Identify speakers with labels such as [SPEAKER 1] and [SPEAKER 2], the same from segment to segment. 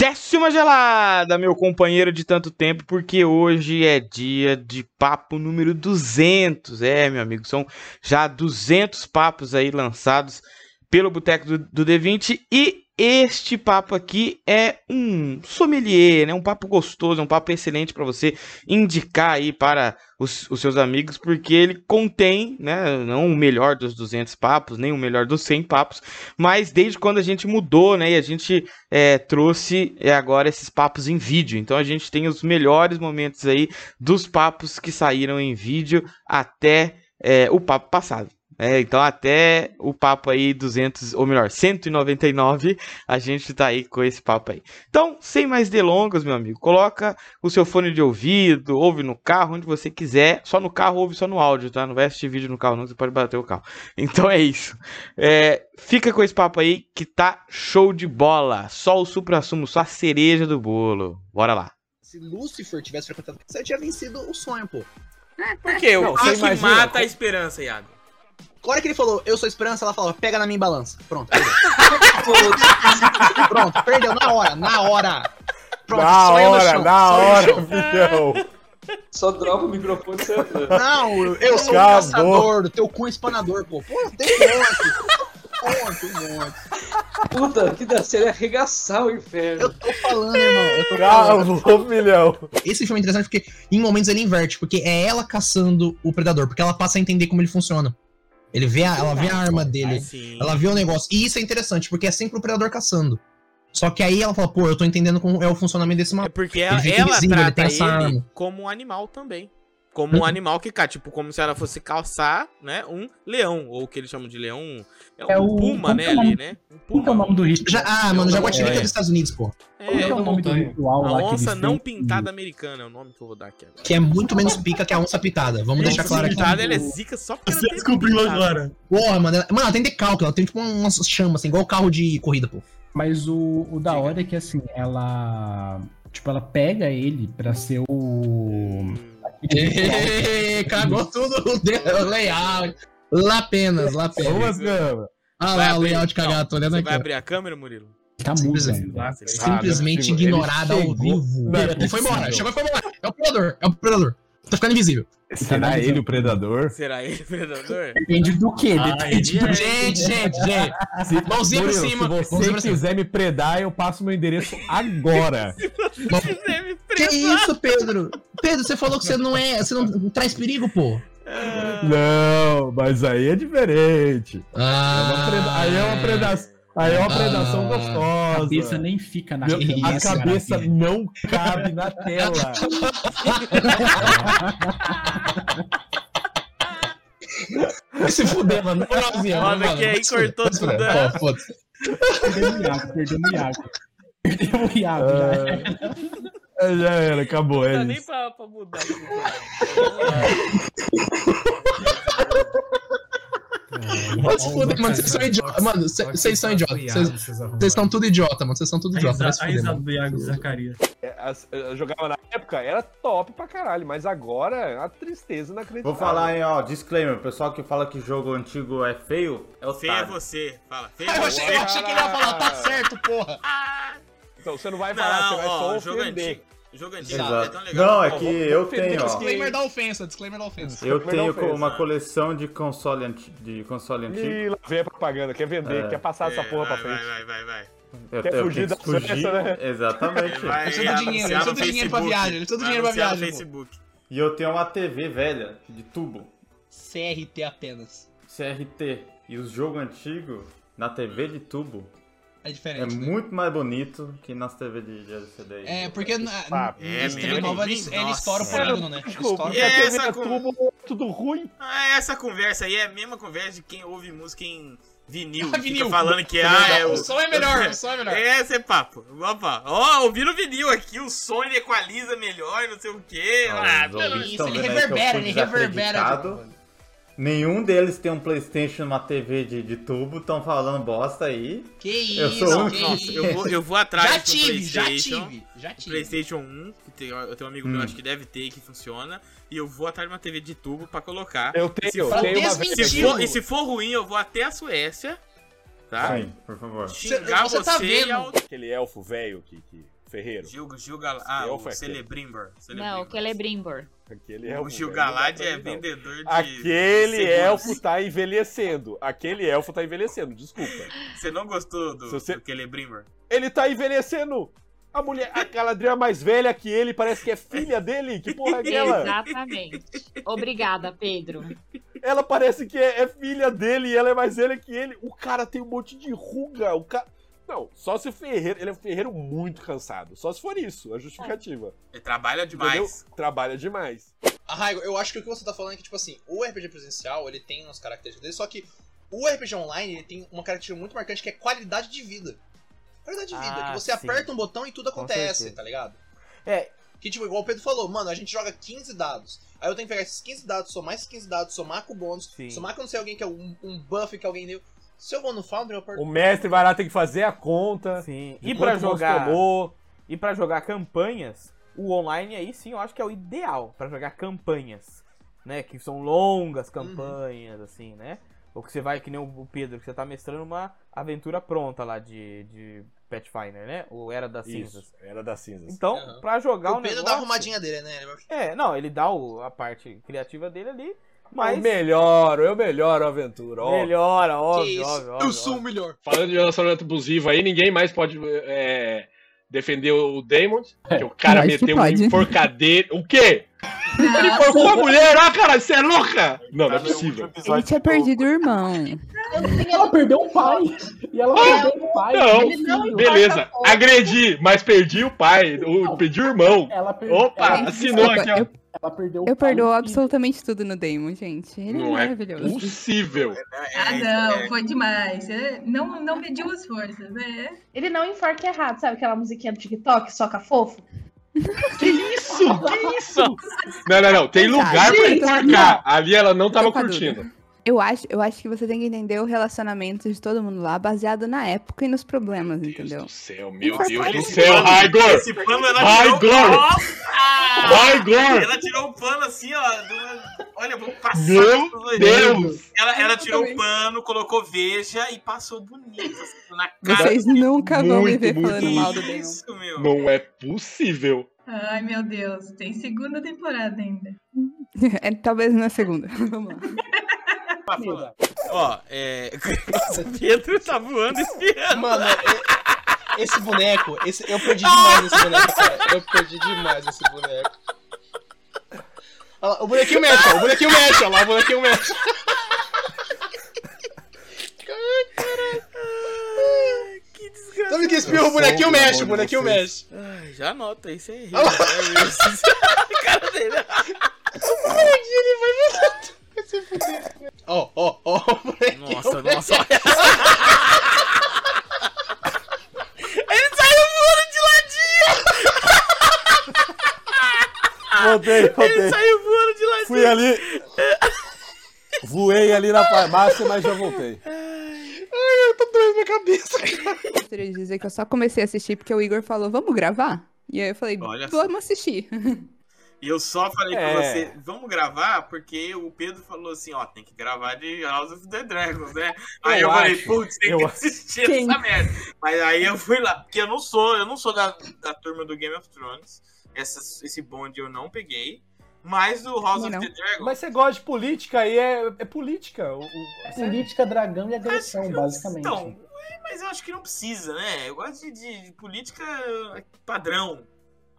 [SPEAKER 1] Desce uma gelada, meu companheiro de tanto tempo, porque hoje é dia de papo número 200. É, meu amigo, são já 200 papos aí lançados pelo Boteco do, do D20 e este papo aqui é um sommelier, né? Um papo gostoso, um papo excelente para você indicar aí para os, os, seus amigos, porque ele contém, né? Não o melhor dos 200 papos, nem o melhor dos 100 papos, mas desde quando a gente mudou, né? E a gente é, trouxe é, agora esses papos em vídeo. Então a gente tem os melhores momentos aí dos papos que saíram em vídeo até é, o papo passado. É, então até o papo aí 200, ou melhor, 199, a gente tá aí com esse papo aí. Então, sem mais delongas, meu amigo, coloca o seu fone de ouvido, ouve no carro, onde você quiser. Só no carro, ouve só no áudio, tá? Não vai assistir vídeo no carro não, você pode bater o carro. Então é isso. É, fica com esse papo aí que tá show de bola. Só o supra-sumo, só a cereja do bolo. Bora lá.
[SPEAKER 2] Se Lúcifer tivesse frequentado, você tinha vencido o sonho, pô.
[SPEAKER 3] Por quê? O que imagina, mata a esperança, Iago.
[SPEAKER 2] Na hora que ele falou, eu sou esperança, ela falou, pega na minha balança. Pronto. Pronto, perdeu na hora, na hora. Pronto,
[SPEAKER 4] na hora, chão, na hora, filhão.
[SPEAKER 5] Só dropa o microfone e você
[SPEAKER 2] Não, eu sou Acabou. um caçador, do teu cu é espanador, pô. Pô, tem um monte. um monte, um monte.
[SPEAKER 5] Puta, que da
[SPEAKER 3] é
[SPEAKER 5] série arregaçar o
[SPEAKER 4] É
[SPEAKER 5] inferno.
[SPEAKER 2] Eu tô falando, irmão. Eu tô
[SPEAKER 4] Calma, falando. um filhão.
[SPEAKER 2] Esse filme é interessante porque em momentos ele inverte, porque é ela caçando o predador, porque ela passa a entender como ele funciona. Ele vê a, ela vê a arma dele, ah, ela vê o negócio. E isso é interessante, porque é sempre o predador caçando. Só que aí ela fala, pô, eu tô entendendo como é o funcionamento desse mapa. É
[SPEAKER 3] porque ela, ela visível,
[SPEAKER 2] tá
[SPEAKER 3] trata ele, ele como um animal também. Como um animal que, cara, tipo, como se ela fosse calçar, né, um leão. Ou o que eles chamam de leão, é um é o... puma, como né, é ali, né? Um
[SPEAKER 2] puma. Como é o nome do ritual? Já, ah, é mano, Jaguatirica é. dos Estados Unidos, pô.
[SPEAKER 3] É, é, é o nome do ritual A onça não pintada do... americana é o nome que eu vou dar aqui agora.
[SPEAKER 2] Que é muito menos pica que a onça pitada, vamos deixar claro aqui.
[SPEAKER 3] pitada, ela é zica só porque
[SPEAKER 4] Você descobriu pintada. agora.
[SPEAKER 2] Porra, mano, ela... mano, ela tem decalque, ela tem tipo umas chamas, assim, igual carro de corrida, pô.
[SPEAKER 6] Mas o, o da hora é que, assim, ela... Tipo, ela pega ele pra ser o...
[SPEAKER 2] Eee, cagou tudo o layout. Lá apenas, lá apenas. Vamos,
[SPEAKER 4] câmera.
[SPEAKER 2] Ah lá, o layout cagado, tô olhando aqui.
[SPEAKER 3] Vai abrir a câmera, Murilo?
[SPEAKER 6] Tá mudo, Simplesmente,
[SPEAKER 2] né? simplesmente ignorada ao vivo. assim, Não, é ele foi embora, chegou e foi embora. É o predador, é o predador. Tá ficando invisível.
[SPEAKER 4] Será ele o predador?
[SPEAKER 3] Será ele o predador?
[SPEAKER 6] Depende do quê?
[SPEAKER 2] Depende do... Gente, gente, gente.
[SPEAKER 4] Se, é mãozinha Murilo, cima. é Se você quiser me predar, eu passo meu endereço agora. se
[SPEAKER 2] você quiser me predar. Que isso, Pedro? Pedro, você falou que você não é... Você não traz perigo, pô.
[SPEAKER 4] Não, mas aí é diferente.
[SPEAKER 2] Ah,
[SPEAKER 4] aí é uma predação. Aí é uma predação ah, gostosa. A
[SPEAKER 6] cabeça nem fica na né? Meu,
[SPEAKER 4] A cabeça terapia. não cabe na tela.
[SPEAKER 2] Se fuder, mano. Moralzinha.
[SPEAKER 3] Mano, que aí cortou tudo.
[SPEAKER 2] né?
[SPEAKER 3] Pô,
[SPEAKER 6] foda-se. Perdemos o Iago, perdemos o Iago. Perdemos o Iago, já
[SPEAKER 4] era. Ah. É, Já era, acabou.
[SPEAKER 3] Não
[SPEAKER 4] dá
[SPEAKER 3] é nem pra, pra mudar.
[SPEAKER 2] Vai se fuder, mano. Vocês são idiotas. Mano, vocês são idiotas. Vocês são tudo idiota, mano. Vocês são tudo idiota. Vai se fuder, mano.
[SPEAKER 5] do Iago Zacarias.
[SPEAKER 4] Eu jogava na época, era top pra caralho, mas agora é uma tristeza inacreditável.
[SPEAKER 7] Vou falar aí, ó, disclaimer. O pessoal que fala que jogo antigo é feio, é o
[SPEAKER 3] Feio é você. Fala, feio
[SPEAKER 2] é você. Eu achei, eu achei que ele ia falar, tá certo, porra.
[SPEAKER 4] Então você não vai falar, você vai só ofender.
[SPEAKER 3] Jogo antigo é tão
[SPEAKER 7] legal. Não, é que eu tenho.
[SPEAKER 2] Disclaimer da ofensa, disclaimer da ofensa.
[SPEAKER 7] Eu tenho uma coleção de console, anti... de console antigo. né? Ih,
[SPEAKER 4] lá vem a propaganda, quer vender, quer passar
[SPEAKER 1] É,
[SPEAKER 4] essa porra pra frente.
[SPEAKER 3] Vai, vai, vai,
[SPEAKER 7] vai. Quer fugir da fugir, né? Exatamente.
[SPEAKER 2] Ele precisa do dinheiro, ele precisa do dinheiro pra viagem, ele precisa do dinheiro pra viagem.
[SPEAKER 7] Facebook. E eu tenho uma TV velha, de tubo.
[SPEAKER 2] CRT apenas.
[SPEAKER 7] CRT. E os jogos antigos, na TV de tubo,
[SPEAKER 2] é diferente.
[SPEAKER 7] É né? muito mais bonito que nas TV de, de LCD.
[SPEAKER 2] É, porque na, ah, é, nas TV nova eles, eles estouram por ano, né?
[SPEAKER 4] Desculpa, é
[SPEAKER 2] tá
[SPEAKER 4] essa com... tubo, tudo ruim.
[SPEAKER 3] Ah, essa conversa aí é a mesma conversa de quem ouve música em vinil. Ah, vinil. Fica falando que ah, é,
[SPEAKER 2] o... o som é melhor, o som é melhor.
[SPEAKER 3] Esse é papo. Opa, ó, oh, ouvindo vinil aqui, o som ele equaliza melhor, não sei o quê.
[SPEAKER 2] Ah, ah pelo isso, ele reverbera, ele reverbera.
[SPEAKER 7] Nenhum deles tem um PlayStation, uma TV de, de tubo, estão falando bosta aí.
[SPEAKER 2] Que isso, eu sou um... que isso.
[SPEAKER 3] Eu, vou, eu vou atrás
[SPEAKER 2] já tive, Já tive, já tive.
[SPEAKER 3] PlayStation 1, que tem, eu tenho um amigo hum. meu, acho que deve ter, que funciona. E eu vou atrás de uma TV de tubo pra colocar.
[SPEAKER 4] Eu tenho,
[SPEAKER 3] se eu
[SPEAKER 4] for, tenho
[SPEAKER 3] se for, E se for ruim, eu vou até a Suécia, tá?
[SPEAKER 1] Ah,
[SPEAKER 7] Sim, por favor.
[SPEAKER 1] É
[SPEAKER 3] Xingar você, você tá vendo.
[SPEAKER 4] Aquele elfo velho que... que Ferreiro.
[SPEAKER 1] Gil, Gil Gal... Ah,
[SPEAKER 4] Eu
[SPEAKER 1] o
[SPEAKER 4] foi é aquele.
[SPEAKER 1] Celebrimbor.
[SPEAKER 8] Não, o é
[SPEAKER 9] é
[SPEAKER 8] Celebrimbor.
[SPEAKER 4] Aquele
[SPEAKER 1] O Gil
[SPEAKER 4] velho,
[SPEAKER 1] Galad
[SPEAKER 4] não
[SPEAKER 1] é
[SPEAKER 4] pra mim, não.
[SPEAKER 1] vendedor de.
[SPEAKER 4] Aquele
[SPEAKER 1] seguros.
[SPEAKER 4] elfo tá envelhecendo. Aquele elfo tá envelhecendo, desculpa.
[SPEAKER 1] Você não gostou do,
[SPEAKER 4] Se você-
[SPEAKER 1] do Celebrimbor?
[SPEAKER 4] Ele tá envelhecendo! A mulher, a Galadriel é mais velha que ele, parece que é filha dele? Que porra é aquela?
[SPEAKER 8] Exatamente. Obrigada, Pedro.
[SPEAKER 4] Ela parece que é, é filha dele e ela é mais velha que ele. O cara tem um monte de ruga. O cara. Não, só se o Ferreiro. Ele é um Ferreiro muito cansado. Só se for isso, a justificativa.
[SPEAKER 1] Ele trabalha demais.
[SPEAKER 4] Entendeu? Trabalha demais.
[SPEAKER 2] Ah, Raigo, eu acho que o que você tá falando é que, tipo assim, o RPG presencial, ele tem umas características dele, só que o RPG online, ele tem uma característica muito marcante que é qualidade de vida. Qualidade de vida,
[SPEAKER 10] Ah,
[SPEAKER 2] que você
[SPEAKER 10] sim.
[SPEAKER 2] aperta um botão e tudo acontece,
[SPEAKER 10] certeza.
[SPEAKER 2] tá ligado?
[SPEAKER 11] É.
[SPEAKER 2] Que, tipo, igual o Pedro falou, mano, a gente joga 15 dados. Aí eu tenho que pegar esses 15 dados, somar esses 15 dados, somar com o bônus,
[SPEAKER 10] Sim.
[SPEAKER 2] somar com não sei alguém que é um, um buff que alguém deu. Se eu vou no Foundry, eu aperto.
[SPEAKER 4] O mestre vai lá, tem que fazer a conta.
[SPEAKER 10] Sim.
[SPEAKER 4] de
[SPEAKER 10] E pra
[SPEAKER 4] quantos mãos
[SPEAKER 10] jogar.
[SPEAKER 4] Tomou.
[SPEAKER 10] E pra jogar campanhas, o online aí sim eu acho que é o ideal pra jogar campanhas, né? Que são longas
[SPEAKER 1] Uhum.
[SPEAKER 10] campanhas, assim, né? Ou que você vai, que nem o Pedro, que você tá mestrando uma aventura pronta lá de, de Pathfinder, né? Ou Era das Cinzas.
[SPEAKER 4] Isso, era das cinzas.
[SPEAKER 10] Então,
[SPEAKER 2] Aham.
[SPEAKER 10] pra jogar
[SPEAKER 2] o Pedro dá
[SPEAKER 10] negócio...
[SPEAKER 2] a arrumadinha dele, né? Ele vai-
[SPEAKER 10] É, não, ele dá o- a parte criativa dele ali, mas...
[SPEAKER 4] Eu melhoro, eu melhoro a aventura. ó.
[SPEAKER 10] Melhora,
[SPEAKER 2] Que
[SPEAKER 10] óbvio,
[SPEAKER 2] isso?
[SPEAKER 10] óbvio,
[SPEAKER 2] eu
[SPEAKER 10] óbvio,
[SPEAKER 2] sou o melhor.
[SPEAKER 7] Falando de relacionamento abusivo aí, ninguém mais pode é, defender o Damon. Que o cara
[SPEAKER 12] acho que
[SPEAKER 7] meteu um
[SPEAKER 12] pode.
[SPEAKER 7] enforcadeiro. O quê? Ele enforcou a mulher, ah, cara, você é louca! Não,
[SPEAKER 4] Tá
[SPEAKER 7] não é possível.
[SPEAKER 12] Ele tinha perdido o irmão.
[SPEAKER 6] Ela perdeu um pai. E ela perdeu um pai.
[SPEAKER 7] Não,
[SPEAKER 6] Ele não
[SPEAKER 4] tá
[SPEAKER 7] beleza. Agredi, mas perdi o pai, o, perdi o irmão.
[SPEAKER 6] Ela perdeu.
[SPEAKER 7] Opa, assinou
[SPEAKER 12] É, Desculpa,
[SPEAKER 7] aqui, ó.
[SPEAKER 12] eu,
[SPEAKER 6] Ela perdeu um
[SPEAKER 12] eu perdoo absolutamente tudo no Damon, gente. Ele é
[SPEAKER 7] Não é
[SPEAKER 12] maravilhoso.
[SPEAKER 7] possível.
[SPEAKER 13] Ah, não, foi demais. É, Não, não mediu as forças, né?
[SPEAKER 8] Ele não enforca errado, sabe aquela musiquinha do TikTok, soca fofo?
[SPEAKER 7] Que isso? Que isso? Não, não, não. Tem lugar pra
[SPEAKER 12] Gente,
[SPEAKER 7] enforcar. Ali ela não tava
[SPEAKER 12] Tô com a dúvida.
[SPEAKER 7] curtindo.
[SPEAKER 12] Eu acho, eu acho que você tem que entender o relacionamento de todo mundo lá, baseado na época e nos problemas, entendeu?
[SPEAKER 7] Deus do céu, meu
[SPEAKER 12] Nossa,
[SPEAKER 7] Deus
[SPEAKER 12] olha
[SPEAKER 7] do
[SPEAKER 12] esse
[SPEAKER 7] céu,
[SPEAKER 1] pano.
[SPEAKER 7] Raigor!
[SPEAKER 1] Esse pano ela
[SPEAKER 7] Vai,
[SPEAKER 1] tirou.
[SPEAKER 7] Glória.
[SPEAKER 1] Nossa!
[SPEAKER 7] Raigor!
[SPEAKER 1] Ela tirou o pano assim, ó. do- Olha, eu vou passar.
[SPEAKER 7] Meu
[SPEAKER 1] isso aí.
[SPEAKER 7] Deus!
[SPEAKER 1] Ela, ela tirou o pano, colocou veja e passou bonito assim, na cara.
[SPEAKER 12] Vocês nunca vão me
[SPEAKER 7] Muito,
[SPEAKER 12] ver
[SPEAKER 7] muito,
[SPEAKER 12] falando mal do Damon.
[SPEAKER 1] Isso, meu.
[SPEAKER 7] Não é possível.
[SPEAKER 13] Ai, meu Deus, tem segunda temporada ainda.
[SPEAKER 12] É, talvez na segunda. Vamos lá.
[SPEAKER 1] Ó, é. O Pedro tá voando espiando.
[SPEAKER 2] Mano, e- esse boneco, esse, eu perdi demais esse boneco, cara. Eu perdi demais esse boneco. Olha lá, o bonequinho mexe, ó, o bonequinho mexe, olha lá, o bonequinho mexe.
[SPEAKER 1] Que desgraça.
[SPEAKER 2] Sabe que espirra, o bonequinho mexe, o bonequinho mexe.
[SPEAKER 1] Ai, já anota, isso é rico. é isso. cara dele.
[SPEAKER 2] Ó, ó, ó, o bonequinho
[SPEAKER 1] Nossa,
[SPEAKER 2] mexe.
[SPEAKER 1] nossa, olha. Ele saiu voando de ladinho!
[SPEAKER 4] Voltei,
[SPEAKER 1] Ele
[SPEAKER 4] voltei.
[SPEAKER 1] saiu voando de ladinho!
[SPEAKER 4] Fui ali. Voei ali na farmácia, mas já voltei.
[SPEAKER 12] Gostaria de dizer que eu só comecei a assistir porque o Igor falou, vamos gravar? E aí eu falei,
[SPEAKER 1] Olha só.
[SPEAKER 12] vamos assistir.
[SPEAKER 1] E eu só falei
[SPEAKER 4] É.
[SPEAKER 1] pra você, vamos gravar, porque o Pedro falou assim, ó, tem que gravar de House of the Dragons, né? Aí eu,
[SPEAKER 4] Eu
[SPEAKER 1] falei,
[SPEAKER 4] acho,
[SPEAKER 1] putz, tem
[SPEAKER 4] eu
[SPEAKER 1] que
[SPEAKER 4] acho.
[SPEAKER 1] assistir
[SPEAKER 12] Sim.
[SPEAKER 1] essa merda. Mas aí eu fui lá, porque eu não sou, eu não sou da, da turma do Game of Thrones. Essas- esse bonde eu não peguei. Mas o House
[SPEAKER 12] Também
[SPEAKER 1] of the Dragons.
[SPEAKER 4] Mas você gosta de política e é, é política. O, é
[SPEAKER 6] Política, dragão e agressão,
[SPEAKER 1] eu-
[SPEAKER 6] basicamente.
[SPEAKER 1] Então, é, mas eu acho que não precisa, né? Eu gosto de, de- de política padrão.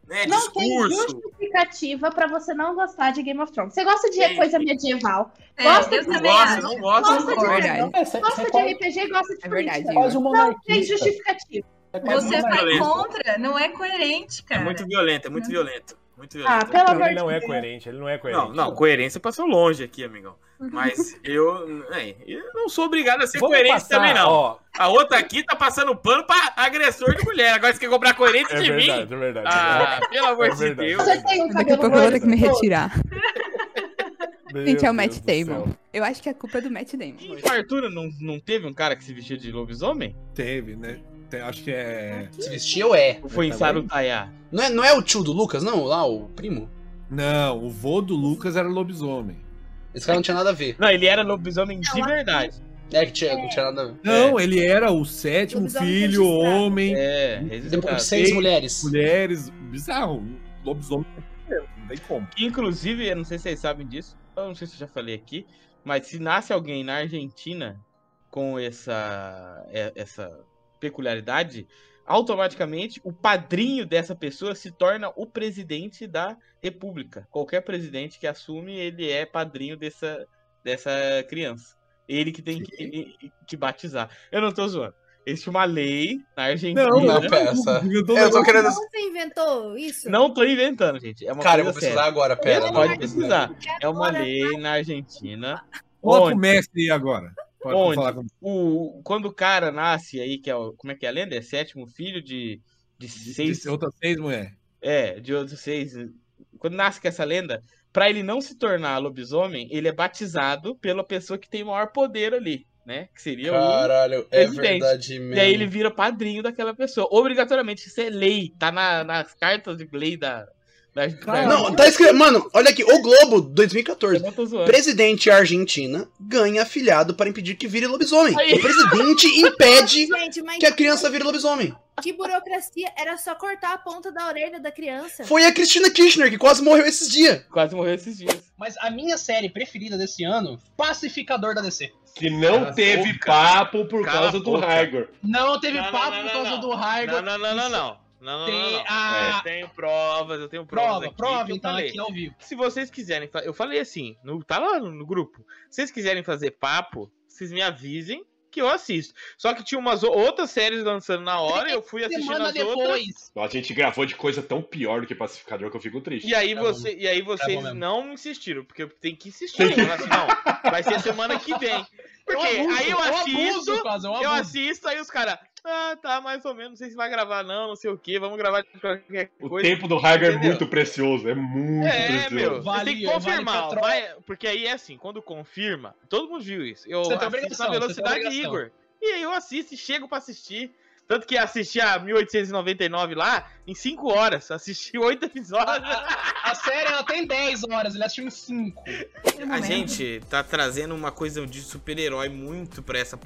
[SPEAKER 1] Né?
[SPEAKER 8] Não tem
[SPEAKER 1] Discurso.
[SPEAKER 8] justificativa pra você não gostar Tá de Game of Thrones. Você gosta de
[SPEAKER 1] Tem.
[SPEAKER 8] coisa medieval,
[SPEAKER 13] É,
[SPEAKER 8] Gosta
[SPEAKER 13] eu
[SPEAKER 8] de
[SPEAKER 1] Não
[SPEAKER 13] também
[SPEAKER 1] gosto,
[SPEAKER 13] acho.
[SPEAKER 1] não gosto.
[SPEAKER 8] gosta
[SPEAKER 1] não
[SPEAKER 8] de
[SPEAKER 1] gosto.
[SPEAKER 12] Verdade.
[SPEAKER 6] É, você,
[SPEAKER 8] gosta de RPG e gosta de
[SPEAKER 12] É verdade,
[SPEAKER 8] política.
[SPEAKER 12] Igor.
[SPEAKER 6] quase um
[SPEAKER 8] Não tem
[SPEAKER 6] monarquista.
[SPEAKER 8] justificativa.
[SPEAKER 6] É quase um
[SPEAKER 13] Você vai
[SPEAKER 1] violento.
[SPEAKER 13] contra, não é coerente,
[SPEAKER 1] É
[SPEAKER 13] cara.
[SPEAKER 1] muito violento, é muito violento. Muito
[SPEAKER 8] Ah,
[SPEAKER 1] violento.
[SPEAKER 2] tá.
[SPEAKER 8] pelo amor de
[SPEAKER 4] Ele não é
[SPEAKER 8] Deus.
[SPEAKER 4] coerente, ele não é coerente.
[SPEAKER 1] Não, não, coerência passou longe aqui, amigão.
[SPEAKER 10] Uhum.
[SPEAKER 1] Mas eu, é, eu não sou obrigado a ser coerente também, não.
[SPEAKER 4] ó,
[SPEAKER 1] A outra aqui tá passando pano pra agressor de mulher. Agora você quer cobrar coerência
[SPEAKER 4] é
[SPEAKER 1] de mim?
[SPEAKER 4] verdade, é verdade.
[SPEAKER 1] Ah, pelo amor
[SPEAKER 4] É
[SPEAKER 1] de
[SPEAKER 4] verdade.
[SPEAKER 1] Deus.
[SPEAKER 8] Você tem um
[SPEAKER 12] Daqui a
[SPEAKER 8] cabelo
[SPEAKER 12] pouco eu vou ter
[SPEAKER 8] loiro.
[SPEAKER 12] que me retirar.
[SPEAKER 4] Meu
[SPEAKER 12] Gente, é o
[SPEAKER 4] Deus
[SPEAKER 12] Matt
[SPEAKER 4] do
[SPEAKER 12] Damon.
[SPEAKER 4] céu.
[SPEAKER 12] Eu acho que a culpa é do Matt Damon.
[SPEAKER 10] Em Fartura não, não teve um cara que se vestiu de lobisomem?
[SPEAKER 14] Teve, né? Tem- acho que é.
[SPEAKER 2] Se vestiu é.
[SPEAKER 10] Ou foi em
[SPEAKER 14] Também.
[SPEAKER 10] Sarutaiá?
[SPEAKER 2] Não é, não é o tio do Lucas, não? Lá, o primo?
[SPEAKER 14] Não, o vô do Lucas era lobisomem.
[SPEAKER 2] Esse cara não tinha nada a ver.
[SPEAKER 10] Não, ele era lobisomem de
[SPEAKER 8] aqui-
[SPEAKER 10] verdade.
[SPEAKER 2] É que tinha, não tinha nada a ver.
[SPEAKER 15] Não, ele era o sétimo
[SPEAKER 2] Lobisomem
[SPEAKER 15] filho,
[SPEAKER 2] registrado.
[SPEAKER 15] homem.
[SPEAKER 2] É, depois de seis
[SPEAKER 15] Seis
[SPEAKER 2] mulheres.
[SPEAKER 15] Mulheres. Bizarro. um Lobisomem. é Não tem como.
[SPEAKER 1] Inclusive, eu não sei se vocês sabem disso, eu não sei se eu já falei aqui, mas se nasce alguém na Argentina com essa, é- essa peculiaridade, automaticamente o padrinho dessa pessoa se torna o presidente da república. Qualquer presidente que assume, ele é padrinho dessa, dessa criança. Ele que tem que, que batizar. Eu não tô zoando. Existe uma lei na Argentina.
[SPEAKER 2] Não, não,
[SPEAKER 15] um
[SPEAKER 2] pera, só- Eu tô eu tô querendo-
[SPEAKER 12] Você inventou isso?
[SPEAKER 1] Não tô inventando, gente. É uma
[SPEAKER 2] Cara, eu
[SPEAKER 1] coisa
[SPEAKER 2] vou pesquisar
[SPEAKER 1] séria.
[SPEAKER 2] agora, pera.
[SPEAKER 1] Você Pode pesquisar. É uma lei na Argentina.
[SPEAKER 15] Bota o
[SPEAKER 1] onde-
[SPEAKER 15] mestre aí agora. Pode
[SPEAKER 1] onde
[SPEAKER 15] falar com
[SPEAKER 1] o, quando o cara nasce aí, que é o, como é que é a lenda? É sétimo filho de, de seis...
[SPEAKER 15] de outras seis mulheres.
[SPEAKER 1] É, de outros seis. Quando nasce com essa lenda, pra ele não se tornar lobisomem, ele é batizado pela pessoa que tem maior poder ali, né? Que seria
[SPEAKER 2] Caralho,
[SPEAKER 1] o
[SPEAKER 2] é
[SPEAKER 1] presidente.
[SPEAKER 2] verdade
[SPEAKER 1] E aí
[SPEAKER 2] mesmo.
[SPEAKER 1] ele vira padrinho daquela pessoa. Obrigatoriamente, isso é lei. Tá na- nas cartas de lei da... da da-
[SPEAKER 2] Não, tá escrito. Mano, olha aqui, o Globo 2014.
[SPEAKER 1] zoando.
[SPEAKER 2] Presidente argentina ganha afilhado para impedir que vire lobisomem.
[SPEAKER 12] Aí.
[SPEAKER 2] O presidente impede
[SPEAKER 12] Gente, mas-
[SPEAKER 2] que a criança vire lobisomem.
[SPEAKER 12] Que burocracia, era É só cortar a ponta da orelha da criança.
[SPEAKER 2] Foi a Cristina Kirchner que quase morreu esses dias.
[SPEAKER 1] Quase morreu esses dias.
[SPEAKER 2] Mas a minha série preferida desse ano, Pacificador da DC.
[SPEAKER 16] Que não
[SPEAKER 2] Cala a
[SPEAKER 16] teve
[SPEAKER 2] boca.
[SPEAKER 16] papo por
[SPEAKER 2] Cala
[SPEAKER 16] causa
[SPEAKER 2] a
[SPEAKER 16] do
[SPEAKER 2] boca.
[SPEAKER 16] Raigor.
[SPEAKER 2] Não teve
[SPEAKER 16] Não, não,
[SPEAKER 2] papo
[SPEAKER 16] não,
[SPEAKER 2] por
[SPEAKER 16] não,
[SPEAKER 2] causa
[SPEAKER 16] não.
[SPEAKER 2] do Raigor.
[SPEAKER 16] Não, não, não, não, não.
[SPEAKER 1] Não, não,
[SPEAKER 2] Tem
[SPEAKER 1] não, não.
[SPEAKER 2] a-
[SPEAKER 1] Eu tenho provas, eu tenho provas.
[SPEAKER 2] Prova,
[SPEAKER 1] aqui
[SPEAKER 2] prova,
[SPEAKER 1] que eu
[SPEAKER 2] então,
[SPEAKER 1] falei.
[SPEAKER 2] aqui ao vivo.
[SPEAKER 1] Se vocês quiserem, fa- eu falei assim, no, tá lá no, no grupo. Se vocês quiserem fazer papo, vocês me avisem que eu assisto. Só que tinha umas o- outras séries lançando na hora, eu fui assistindo
[SPEAKER 2] Semana
[SPEAKER 1] as outras.
[SPEAKER 16] A
[SPEAKER 2] depois.
[SPEAKER 16] gente gravou de coisa tão pior do que Pacificador que eu fico triste.
[SPEAKER 1] E aí, você, e aí vocês não insistiram, porque tá tem que insistir. Falar assim, não, vai ser semana que vem. Porque
[SPEAKER 2] Eu abuso,
[SPEAKER 1] aí eu
[SPEAKER 2] eu abuso,
[SPEAKER 1] assisto,
[SPEAKER 2] Cosmo, eu
[SPEAKER 1] eu,
[SPEAKER 2] abuso.
[SPEAKER 1] assisto, aí os caras, ah, tá, mais ou menos, não sei se vai gravar não, não sei o que, vamos gravar de qualquer
[SPEAKER 16] O
[SPEAKER 1] coisa.
[SPEAKER 16] tempo do Raigor é
[SPEAKER 1] Entendeu?
[SPEAKER 16] muito precioso. É muito
[SPEAKER 1] É,
[SPEAKER 16] precioso.
[SPEAKER 1] meu, você tem que
[SPEAKER 2] Vale-
[SPEAKER 1] confirmar.
[SPEAKER 2] vale
[SPEAKER 1] vai- porque aí é assim, quando confirma, todo mundo viu isso. Eu
[SPEAKER 2] Você tem
[SPEAKER 1] assisto
[SPEAKER 2] obrigação,
[SPEAKER 1] na
[SPEAKER 2] você tem
[SPEAKER 1] velocidade
[SPEAKER 2] obrigação.
[SPEAKER 1] Igor. E aí eu assisto e chego pra assistir. Tanto que assisti a 1899 lá em 5 horas. Assisti 8 episódios.
[SPEAKER 2] A série ela tem 10 horas, ele assistiu em 5.
[SPEAKER 8] A
[SPEAKER 13] é.
[SPEAKER 8] gente tá trazendo uma coisa de super-herói muito pra essa,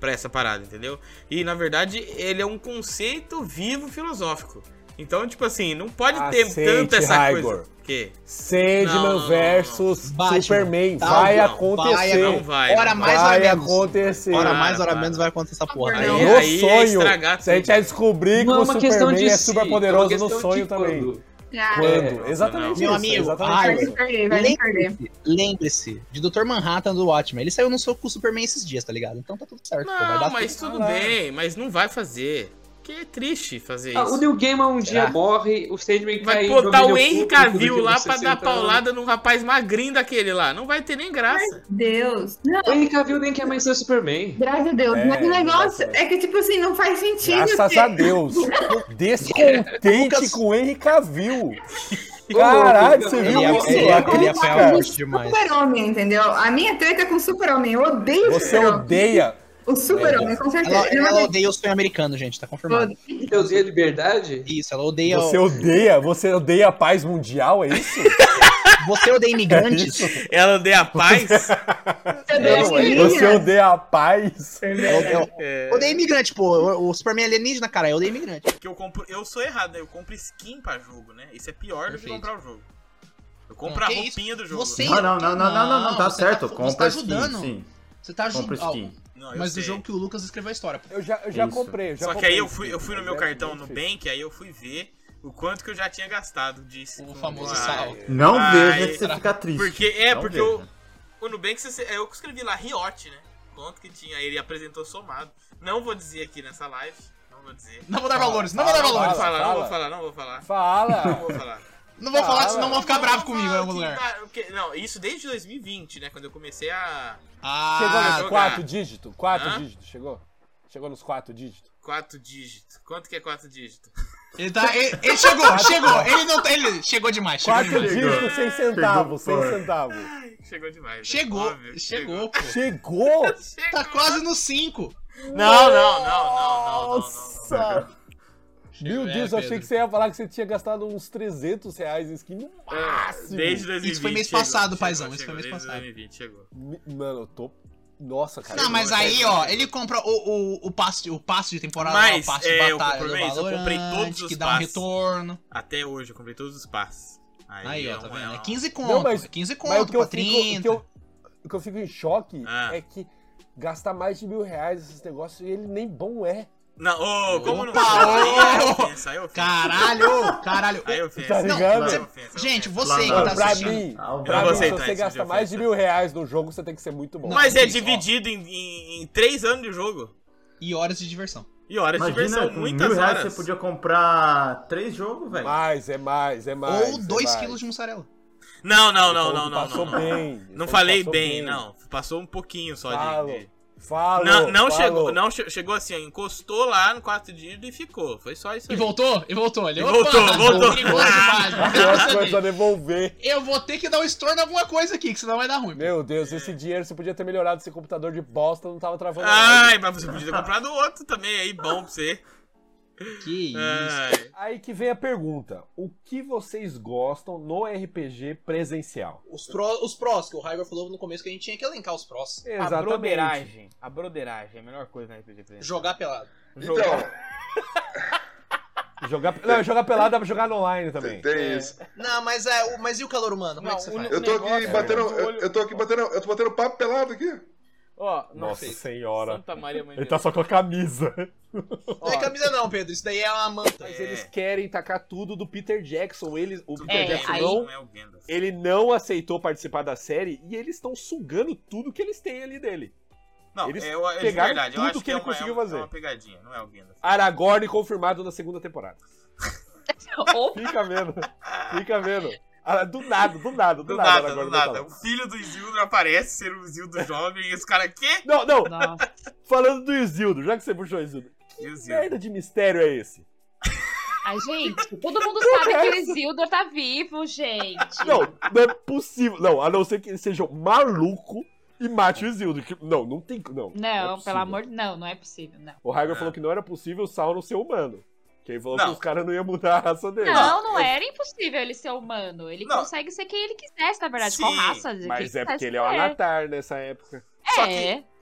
[SPEAKER 8] pra essa parada, entendeu? E na verdade, ele é um conceito vivo filosófico. Então, tipo assim, não pode ter
[SPEAKER 4] Aceite,
[SPEAKER 8] tanto essa
[SPEAKER 4] Raigor.
[SPEAKER 8] coisa. Que? Não, não,
[SPEAKER 4] Sandman
[SPEAKER 8] não,
[SPEAKER 4] versus
[SPEAKER 8] Batman.
[SPEAKER 4] Superman.
[SPEAKER 8] Tá,
[SPEAKER 4] vai
[SPEAKER 8] não,
[SPEAKER 4] acontecer.
[SPEAKER 8] vai, não vai, não Hora vai.
[SPEAKER 2] mais, hora
[SPEAKER 4] Vai
[SPEAKER 2] menos.
[SPEAKER 4] acontecer.
[SPEAKER 2] Hora mais, hora menos vai acontecer essa porra.
[SPEAKER 4] Aí,
[SPEAKER 8] é
[SPEAKER 4] no sonho. se a gente vai
[SPEAKER 2] Não,
[SPEAKER 4] descobrir que
[SPEAKER 2] é
[SPEAKER 4] o
[SPEAKER 2] uma questão
[SPEAKER 4] Superman
[SPEAKER 2] de
[SPEAKER 4] é
[SPEAKER 2] si,
[SPEAKER 4] super
[SPEAKER 2] é uma
[SPEAKER 4] poderoso
[SPEAKER 2] questão
[SPEAKER 4] no
[SPEAKER 2] de
[SPEAKER 4] sonho também.
[SPEAKER 2] quando.
[SPEAKER 4] Quando?
[SPEAKER 8] É,
[SPEAKER 4] Exatamente
[SPEAKER 2] Meu
[SPEAKER 4] isso,
[SPEAKER 2] amigo,
[SPEAKER 4] exatamente
[SPEAKER 2] Iron,
[SPEAKER 4] isso.
[SPEAKER 2] vai se lembre-se, lembre-se de Dr. Manhattan do Watchmen. Ele saiu no soco com o Superman esses dias, tá ligado? Então tá tudo certo. pô, vai
[SPEAKER 8] Não,
[SPEAKER 2] dar
[SPEAKER 8] mas tudo bem, mas não vai fazer. Que é triste fazer
[SPEAKER 3] Ah,
[SPEAKER 8] isso.
[SPEAKER 3] o Neil Gaiman um dia
[SPEAKER 8] Será?
[SPEAKER 3] morre, o Sandman
[SPEAKER 8] Vai
[SPEAKER 3] cai
[SPEAKER 8] botar
[SPEAKER 3] domina
[SPEAKER 8] o Henry
[SPEAKER 3] público do
[SPEAKER 8] Cavill
[SPEAKER 3] dia
[SPEAKER 8] lá
[SPEAKER 3] dos
[SPEAKER 8] pra dar
[SPEAKER 3] 60 anos.
[SPEAKER 8] paulada num rapaz magrinho daquele lá. Não vai ter nem graça.
[SPEAKER 12] Deus.
[SPEAKER 3] O Henry Cavill nem quer mais é ser o Superman.
[SPEAKER 12] Graças a Deus.
[SPEAKER 3] É,
[SPEAKER 12] Mas o negócio é que, tipo assim, não faz sentido.
[SPEAKER 4] Graças
[SPEAKER 12] porque-
[SPEAKER 2] um
[SPEAKER 4] a Deus. Descontente com o Henry Cavill. Caralho, você viu
[SPEAKER 2] Ele
[SPEAKER 8] é
[SPEAKER 2] ia-
[SPEAKER 4] isso?
[SPEAKER 2] ele ia- ele ia apanhar
[SPEAKER 4] Cara,
[SPEAKER 2] muito demais.
[SPEAKER 12] Super-Homem, entendeu? A minha treta é com o super-homem. Eu odeio o
[SPEAKER 4] Você
[SPEAKER 12] super-homem.
[SPEAKER 4] odeia.
[SPEAKER 12] O super-homem, com certeza.
[SPEAKER 2] Ela,
[SPEAKER 12] Ele é uma
[SPEAKER 2] ela odeia o sonho americano, gente, tá confirmado.
[SPEAKER 3] Eu odeia a liberdade?
[SPEAKER 2] Isso, ela odeia.
[SPEAKER 4] Você
[SPEAKER 2] o-
[SPEAKER 4] odeia? Você odeia a paz mundial, é isso?
[SPEAKER 2] Você odeia imigrantes?
[SPEAKER 8] Ela odeia a paz?
[SPEAKER 4] Você odeia a paz?
[SPEAKER 2] Eu,
[SPEAKER 8] É.
[SPEAKER 2] eu odeio imigrante, pô. O, o Superman é alienígena, cara, eu odeio imigrante.
[SPEAKER 8] Que eu compro. Eu sou errado, né? Eu compro skin pra jogo, né? Isso é pior do que comprar o jogo. Eu compro a
[SPEAKER 2] Que
[SPEAKER 8] roupinha do jogo.
[SPEAKER 2] Você-
[SPEAKER 7] Ah, Não, não, não, não, não, não, não, tá
[SPEAKER 2] você tá-
[SPEAKER 7] certo.
[SPEAKER 2] você tá
[SPEAKER 7] compra skin,
[SPEAKER 2] ajudando.
[SPEAKER 7] sim.
[SPEAKER 2] Você tá
[SPEAKER 7] Compra
[SPEAKER 2] ajudando.
[SPEAKER 7] skin.
[SPEAKER 8] Não, eu
[SPEAKER 2] Mas o
[SPEAKER 8] sei.
[SPEAKER 2] jogo que o Lucas escreveu a história. pô.
[SPEAKER 4] Eu já,
[SPEAKER 2] eu já Isso. comprei, eu já
[SPEAKER 8] Só que
[SPEAKER 2] comprei
[SPEAKER 8] aí eu
[SPEAKER 2] esse
[SPEAKER 8] fui, eu fui no meu cartão no Bank, aí eu fui ver o quanto que eu já tinha gastado de O famoso
[SPEAKER 2] saldo.
[SPEAKER 7] Não
[SPEAKER 1] Ah, é
[SPEAKER 7] veja que você fica triste.
[SPEAKER 8] Porque é,
[SPEAKER 7] Não
[SPEAKER 8] porque
[SPEAKER 7] veja.
[SPEAKER 2] né?
[SPEAKER 8] eu, o Nubank, você- eu escrevi lá Riot, né? Quanto que tinha, aí ele apresentou somado. Não vou dizer aqui nessa live, não vou dizer.
[SPEAKER 2] Não vou dar valores, não vou dar valores.
[SPEAKER 8] Não vou falar, não vou
[SPEAKER 2] Fala.
[SPEAKER 8] falar, não vou falar.
[SPEAKER 4] Fala.
[SPEAKER 8] Não vou falar.
[SPEAKER 2] Não vou falar,
[SPEAKER 8] Ah,
[SPEAKER 2] que senão
[SPEAKER 8] ué.
[SPEAKER 2] vão ficar bravos comigo em algum lugar.
[SPEAKER 8] Tá, porque- não, isso desde 2020, né? Quando eu comecei a.
[SPEAKER 2] Ah,
[SPEAKER 4] Chegou
[SPEAKER 8] a
[SPEAKER 4] nos
[SPEAKER 8] jogar.
[SPEAKER 4] quatro dígitos? Quatro
[SPEAKER 8] Ah, Hã?
[SPEAKER 4] dígitos, chegou? Chegou nos quatro dígitos?
[SPEAKER 8] Quatro dígitos. Quanto que é quatro dígitos?
[SPEAKER 2] Ele tá. Ele, ele chegou, chegou. Ele não tá. Ele chegou demais. Chegou
[SPEAKER 4] Quatro
[SPEAKER 2] demais.
[SPEAKER 4] dígitos sem centavos, sem centavos.
[SPEAKER 8] Chegou demais. né?
[SPEAKER 2] Chegou, chegou, pô.
[SPEAKER 4] Chegou?
[SPEAKER 2] Tá quase no 5.
[SPEAKER 8] Não, não, não, não, não, não.
[SPEAKER 4] Nossa! Meu
[SPEAKER 8] É,
[SPEAKER 4] Deus, eu achei
[SPEAKER 8] Pedro.
[SPEAKER 4] que você ia falar que você tinha gastado uns 300 reais em skin no
[SPEAKER 1] É,
[SPEAKER 4] máximo.
[SPEAKER 8] Desde 2020. chegou, chegou, chegou, desde 2020, chegou.
[SPEAKER 4] Mi- Mano, eu tô Nossa,
[SPEAKER 1] Tá
[SPEAKER 4] cara.
[SPEAKER 17] Não, mas aí, ó, ele compra o, o, o, passe, o passe de temporada,
[SPEAKER 1] Mas,
[SPEAKER 17] o passe
[SPEAKER 1] é,
[SPEAKER 17] de
[SPEAKER 1] eu
[SPEAKER 17] batalha
[SPEAKER 1] comprei isso, eu
[SPEAKER 17] Valorant,
[SPEAKER 1] comprei todos os
[SPEAKER 17] que dá um
[SPEAKER 1] passes.
[SPEAKER 17] retorno.
[SPEAKER 1] Até hoje, eu comprei todos os passes.
[SPEAKER 17] Aí, ó,
[SPEAKER 1] é
[SPEAKER 17] tá
[SPEAKER 1] um-
[SPEAKER 17] vendo?
[SPEAKER 1] um-
[SPEAKER 17] É 15 conto,
[SPEAKER 4] Não, mas-
[SPEAKER 17] é 15
[SPEAKER 4] mas o
[SPEAKER 17] conto
[SPEAKER 4] que eu
[SPEAKER 17] pra
[SPEAKER 4] fico- o que
[SPEAKER 17] 30.
[SPEAKER 4] eu- O que eu fico em choque
[SPEAKER 1] Ah.
[SPEAKER 4] é que gastar mais de mil reais nesses negócios e ele nem bom é.
[SPEAKER 1] Não, ô, como não
[SPEAKER 4] Opa,
[SPEAKER 1] Aí é
[SPEAKER 4] ô!
[SPEAKER 1] ofensa, aí é ofensa.
[SPEAKER 17] Caralho, caralho.
[SPEAKER 1] Aí é ofensa.
[SPEAKER 4] Tá ligado?
[SPEAKER 1] Não, ofensa.
[SPEAKER 17] Gente,
[SPEAKER 4] Não,
[SPEAKER 17] você que
[SPEAKER 4] não,
[SPEAKER 17] tá
[SPEAKER 4] pra
[SPEAKER 17] assistindo.
[SPEAKER 4] mim,
[SPEAKER 1] não
[SPEAKER 4] Ah, pra
[SPEAKER 1] vou
[SPEAKER 4] mim,
[SPEAKER 1] aceitar
[SPEAKER 4] se você então,
[SPEAKER 1] isso,
[SPEAKER 4] gasta
[SPEAKER 1] de
[SPEAKER 4] mais de mil reais no jogo, você tem que ser muito bom.
[SPEAKER 1] Mas é
[SPEAKER 4] Isso, ó.
[SPEAKER 1] dividido em, em, em três anos de jogo.
[SPEAKER 17] E horas de diversão.
[SPEAKER 1] E horas de diversão,
[SPEAKER 7] com
[SPEAKER 1] é muitas
[SPEAKER 7] mil reais
[SPEAKER 1] horas.
[SPEAKER 7] você podia comprar três jogos, velho.
[SPEAKER 4] Mais, é mais, é mais.
[SPEAKER 17] Ou
[SPEAKER 4] é
[SPEAKER 17] 2
[SPEAKER 4] mais.
[SPEAKER 17] quilos de mussarela.
[SPEAKER 1] Não, não, não, não,
[SPEAKER 4] Ele falou
[SPEAKER 1] não.
[SPEAKER 4] que Então, passou
[SPEAKER 1] não, não.
[SPEAKER 4] bem, ele
[SPEAKER 1] Não
[SPEAKER 4] falou que
[SPEAKER 1] falei
[SPEAKER 4] passou
[SPEAKER 1] bem,
[SPEAKER 4] bem.
[SPEAKER 1] não. Passou um pouquinho só
[SPEAKER 4] Falo,
[SPEAKER 1] de. de-
[SPEAKER 4] Falou,
[SPEAKER 1] não, não
[SPEAKER 4] falou.
[SPEAKER 1] chegou, não che- chegou assim, ó, encostou lá no quarto dia e ficou. Foi só isso
[SPEAKER 17] E
[SPEAKER 1] aí.
[SPEAKER 17] voltou? E voltou. Ele,
[SPEAKER 1] E
[SPEAKER 17] opa,
[SPEAKER 1] voltou, voltou.
[SPEAKER 17] perigoso demais, não quero
[SPEAKER 4] Agora
[SPEAKER 17] saber.
[SPEAKER 4] começou a devolver.
[SPEAKER 17] Eu vou ter que dar um estorno em alguma coisa aqui, que senão vai dar ruim.
[SPEAKER 4] Meu Deus, esse dinheiro você podia ter melhorado esse computador de bosta, não tava travando.
[SPEAKER 1] Ai,
[SPEAKER 4] nada.
[SPEAKER 1] mas você podia ter comprado outro também aí, bom pra você.
[SPEAKER 17] Que
[SPEAKER 1] isso.
[SPEAKER 4] Aí que vem a pergunta: o que vocês gostam no RPG presencial?
[SPEAKER 17] Os, pró, os prós, que o Raigor falou no começo que a gente tinha que elencar os prós.
[SPEAKER 4] Exatamente. broderagem.
[SPEAKER 1] A broderagem é a melhor coisa na RPG
[SPEAKER 17] Jogar pelado.
[SPEAKER 4] Jogar, não, jogar pelada dá pra jogar no online também.
[SPEAKER 18] Tem isso.
[SPEAKER 17] Não, mas, é, o- mas e o calor humano? Como é que você faz?
[SPEAKER 18] Eu tô aqui batendo. Eu, eu tô aqui batendo. Eu tô batendo papo pelado aqui.
[SPEAKER 3] Ó,
[SPEAKER 4] Nossa senhora.
[SPEAKER 3] Santa Maria, mãe
[SPEAKER 4] Ele tá só com a camisa.
[SPEAKER 17] Não é camisa não, Pedro. Isso daí é uma manta.
[SPEAKER 4] Mas eles querem tacar tudo do Peter Jackson. Ele, o Peter
[SPEAKER 17] É,
[SPEAKER 4] Jackson
[SPEAKER 17] aí-
[SPEAKER 4] não,
[SPEAKER 17] É o
[SPEAKER 4] ele não aceitou participar da série e eles estão sugando tudo que eles têm ali dele.
[SPEAKER 1] Não,
[SPEAKER 4] eles
[SPEAKER 1] é, eu- é de
[SPEAKER 4] pegaram
[SPEAKER 1] verdade. Eu
[SPEAKER 4] tudo
[SPEAKER 1] acho
[SPEAKER 4] que
[SPEAKER 1] que é
[SPEAKER 4] ele
[SPEAKER 1] uma, é
[SPEAKER 4] conseguiu
[SPEAKER 1] uma,
[SPEAKER 4] fazer.
[SPEAKER 1] é uma pegadinha, não é o Gandalf.
[SPEAKER 4] Aragorn confirmado na segunda temporada. Fica vendo. Fica vendo. Ah, Do nada, do nada, do,
[SPEAKER 1] Do
[SPEAKER 4] nada.
[SPEAKER 1] nada,
[SPEAKER 4] Aragorn
[SPEAKER 1] do
[SPEAKER 4] vai
[SPEAKER 1] nada. O
[SPEAKER 4] falar.
[SPEAKER 1] filho do Isildur aparece, ser o Isildur jovem, e esse cara, quê?
[SPEAKER 4] Não, não. Falando do Isildo, já que você puxou o Isildo. Que merda de mistério é esse?
[SPEAKER 9] Ai, gente, todo mundo sabe que o Isildur tá vivo, gente.
[SPEAKER 4] Não, não é possível. Não, a não ser que ele seja um maluco e mate o Isildo. que- Não, não tem. Não,
[SPEAKER 9] Não,
[SPEAKER 4] é
[SPEAKER 9] pelo
[SPEAKER 4] possível.
[SPEAKER 9] amor de Não, não é possível, não.
[SPEAKER 4] O Hagrid falou que não era possível o Sauron ser humano. Que ele falou
[SPEAKER 1] É. Não.
[SPEAKER 4] que os caras não iam mudar a raça dele.
[SPEAKER 9] Não, não
[SPEAKER 1] é
[SPEAKER 9] era impossível ele ser humano. Ele consegue ser quem ele quisesse, na verdade. Qual
[SPEAKER 1] Sim,
[SPEAKER 9] raça? ele
[SPEAKER 4] Mas é
[SPEAKER 9] quisesse
[SPEAKER 4] porque ele é o
[SPEAKER 9] ser.
[SPEAKER 4] Anatar nessa época.
[SPEAKER 1] um Só
[SPEAKER 9] É.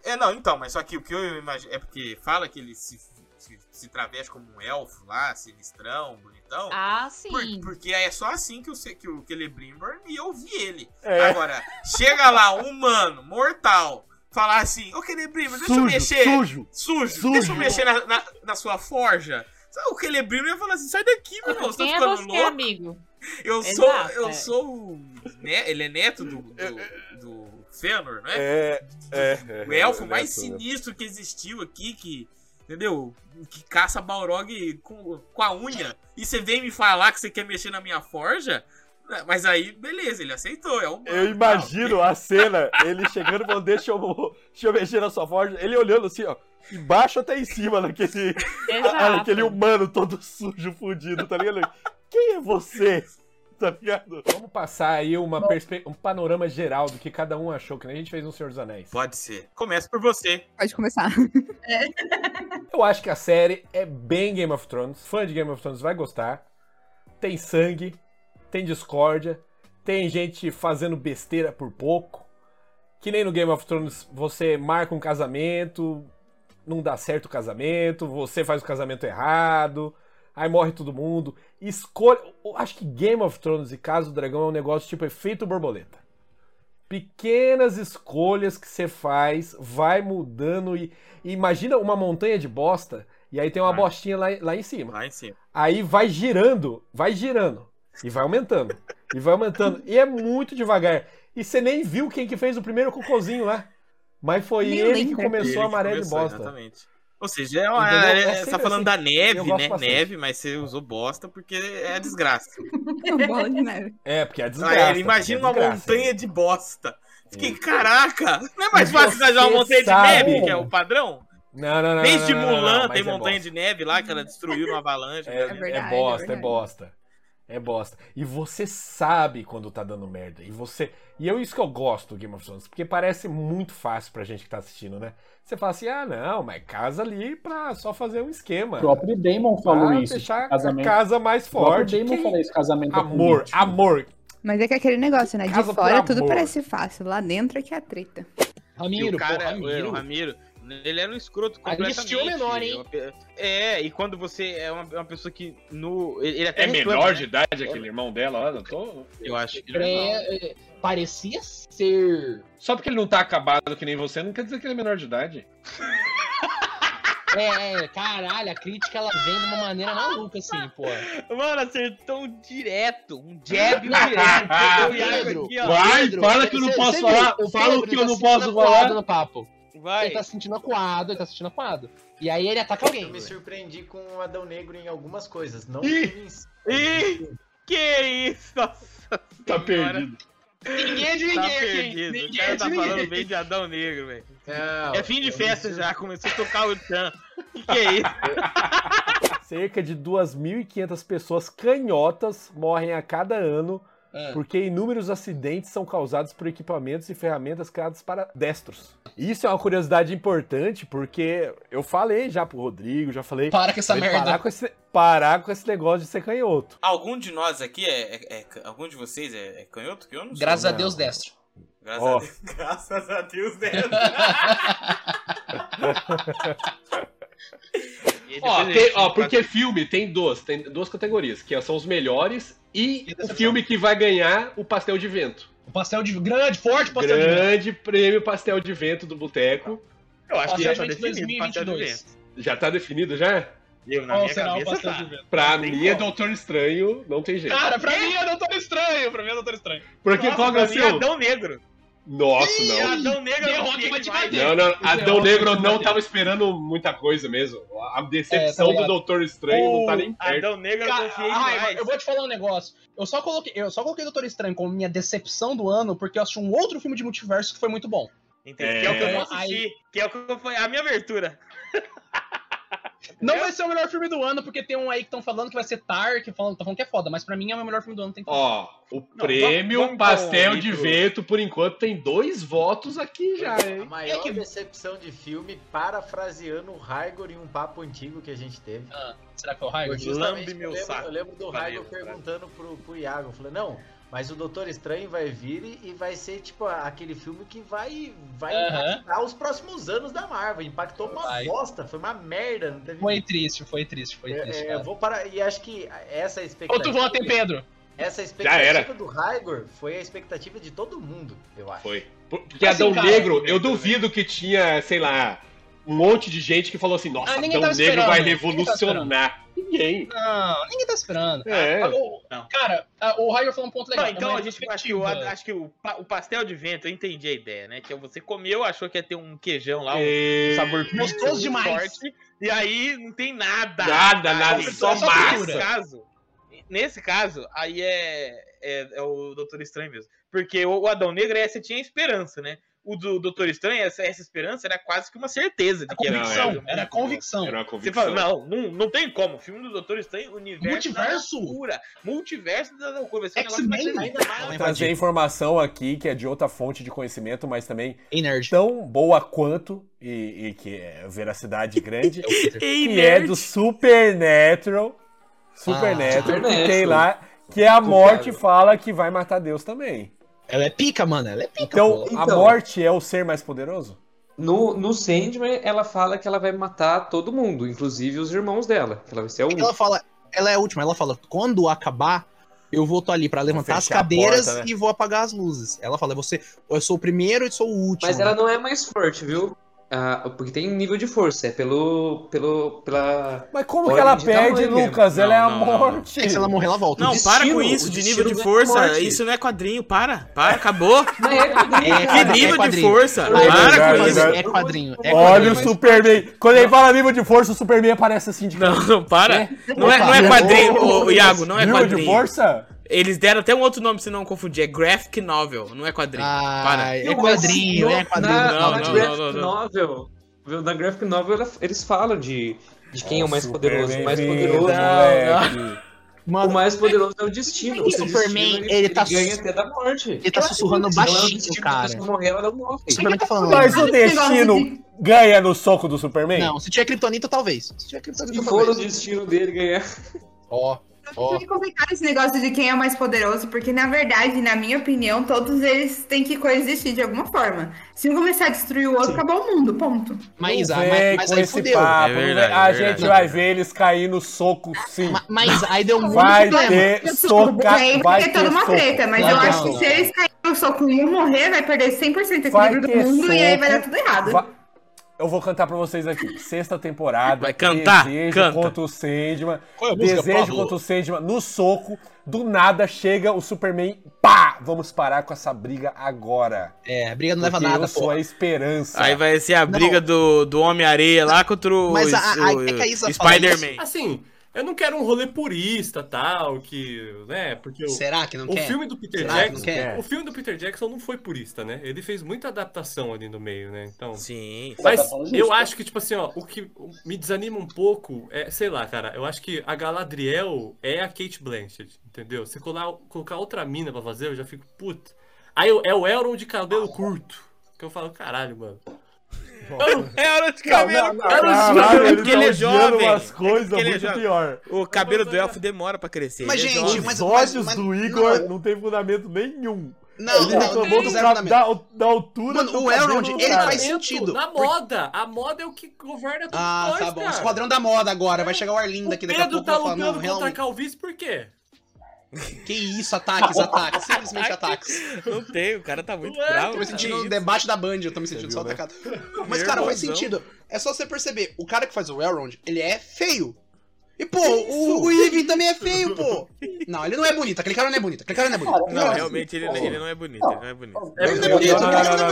[SPEAKER 1] que. É, não, então, mas só que o que eu imagino. É porque fala que ele se, se, se traveste como um elfo lá, sinistrão, bonitão.
[SPEAKER 9] Ah, sim.
[SPEAKER 1] Por- porque é só assim que o, se- que o Celebrimbor ia ouvir ele.
[SPEAKER 4] É.
[SPEAKER 1] Agora, chega lá, um humano, mortal, falar assim: Ô Celebrimbor, deixa eu
[SPEAKER 4] Sujo,
[SPEAKER 1] mexer.
[SPEAKER 4] sujo,
[SPEAKER 1] sujo.
[SPEAKER 4] sujo.
[SPEAKER 1] Deixa eu mexer na, na, na sua forja. Sabe, O Celebrimbor ia falar assim: sai daqui, meu irmão, você tá
[SPEAKER 9] Quem é
[SPEAKER 1] ficando
[SPEAKER 9] você,
[SPEAKER 1] louco.
[SPEAKER 9] amigo?
[SPEAKER 1] Eu
[SPEAKER 9] Exato,
[SPEAKER 1] sou. Eu
[SPEAKER 9] é.
[SPEAKER 1] sou. o ne- ele é neto do, do, do Fëanor, não é?
[SPEAKER 4] é,
[SPEAKER 1] O elfo mais
[SPEAKER 4] sinistro.
[SPEAKER 1] sinistro que existiu aqui, que. Entendeu? Que caça Balrog com, com a unha. E você vem me falar que você quer mexer na minha forja? Mas aí, beleza, ele aceitou. É um
[SPEAKER 4] Eu imagino a cena, ele chegando e falando, deixa eu, deixa eu mexer na sua forja, ele olhando assim, ó, embaixo até em cima naquele,
[SPEAKER 9] Exato.
[SPEAKER 4] naquele
[SPEAKER 1] hum-
[SPEAKER 4] humano todo sujo, fudido, tá ligado? Quem é você? Tá ligado? Vamos passar aí uma perspe- um panorama geral do que cada um achou, que nem a gente fez no Senhor dos Anéis.
[SPEAKER 1] Pode ser. Começa por você.
[SPEAKER 12] Pode começar.
[SPEAKER 4] Eu acho que a série é bem Game of Thrones. Fã de Game of Thrones vai gostar. Tem sangue, tem discórdia, tem gente fazendo besteira por pouco. Que nem no Game of Thrones você marca um casamento, não dá certo o casamento, você faz o casamento errado, aí morre todo mundo. Escolha. Eu acho que Game of Thrones e Casa do Dragão é um negócio tipo efeito borboleta pequenas escolhas que você faz, vai mudando e e imagina uma montanha de bosta e aí tem uma bostinha lá, lá em cima.
[SPEAKER 1] Lá em cima.
[SPEAKER 4] Aí vai girando, vai girando e vai aumentando e vai aumentando e é muito devagar. E você nem viu quem que fez o primeiro cocôzinho lá, mas foi
[SPEAKER 1] Nem
[SPEAKER 4] ele
[SPEAKER 1] lembro.
[SPEAKER 4] que começou
[SPEAKER 1] Ele
[SPEAKER 4] a
[SPEAKER 1] que
[SPEAKER 4] maré de
[SPEAKER 1] começou,
[SPEAKER 4] bosta.
[SPEAKER 1] exatamente. Ou seja, é uma-
[SPEAKER 4] Entendeu?
[SPEAKER 1] é-
[SPEAKER 4] É
[SPEAKER 1] você
[SPEAKER 4] sempre
[SPEAKER 1] tá falando da
[SPEAKER 4] assim. Eu
[SPEAKER 1] neve,
[SPEAKER 4] gosto
[SPEAKER 1] né?
[SPEAKER 4] bastante.
[SPEAKER 1] Neve, mas você usou bosta porque é desgraça.
[SPEAKER 12] Bola de neve.
[SPEAKER 4] É, porque é
[SPEAKER 1] Ah,
[SPEAKER 4] desgraça.
[SPEAKER 1] é, imagina
[SPEAKER 4] porque é
[SPEAKER 1] uma
[SPEAKER 4] desgraça.
[SPEAKER 1] montanha de bosta. Fiquei, caraca! Não é mais
[SPEAKER 4] Mas
[SPEAKER 1] fácil fazer uma
[SPEAKER 4] você
[SPEAKER 1] montanha
[SPEAKER 4] sabe.
[SPEAKER 1] de neve, que é o padrão?
[SPEAKER 4] Não, não, não.
[SPEAKER 1] Desde
[SPEAKER 4] não, não, não, não,
[SPEAKER 1] Mulan
[SPEAKER 4] mas
[SPEAKER 1] tem
[SPEAKER 4] é
[SPEAKER 1] montanha
[SPEAKER 4] bosta.
[SPEAKER 1] de neve lá que ela destruiu né? uma avalanche.
[SPEAKER 4] É, é bosta, é bosta. É bosta. E você sabe quando tá dando merda. E você. E eu isso que eu gosto do Game of Thrones, porque parece muito fácil pra gente que tá assistindo, né? Você fala assim, ah, não, mas casa ali pra só fazer um esquema.
[SPEAKER 6] O próprio Damon falou
[SPEAKER 2] Ah,
[SPEAKER 4] pra
[SPEAKER 6] isso,
[SPEAKER 4] Deixar a
[SPEAKER 6] casamento.
[SPEAKER 4] casa mais
[SPEAKER 6] O próprio
[SPEAKER 4] forte.
[SPEAKER 6] Damon falou isso, casamento é
[SPEAKER 4] Amor,
[SPEAKER 6] político.
[SPEAKER 4] amor.
[SPEAKER 12] Mas é que é aquele negócio, né? De
[SPEAKER 4] Casa por
[SPEAKER 12] fora tudo
[SPEAKER 4] amor.
[SPEAKER 12] parece fácil. Lá dentro é que é a treta.
[SPEAKER 1] Ramiro, o cara, pô, Ramiro. o Ramiro, ele era um escroto completamente.
[SPEAKER 3] Anistia o menor, hein?
[SPEAKER 1] É, e quando você é uma, uma pessoa que no ele ele até
[SPEAKER 19] É
[SPEAKER 1] reclama,
[SPEAKER 19] menor
[SPEAKER 1] né?
[SPEAKER 19] de idade aquele irmão dela lá? Eu, tô...
[SPEAKER 1] eu acho que
[SPEAKER 3] É, é, parecia ser.
[SPEAKER 19] Só porque ele não tá acabado que nem você, não quer dizer que ele é menor de idade.
[SPEAKER 3] É, é, caralho, a crítica ela vem de uma maneira maluca, assim, pô.
[SPEAKER 1] Mano, acertou um direto, um jab
[SPEAKER 3] Não,
[SPEAKER 1] direto.
[SPEAKER 3] não,
[SPEAKER 4] Ah,
[SPEAKER 1] Eu e o Iago
[SPEAKER 3] Pedro,
[SPEAKER 1] aqui, ó.
[SPEAKER 19] Vai, fala que eu não posso falar, fala o que eu não posso falar.
[SPEAKER 3] tá no papo.
[SPEAKER 1] Vai.
[SPEAKER 3] Ele tá se sentindo
[SPEAKER 2] Ah,
[SPEAKER 3] acuado, ele tá se sentindo acuado. E aí ele ataca alguém.
[SPEAKER 20] Eu me surpreendi com o Adão Negro em algumas coisas. Não
[SPEAKER 19] Ih!
[SPEAKER 20] em si.
[SPEAKER 1] Ih, que isso? Nossa
[SPEAKER 19] Tá
[SPEAKER 1] Senhora.
[SPEAKER 19] perdido.
[SPEAKER 3] Ninguém é de
[SPEAKER 1] Tá
[SPEAKER 3] ninguém aqui.
[SPEAKER 1] perdido. O
[SPEAKER 3] Ninguém é
[SPEAKER 1] cara
[SPEAKER 3] de
[SPEAKER 1] tá
[SPEAKER 3] ninguém.
[SPEAKER 1] falando bem de Adão Negro, velho.
[SPEAKER 20] Não,
[SPEAKER 1] É fim de
[SPEAKER 20] eu
[SPEAKER 1] festa
[SPEAKER 20] me sur-
[SPEAKER 1] já, começou a tocar o Chan. Que que é isso?
[SPEAKER 4] Cerca de 2.500 pessoas canhotas morrem a cada ano
[SPEAKER 3] É.
[SPEAKER 4] porque inúmeros acidentes são causados por equipamentos e ferramentas criadas para destros. Isso é uma curiosidade importante porque eu falei já pro Rodrigo, já falei.
[SPEAKER 2] Para com essa
[SPEAKER 4] falei,
[SPEAKER 2] merda.
[SPEAKER 4] Parar com, esse, parar com esse negócio de ser canhoto.
[SPEAKER 1] Algum de nós aqui é. é- é ca- algum de vocês é, é canhoto? Que eu não sou.
[SPEAKER 2] Graças a
[SPEAKER 1] Não.
[SPEAKER 2] Deus, destro.
[SPEAKER 1] Graças,
[SPEAKER 4] Ó.
[SPEAKER 1] a Deus, graças a Deus, né?
[SPEAKER 19] Ó, tem- ó, porque filme tem duas, tem duas categorias, que são os melhores e o filme que vai ganhar o pastel de vento.
[SPEAKER 2] O pastel de grande, forte pastel de vento.
[SPEAKER 19] Grande prêmio pastel de vento do Boteco. Eu
[SPEAKER 2] acho que já tá Pastel de vento definido, pastel de 2022.
[SPEAKER 19] Já tá definido já?
[SPEAKER 1] Eu,
[SPEAKER 2] na Qual minha será o cabeça, pastel tá. de vento?
[SPEAKER 19] Pra
[SPEAKER 2] Não tem
[SPEAKER 19] mim é
[SPEAKER 2] como.
[SPEAKER 19] Doutor Estranho, não tem jeito.
[SPEAKER 2] Cara, pra mim é doutor estranho. Pra mim é doutor estranho.
[SPEAKER 19] Porque qual que é o seu?
[SPEAKER 1] Negro.
[SPEAKER 19] Nossa,
[SPEAKER 2] Ih,
[SPEAKER 19] não.
[SPEAKER 2] Adão
[SPEAKER 1] Negro
[SPEAKER 2] The Rock vai te bater.
[SPEAKER 19] Não, não,
[SPEAKER 2] The
[SPEAKER 19] Adão
[SPEAKER 2] Rock vai
[SPEAKER 19] Negro
[SPEAKER 2] te
[SPEAKER 19] não
[SPEAKER 2] bater.
[SPEAKER 19] tava esperando muita coisa mesmo. A decepção
[SPEAKER 2] É, tá
[SPEAKER 19] do
[SPEAKER 2] ligado.
[SPEAKER 19] Doutor Estranho não tá nem perto.
[SPEAKER 1] Negro
[SPEAKER 2] Ca- Raiva, eu vou te falar um negócio. Eu só coloquei, eu só coloquei Doutor Estranho como minha decepção do ano porque eu assisti um outro filme de multiverso que foi muito bom.
[SPEAKER 1] Entendeu? Que é o que eu vou
[SPEAKER 2] É.
[SPEAKER 1] assistir. Que é o que eu vou... A minha abertura.
[SPEAKER 2] Não vai ser o melhor filme do ano porque tem um aí que estão falando que vai ser Tar, que falam, tão falando que é foda, mas pra mim é o melhor filme do ano. Tem que
[SPEAKER 19] Ó, o
[SPEAKER 2] Não,
[SPEAKER 19] prêmio
[SPEAKER 2] vamos- vamos
[SPEAKER 19] Pastel
[SPEAKER 2] pro
[SPEAKER 19] de
[SPEAKER 2] livro.
[SPEAKER 19] Vento, por enquanto, tem dois votos aqui já,
[SPEAKER 20] A
[SPEAKER 19] hein?
[SPEAKER 2] É
[SPEAKER 20] maior decepção de filme, parafraseando o Raigor em um papo antigo que a gente teve.
[SPEAKER 2] será que foi o Raigor?
[SPEAKER 20] Justamente,
[SPEAKER 2] Lambe meu
[SPEAKER 20] eu lembro,
[SPEAKER 2] saco.
[SPEAKER 20] Eu lembro do
[SPEAKER 2] Valeu,
[SPEAKER 20] Raigor perguntando pro, pro Iago. Eu falei, não, mas o Doutor Estranho vai vir e, e vai ser, tipo, aquele filme que vai, vai
[SPEAKER 2] Aham.
[SPEAKER 20] impactar os próximos anos da Marvel. Impactou uma
[SPEAKER 2] Vai.
[SPEAKER 20] bosta, foi uma merda. Não teve...
[SPEAKER 2] Foi triste, foi triste, foi
[SPEAKER 20] É,
[SPEAKER 2] triste.
[SPEAKER 20] é,
[SPEAKER 2] cara.
[SPEAKER 20] eu vou parar. E acho que essa
[SPEAKER 2] Ou
[SPEAKER 20] expectativa.
[SPEAKER 2] tu vota em Pedro.
[SPEAKER 20] Essa
[SPEAKER 19] Já era.
[SPEAKER 20] expectativa do Raigor foi a expectativa de todo mundo, eu acho.
[SPEAKER 19] Foi. Por- Porque
[SPEAKER 20] Assim,
[SPEAKER 19] é Adão
[SPEAKER 20] cara,
[SPEAKER 19] Negro, eu duvido que tinha, sei lá, um monte de gente que falou assim, nossa,
[SPEAKER 2] Ah, ninguém
[SPEAKER 19] Adão
[SPEAKER 2] tava
[SPEAKER 19] Negro vai
[SPEAKER 2] esperando, ninguém tava
[SPEAKER 19] revolucionar. Ninguém.
[SPEAKER 2] Não, ninguém tá esperando.
[SPEAKER 19] É.
[SPEAKER 2] Ah, o- Cara, ah, o Raigor falou um ponto legal.
[SPEAKER 1] Não, então
[SPEAKER 2] é uma
[SPEAKER 1] a gente acho que, o,
[SPEAKER 2] expectativa.
[SPEAKER 1] acho que o, pa- o pastel de vento, eu entendi a ideia, né? Que você comeu, achou que ia ter um queijão lá, um
[SPEAKER 19] É.
[SPEAKER 1] sabor pizza,
[SPEAKER 2] Gostoso
[SPEAKER 1] muito
[SPEAKER 2] demais.
[SPEAKER 1] forte, e aí não tem nada.
[SPEAKER 19] Nada,
[SPEAKER 1] Aí,
[SPEAKER 19] nada, é, só
[SPEAKER 1] Nesse
[SPEAKER 19] massa.
[SPEAKER 1] caso, nesse caso, aí é, é, é o Doutor Estranho mesmo. Porque o, o Adão Negro, essa tinha esperança, né? O do Doutor Estranho, essa, essa esperança era quase que uma certeza de que
[SPEAKER 2] Convicção,
[SPEAKER 1] era,
[SPEAKER 2] era convicção.
[SPEAKER 19] Era uma
[SPEAKER 1] Você
[SPEAKER 19] convicção.
[SPEAKER 1] fala, não, não, não tem como. O filme do Doutor Estranho, universo
[SPEAKER 2] Multiverso?
[SPEAKER 1] da loucura. Multiverso da loucura. Vai ser um negócio que vai
[SPEAKER 2] X-Men?
[SPEAKER 1] ser ainda mais
[SPEAKER 4] Vou trazer informação aqui que é de outra fonte de conhecimento, mas também
[SPEAKER 2] Ei, nerd.
[SPEAKER 4] tão boa quanto e, e que é veracidade grande,
[SPEAKER 1] Ei,
[SPEAKER 4] que é do Supernatural. Supernatural, que
[SPEAKER 2] Supernatural.
[SPEAKER 4] tem lá, que é a morte fala que vai matar Deus também.
[SPEAKER 2] Ela é pica, mano. Ela é pica.
[SPEAKER 4] Então,
[SPEAKER 2] pô.
[SPEAKER 4] a morte é o ser mais poderoso?
[SPEAKER 8] No, no Sandman, ela fala que ela vai matar todo mundo, inclusive os irmãos dela. que Ela vai ser a última.
[SPEAKER 2] Ela fala, ela é a última, ela fala, quando acabar, eu vou tô ali pra levantar as
[SPEAKER 8] fechar a
[SPEAKER 2] cadeiras
[SPEAKER 8] porta, né?
[SPEAKER 2] e vou apagar as luzes. Ela fala, "É você, eu sou o primeiro e sou o último.
[SPEAKER 8] Mas ela não é mais forte, viu? Ah, porque tem nível de força, é pelo. pelo pela...
[SPEAKER 4] Mas como
[SPEAKER 8] Olha,
[SPEAKER 4] que ela
[SPEAKER 8] de
[SPEAKER 4] perde,
[SPEAKER 8] tamanho mesmo.
[SPEAKER 4] Lucas? Ela é a
[SPEAKER 8] Não, não, não, não.
[SPEAKER 4] morte.
[SPEAKER 2] É que se ela morrer, ela volta.
[SPEAKER 1] Não,
[SPEAKER 2] O
[SPEAKER 1] para com
[SPEAKER 2] destino- o
[SPEAKER 1] isso de nível
[SPEAKER 2] destino
[SPEAKER 1] de
[SPEAKER 2] é
[SPEAKER 1] força.
[SPEAKER 2] forte.
[SPEAKER 1] Isso não é quadrinho, para. Para, acabou.
[SPEAKER 8] Mas é quadrinho,
[SPEAKER 2] É,
[SPEAKER 1] que
[SPEAKER 2] cara,
[SPEAKER 1] nível
[SPEAKER 2] é
[SPEAKER 1] de
[SPEAKER 2] quadrinho.
[SPEAKER 1] força.
[SPEAKER 2] É
[SPEAKER 1] para
[SPEAKER 4] verdade,
[SPEAKER 1] com isso.
[SPEAKER 4] verdade.
[SPEAKER 2] É quadrinho. É
[SPEAKER 4] Olha
[SPEAKER 2] quadrinho.
[SPEAKER 4] o Superman. Quando ele fala nível de força, o Superman aparece assim de
[SPEAKER 1] Não, não, para. Não é, não é quadrinho, ô, ô, Iago, não é
[SPEAKER 4] Nível de
[SPEAKER 1] quadrinho.
[SPEAKER 4] força?
[SPEAKER 1] Eles deram até um outro nome, se não confundir. É graphic novel, não é quadrinho.
[SPEAKER 2] Ah,
[SPEAKER 1] Para.
[SPEAKER 2] é quadrinho, é quadrinho.
[SPEAKER 8] Na,
[SPEAKER 1] Não,
[SPEAKER 8] na
[SPEAKER 1] não,
[SPEAKER 8] graphic
[SPEAKER 1] não, não, não.
[SPEAKER 8] novel, viu? na graphic novel ela- eles falam de, de quem é o mais
[SPEAKER 4] Super
[SPEAKER 8] poderoso. O mais
[SPEAKER 4] bem-vindo,
[SPEAKER 8] poderoso, né?
[SPEAKER 4] moleque.
[SPEAKER 8] o mais poderoso é o destino.
[SPEAKER 2] O
[SPEAKER 8] seja, o
[SPEAKER 2] Superman,
[SPEAKER 8] destino,
[SPEAKER 2] ele tá
[SPEAKER 8] ganha
[SPEAKER 2] su-
[SPEAKER 8] até da morte.
[SPEAKER 2] Ele tá sussurrando
[SPEAKER 8] Senão,
[SPEAKER 2] baixinho,
[SPEAKER 8] se
[SPEAKER 2] cara.
[SPEAKER 8] é Se morrer, ela não morre.
[SPEAKER 2] O Superman tá falando.
[SPEAKER 4] Mas o
[SPEAKER 2] "Ah, esse negócio
[SPEAKER 4] destino
[SPEAKER 2] de-
[SPEAKER 4] ganha no soco do Superman?
[SPEAKER 2] Não, se tiver Kryptonita, talvez. Se tiver
[SPEAKER 8] Se
[SPEAKER 2] Kryptonita,
[SPEAKER 8] for o
[SPEAKER 2] talvez.
[SPEAKER 8] destino dele ganhar.
[SPEAKER 2] Ó.
[SPEAKER 21] Ó.
[SPEAKER 12] É complicado esse negócio de quem é o mais poderoso, porque na verdade, na minha opinião, todos eles têm que coexistir de alguma forma. Se um começar a destruir o outro, acabou o mundo, ponto.
[SPEAKER 4] Mas,
[SPEAKER 12] ah,
[SPEAKER 4] vem
[SPEAKER 12] mas
[SPEAKER 4] com
[SPEAKER 12] aí
[SPEAKER 4] esse
[SPEAKER 12] fudeu.
[SPEAKER 4] papo.
[SPEAKER 12] É
[SPEAKER 4] não
[SPEAKER 12] verdade,
[SPEAKER 4] vem- a
[SPEAKER 12] é verdade.
[SPEAKER 4] gente vai ver eles cair no soco, sim.
[SPEAKER 12] mas aí deu muito
[SPEAKER 4] vai
[SPEAKER 12] problema.
[SPEAKER 4] Ter soca,
[SPEAKER 12] Aí vai ter toda uma
[SPEAKER 4] soco.
[SPEAKER 12] tá treta, mas
[SPEAKER 4] Vai
[SPEAKER 12] eu
[SPEAKER 4] ter
[SPEAKER 12] acho que
[SPEAKER 4] soco.
[SPEAKER 12] se eles caírem no soco e um morrer, vai perder 100% do
[SPEAKER 4] Vai
[SPEAKER 12] equilíbrio do
[SPEAKER 4] ter
[SPEAKER 12] mundo e aí vai dar
[SPEAKER 4] soco,
[SPEAKER 12] tudo errado.
[SPEAKER 4] vai- Eu vou cantar pra vocês aqui. Sexta temporada. Vai
[SPEAKER 1] cantar?
[SPEAKER 4] Desejo
[SPEAKER 1] Canta.
[SPEAKER 4] contra o Sandman.
[SPEAKER 1] Qual é a música,
[SPEAKER 4] desejo
[SPEAKER 1] Pablo?
[SPEAKER 4] contra o Sandman. No soco, do nada chega o Superman. Pá! Vamos parar com essa briga agora.
[SPEAKER 2] É, a briga
[SPEAKER 1] não leva
[SPEAKER 4] Porque
[SPEAKER 1] nada,
[SPEAKER 4] Eu sou
[SPEAKER 1] porra.
[SPEAKER 4] a esperança.
[SPEAKER 1] Aí vai ser a briga do, do Homem-Areia lá contra o,
[SPEAKER 6] Mas a, a,
[SPEAKER 1] o-
[SPEAKER 6] é que a Isa
[SPEAKER 1] o
[SPEAKER 6] fala
[SPEAKER 1] Spider-Man.
[SPEAKER 6] isso, Assim, eu não quero um rolê purista tal, que. né? Porque o,
[SPEAKER 2] Será que não
[SPEAKER 6] o
[SPEAKER 2] quer?
[SPEAKER 6] filme do Peter
[SPEAKER 2] Será que não
[SPEAKER 6] Jackson.
[SPEAKER 2] quer?
[SPEAKER 6] O filme do Peter Jackson não foi purista, né? Ele fez muita adaptação ali no meio, né? Então.
[SPEAKER 1] Sim.
[SPEAKER 6] Mas
[SPEAKER 1] Adaptação justa.
[SPEAKER 6] eu acho que, tipo assim, ó, o que me desanima um pouco é, sei lá, cara, eu acho que a Galadriel é a Kate Blanchett, entendeu? Se colar, colocar outra mina pra fazer, eu já fico, puta. Aí eu- é o Elrond de cabelo curto. Que eu falo, caralho, mano.
[SPEAKER 1] É hora de
[SPEAKER 6] cabelo.
[SPEAKER 1] cabelo.
[SPEAKER 4] Caralho, ele
[SPEAKER 1] porque
[SPEAKER 4] tá
[SPEAKER 1] ele é
[SPEAKER 4] odiando
[SPEAKER 1] jovem.
[SPEAKER 4] umas coisas
[SPEAKER 1] Porque ele é
[SPEAKER 4] muito
[SPEAKER 1] jovem.
[SPEAKER 4] pior.
[SPEAKER 1] O cabelo do elfo demora pra crescer.
[SPEAKER 4] Mas,
[SPEAKER 1] ele é
[SPEAKER 4] gente,
[SPEAKER 1] jovem.
[SPEAKER 4] mas- Os mas- ódios mas- do Igor não, tem fundamento nenhum.
[SPEAKER 1] Não,
[SPEAKER 4] ele
[SPEAKER 1] não,
[SPEAKER 4] reclamou
[SPEAKER 1] tem
[SPEAKER 4] do
[SPEAKER 1] zero
[SPEAKER 4] cap-
[SPEAKER 1] fundamento.
[SPEAKER 4] da, da altura
[SPEAKER 2] Mano,
[SPEAKER 4] do
[SPEAKER 2] o Elrond,
[SPEAKER 4] cabelo do
[SPEAKER 2] ele
[SPEAKER 4] cara.
[SPEAKER 2] faz sentido.
[SPEAKER 6] Na
[SPEAKER 2] Por-
[SPEAKER 6] moda! A moda é o que governa tudo
[SPEAKER 2] Ah,
[SPEAKER 6] nós,
[SPEAKER 2] tá bom.
[SPEAKER 6] cara.
[SPEAKER 2] Esquadrão da moda agora. Vai chegar o Arlindo aqui daqui a
[SPEAKER 6] Pedro
[SPEAKER 2] pouco.
[SPEAKER 6] tá
[SPEAKER 2] vai falar,
[SPEAKER 6] lutando
[SPEAKER 2] não,
[SPEAKER 6] contra a
[SPEAKER 2] realmente.
[SPEAKER 6] calvície por quê?
[SPEAKER 2] Que isso, ataques, ataques. Simplesmente ataques.
[SPEAKER 1] Não tem, o cara tá muito
[SPEAKER 2] Eu
[SPEAKER 1] bravo.
[SPEAKER 2] tô me sentindo no debate da Band, eu tô me sentindo
[SPEAKER 4] né?
[SPEAKER 2] só atacado. Mas, cara, faz
[SPEAKER 1] Nervosão.
[SPEAKER 2] sentido. É só você perceber, o cara que faz o Elrond, ele é feio. E, pô, o, o Ivy também é feio, pô. Não, ele não é bonito. Aquele cara não é bonito. Aquele cara não é bonito.
[SPEAKER 1] Não, realmente ele, ele não é bonito, ele não é bonito.
[SPEAKER 4] Não, não, não, não,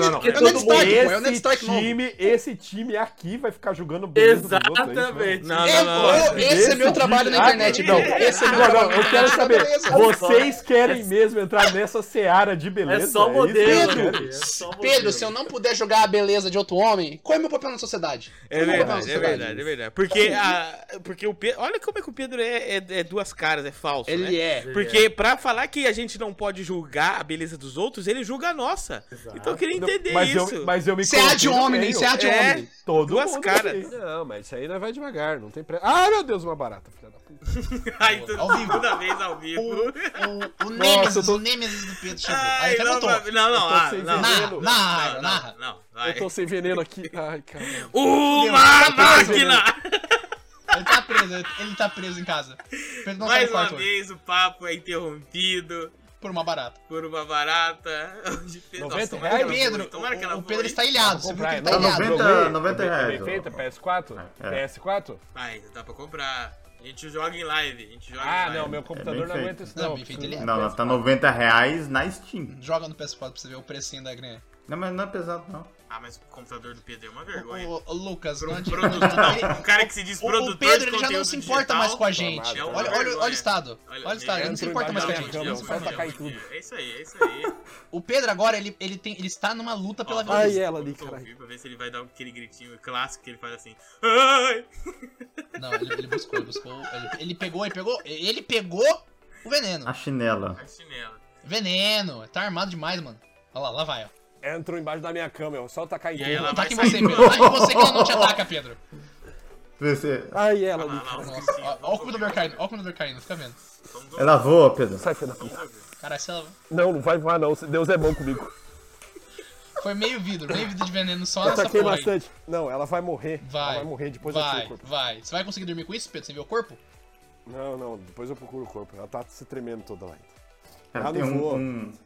[SPEAKER 4] não, não.
[SPEAKER 2] É o Ned Stark, pô, é o Ned
[SPEAKER 4] Esse
[SPEAKER 2] Stark novo.
[SPEAKER 4] time, esse time aqui vai ficar jogando beleza dos outros, é isso mesmo?
[SPEAKER 6] Exatamente.
[SPEAKER 1] Não, não, não, não.
[SPEAKER 2] Esse é meu trabalho na internet,
[SPEAKER 4] não.
[SPEAKER 2] Bill. Esse é meu
[SPEAKER 4] não,
[SPEAKER 2] trabalho na
[SPEAKER 4] não, eu quero
[SPEAKER 2] internet,
[SPEAKER 4] saber.
[SPEAKER 2] beleza.
[SPEAKER 4] Vocês querem mesmo entrar nessa seara de beleza?
[SPEAKER 6] É só
[SPEAKER 4] isso que
[SPEAKER 6] modelo,
[SPEAKER 4] eu
[SPEAKER 6] cara.
[SPEAKER 4] quero.
[SPEAKER 6] É só
[SPEAKER 2] Pedro, se eu não puder jogar a beleza de outro homem, qual é meu papel na sociedade? Qual
[SPEAKER 1] É
[SPEAKER 2] meu papel na
[SPEAKER 1] verdade, é
[SPEAKER 2] sociedade?
[SPEAKER 1] verdade, é verdade. Porque, a, porque o Pedro. Olha como é que o Pedro é, é- é duas caras, é falso.
[SPEAKER 2] Ele
[SPEAKER 1] né?
[SPEAKER 2] é.
[SPEAKER 1] Porque
[SPEAKER 2] Ele é.
[SPEAKER 1] pra falar que a gente não pode julgar a beleza dos outros, ele julga a nossa. Então eu queria entender
[SPEAKER 4] mas
[SPEAKER 1] isso.
[SPEAKER 4] Eu, mas eu me
[SPEAKER 1] Você é
[SPEAKER 4] coloquei
[SPEAKER 1] de
[SPEAKER 4] no
[SPEAKER 1] homem,
[SPEAKER 4] meio.
[SPEAKER 1] hein? Você é de
[SPEAKER 4] É,
[SPEAKER 1] homem.
[SPEAKER 4] Todo
[SPEAKER 1] Duas
[SPEAKER 4] mundo
[SPEAKER 1] caras.
[SPEAKER 4] fez. Não, mas isso aí nós vai devagar, não tem pressa. Ah, meu Deus, uma barata, filha da puta.
[SPEAKER 1] Ai, tô- toda vez ao vivo.
[SPEAKER 2] O
[SPEAKER 4] Nossa, eu
[SPEAKER 2] Nemesis,
[SPEAKER 4] tô-
[SPEAKER 2] o Nemesis do Pedro chegou.
[SPEAKER 1] Ai,
[SPEAKER 2] Aí
[SPEAKER 1] não,
[SPEAKER 2] levantou.
[SPEAKER 1] não, não, não,
[SPEAKER 4] Eu tô
[SPEAKER 1] ah,
[SPEAKER 4] sem
[SPEAKER 1] não,
[SPEAKER 4] veneno.
[SPEAKER 1] não,
[SPEAKER 2] Narra,
[SPEAKER 1] não,
[SPEAKER 2] narra.
[SPEAKER 1] não, não,
[SPEAKER 4] Eu tô sem veneno aqui. Ai, cara.
[SPEAKER 1] Uma máquina!
[SPEAKER 2] Ele tá preso, ele- ele tá preso em casa. Pedro não sai
[SPEAKER 1] Mais
[SPEAKER 2] do
[SPEAKER 1] uma
[SPEAKER 2] quarto hoje.
[SPEAKER 1] vez o papo é interrompido.
[SPEAKER 2] Por uma barata.
[SPEAKER 1] Por uma barata. Onde Pedro-
[SPEAKER 4] 90
[SPEAKER 1] Nossa, tomara que
[SPEAKER 4] reais?
[SPEAKER 1] ela voe,
[SPEAKER 4] Pedro,
[SPEAKER 1] tomara que ela
[SPEAKER 2] o
[SPEAKER 1] voe.
[SPEAKER 2] Pedro está ilhado, você viu que ele tá
[SPEAKER 4] Tá
[SPEAKER 2] ilhado.
[SPEAKER 4] 90,
[SPEAKER 7] 90 reais, ó.
[SPEAKER 4] PS4?
[SPEAKER 7] É.
[SPEAKER 4] PS4?
[SPEAKER 1] Ai, dá pra comprar. A gente joga em live. A gente joga
[SPEAKER 4] Ah,
[SPEAKER 1] em live.
[SPEAKER 4] não, meu computador não
[SPEAKER 7] É feito.
[SPEAKER 4] aguenta isso
[SPEAKER 2] Não,
[SPEAKER 4] não.
[SPEAKER 2] bem feito, ele é.
[SPEAKER 7] Não, não, tá 90 reais na Steam.
[SPEAKER 2] Joga no PS4 pra você ver o precinho da grana.
[SPEAKER 7] Não, mas não é pesado, não.
[SPEAKER 1] Ah, mas o computador do Pedro é uma vergonha.
[SPEAKER 2] Ô, ô, Lucas,
[SPEAKER 1] Pro-
[SPEAKER 2] não adianta.
[SPEAKER 1] produto- não, o cara que se diz
[SPEAKER 2] O-
[SPEAKER 1] produtor
[SPEAKER 2] O Pedro
[SPEAKER 1] de
[SPEAKER 2] ele já não
[SPEAKER 1] conteúdo
[SPEAKER 2] se importa
[SPEAKER 1] digital.
[SPEAKER 2] mais com a gente.
[SPEAKER 1] É uma
[SPEAKER 2] Olha, olha, olha o
[SPEAKER 1] vergonha.
[SPEAKER 2] estado.
[SPEAKER 1] Olha,
[SPEAKER 2] Olha o estado, ele não se
[SPEAKER 1] entra
[SPEAKER 2] importa mais com a
[SPEAKER 1] embaixo
[SPEAKER 2] gente.
[SPEAKER 1] da
[SPEAKER 2] Ele
[SPEAKER 1] cama,
[SPEAKER 2] vai
[SPEAKER 1] sai
[SPEAKER 2] atacar em
[SPEAKER 1] da
[SPEAKER 2] tudo.
[SPEAKER 1] um É isso aí, é isso aí.
[SPEAKER 2] O Pedro agora, ele, ele, tem, ele está numa luta pela
[SPEAKER 1] Ó,
[SPEAKER 2] vida.
[SPEAKER 1] vamos ouvir um Pra ver se ele vai dar um aquele gritinho clássico que ele faz assim. Ai!
[SPEAKER 2] Não, ele, ele buscou, ele buscou. Ele, ele pegou, ele pegou. Ele pegou o veneno.
[SPEAKER 7] A chinela.
[SPEAKER 1] A chinela.
[SPEAKER 2] Veneno. Tá armado demais, mano. Olha lá, lá vai, ó.
[SPEAKER 4] Entrou embaixo da minha cama, eu só tacar em
[SPEAKER 1] aí ela
[SPEAKER 4] tudo.
[SPEAKER 1] vai
[SPEAKER 2] Ataque
[SPEAKER 1] sair
[SPEAKER 2] você,
[SPEAKER 1] do-
[SPEAKER 2] Pedro. Ataque você que ela não te ataca, Pedro.
[SPEAKER 7] Você-
[SPEAKER 4] Ai, ela ali.
[SPEAKER 2] Nossa, ó, ó o computador caindo, ó o computador caindo, fica vendo.
[SPEAKER 7] Ela voa, Pedro.
[SPEAKER 4] Sai, filha da puta.
[SPEAKER 2] Caralho, se ela-
[SPEAKER 4] Não, não vai voar não, Deus é bom comigo.
[SPEAKER 2] foi meio vidro, meio vidro de veneno só
[SPEAKER 4] Eu
[SPEAKER 2] nessa
[SPEAKER 4] taquei
[SPEAKER 2] porra aí.
[SPEAKER 4] bastante. Não, ela vai morrer. Ela
[SPEAKER 2] Vai,
[SPEAKER 4] vai morrer, depois eu tiro
[SPEAKER 2] vai,
[SPEAKER 4] o corpo.
[SPEAKER 2] vai. Você vai conseguir dormir com isso, Pedro? Você viu o corpo?
[SPEAKER 4] Não, não, depois eu procuro o corpo. Ela tá se tremendo toda lá. então.
[SPEAKER 7] Cara,
[SPEAKER 4] Ela
[SPEAKER 7] tem
[SPEAKER 4] não
[SPEAKER 7] um,
[SPEAKER 4] voa.
[SPEAKER 7] um,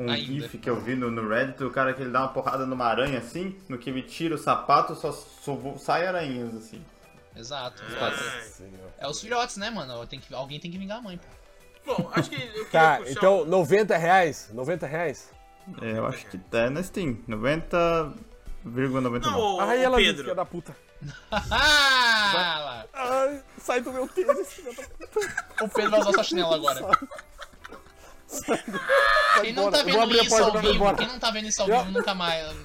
[SPEAKER 7] um
[SPEAKER 2] Ainda.
[SPEAKER 7] gif que eu vi no, no Reddit, o cara que ele dá uma porrada numa aranha assim, no que ele tira o sapato, só, só vo- sai aranhas assim.
[SPEAKER 2] Exato.
[SPEAKER 7] Nossa
[SPEAKER 2] É os filhotes, né, mano? Tem que, alguém tem que vingar a mãe, pô.
[SPEAKER 1] Bom, acho que eu queria
[SPEAKER 4] Tá,
[SPEAKER 1] puxar
[SPEAKER 4] então 90 reais? 90 reais?
[SPEAKER 7] É, eu acho que tá na Steam, 90,99.
[SPEAKER 1] Não,
[SPEAKER 4] Ai,
[SPEAKER 1] ô,
[SPEAKER 4] ela
[SPEAKER 1] Pedro.
[SPEAKER 4] filha da puta.
[SPEAKER 2] Ah!
[SPEAKER 4] Ai, sai do meu tênis, filha da puta.
[SPEAKER 2] O Pedro vai usar sua chinela agora. Quem não tá
[SPEAKER 4] Eu vou
[SPEAKER 2] vendo
[SPEAKER 4] abrir a
[SPEAKER 2] isso
[SPEAKER 4] porta
[SPEAKER 2] ao
[SPEAKER 4] pra ela ir
[SPEAKER 2] vivo,
[SPEAKER 4] embora.
[SPEAKER 2] quem não tá vendo isso ao
[SPEAKER 4] Eu-
[SPEAKER 2] vivo nunca mais.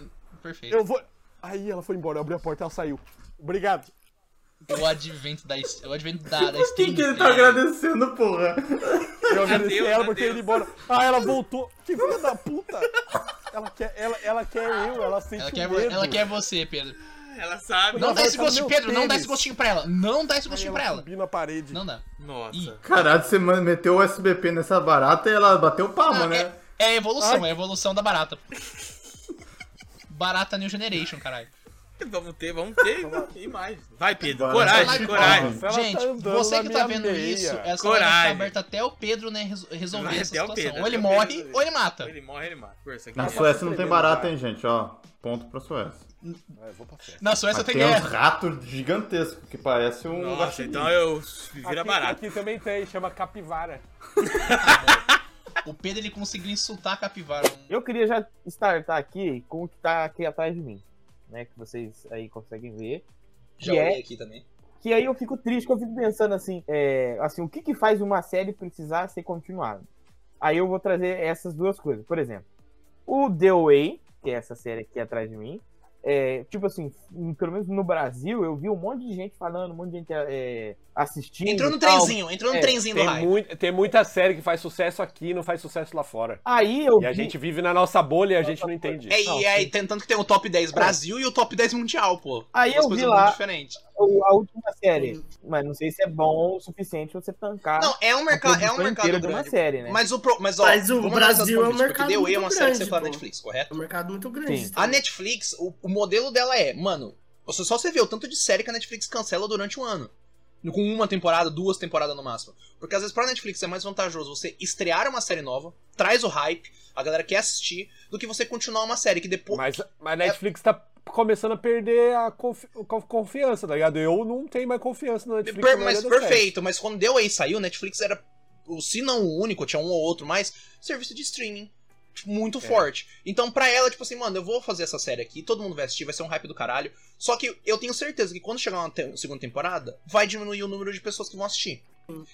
[SPEAKER 2] Perfeito.
[SPEAKER 4] Eu vou. Aí ela foi embora, eu abri a porta, ela saiu. Obrigado.
[SPEAKER 2] O advento da, o advento da, da
[SPEAKER 7] Por que,
[SPEAKER 2] Steam.
[SPEAKER 7] que ele tá
[SPEAKER 1] é.
[SPEAKER 7] agradecendo, porra?
[SPEAKER 4] Eu agradeci a ela por ter ido embora. Ah, ela voltou. Que filha da puta. Ela quer, ela, ela quer eu, ela sente
[SPEAKER 2] Ela quer, vo-
[SPEAKER 4] medo.
[SPEAKER 2] ela quer você, Pedro.
[SPEAKER 1] Ela sabe.
[SPEAKER 2] Não,
[SPEAKER 1] Ela
[SPEAKER 2] dá
[SPEAKER 1] vai
[SPEAKER 2] esse
[SPEAKER 1] saber
[SPEAKER 2] gostinho,
[SPEAKER 1] o
[SPEAKER 2] Pedro, não dá
[SPEAKER 1] tênis.
[SPEAKER 2] esse gostinho pra ela. Não dá esse gostinho pra ela.
[SPEAKER 22] Subi na parede.
[SPEAKER 2] Não dá.
[SPEAKER 1] Nossa.
[SPEAKER 7] Caralho, você man- meteu o SBP nessa barata e ela bateu palma, né?
[SPEAKER 2] É a evolução, é a evolução da barata. Barata New Generation, caralho.
[SPEAKER 1] Vamos ter, vamos ter e mais. Vai, Pedro.
[SPEAKER 2] Barata
[SPEAKER 1] Coragem,
[SPEAKER 2] Live
[SPEAKER 1] coragem.
[SPEAKER 2] Palmas. Gente, você que tá vendo isso, essa coragem. live tá
[SPEAKER 1] coragem.
[SPEAKER 2] aberta até o Pedro, né, res- resolver
[SPEAKER 1] Vai
[SPEAKER 2] essa
[SPEAKER 1] até o
[SPEAKER 2] situação.
[SPEAKER 1] Pedro,
[SPEAKER 2] ou ele
[SPEAKER 1] até o Pedro
[SPEAKER 2] morre, ou ele mata.
[SPEAKER 1] Ele morre, ele mata. Pô, isso aqui
[SPEAKER 7] Na
[SPEAKER 1] é
[SPEAKER 7] Suécia não tem
[SPEAKER 1] tremendo,
[SPEAKER 7] barata,
[SPEAKER 1] cara.
[SPEAKER 7] hein, gente, ó. Ponto pra Suécia.
[SPEAKER 2] Na Suécia
[SPEAKER 7] Mas
[SPEAKER 2] tem
[SPEAKER 7] um
[SPEAKER 2] guerra.
[SPEAKER 7] rato gigantesco que parece um.
[SPEAKER 1] Nossa,
[SPEAKER 7] gatinho.
[SPEAKER 1] então eu vira
[SPEAKER 4] aqui,
[SPEAKER 1] barato.
[SPEAKER 4] Aqui também tem, chama capivara.
[SPEAKER 2] O Pedro ele conseguiu insultar a capivara.
[SPEAKER 23] Eu queria já startar aqui com o que tá aqui atrás de mim, né? Que vocês aí conseguem ver.
[SPEAKER 2] Já
[SPEAKER 23] que
[SPEAKER 2] olhei
[SPEAKER 23] é-
[SPEAKER 2] aqui também.
[SPEAKER 23] que aí eu fico triste, que eu fico pensando assim, é, assim, o que que faz uma série precisar ser continuada? Aí eu vou trazer essas duas coisas. Por exemplo, o The Way, que é essa série aqui atrás de mim, é, tipo assim, em- pelo menos no Brasil, eu vi um monte de gente falando, um monte de gente é, assistindo.
[SPEAKER 2] Entrou no
[SPEAKER 23] e tal.
[SPEAKER 2] trenzinho, entrou no
[SPEAKER 23] É,
[SPEAKER 2] trenzinho
[SPEAKER 23] tem
[SPEAKER 2] do hype.
[SPEAKER 4] Muito- tem muita série que faz sucesso aqui e não faz sucesso lá fora.
[SPEAKER 23] Aí eu
[SPEAKER 4] E a
[SPEAKER 23] vi-
[SPEAKER 4] gente vive na nossa bolha e a gente não entende.
[SPEAKER 2] É, e aí, tentando que tem o top 10 Brasil e o top 10 mundial, pô.
[SPEAKER 23] Aí
[SPEAKER 2] Duas
[SPEAKER 23] eu vi
[SPEAKER 2] coisas
[SPEAKER 23] lá
[SPEAKER 2] muito diferentes.
[SPEAKER 23] o- a última série, mas não sei se é bom o suficiente você tancar.
[SPEAKER 2] Não, é um mercado, é um mercado grande.
[SPEAKER 23] de uma série, né?
[SPEAKER 2] Mas o pro- mas ó,
[SPEAKER 23] Mas o
[SPEAKER 2] vamos analisar
[SPEAKER 23] Brasil
[SPEAKER 2] do
[SPEAKER 23] é um
[SPEAKER 2] ponto de vista,
[SPEAKER 23] mercado
[SPEAKER 2] porque The Way é uma
[SPEAKER 23] muito
[SPEAKER 2] série que
[SPEAKER 23] grande,
[SPEAKER 2] você fala na
[SPEAKER 23] pô.
[SPEAKER 2] Netflix, correto? É um
[SPEAKER 23] mercado muito
[SPEAKER 2] grande. A Netflix, o, o modelo dela é, mano, você só você vê o tanto de série que a Netflix cancela durante um ano. Com uma temporada, duas temporadas no máximo. Porque às vezes pra Netflix é mais vantajoso você estrear uma série nova, traz o hype, a galera quer assistir, do que você continuar uma série que depois.
[SPEAKER 4] Mas,
[SPEAKER 2] É-
[SPEAKER 4] mas a Netflix tá começando a perder a confi- co- confiança, tá ligado? Eu não tenho mais confiança na Netflix. é
[SPEAKER 2] Per-
[SPEAKER 4] na
[SPEAKER 2] mas
[SPEAKER 4] maioria das
[SPEAKER 2] perfeito, mas quando deu aí saiu, Netflix era, o- se não o único, tinha um ou outro mais, serviço de streaming tipo,
[SPEAKER 4] É.
[SPEAKER 2] muito forte. Então pra ela, tipo assim, mano, eu vou fazer essa série aqui, todo mundo vai assistir, vai ser um hype do caralho. Só que eu tenho certeza que quando chegar uma te- segunda temporada, vai diminuir o número de pessoas que vão assistir.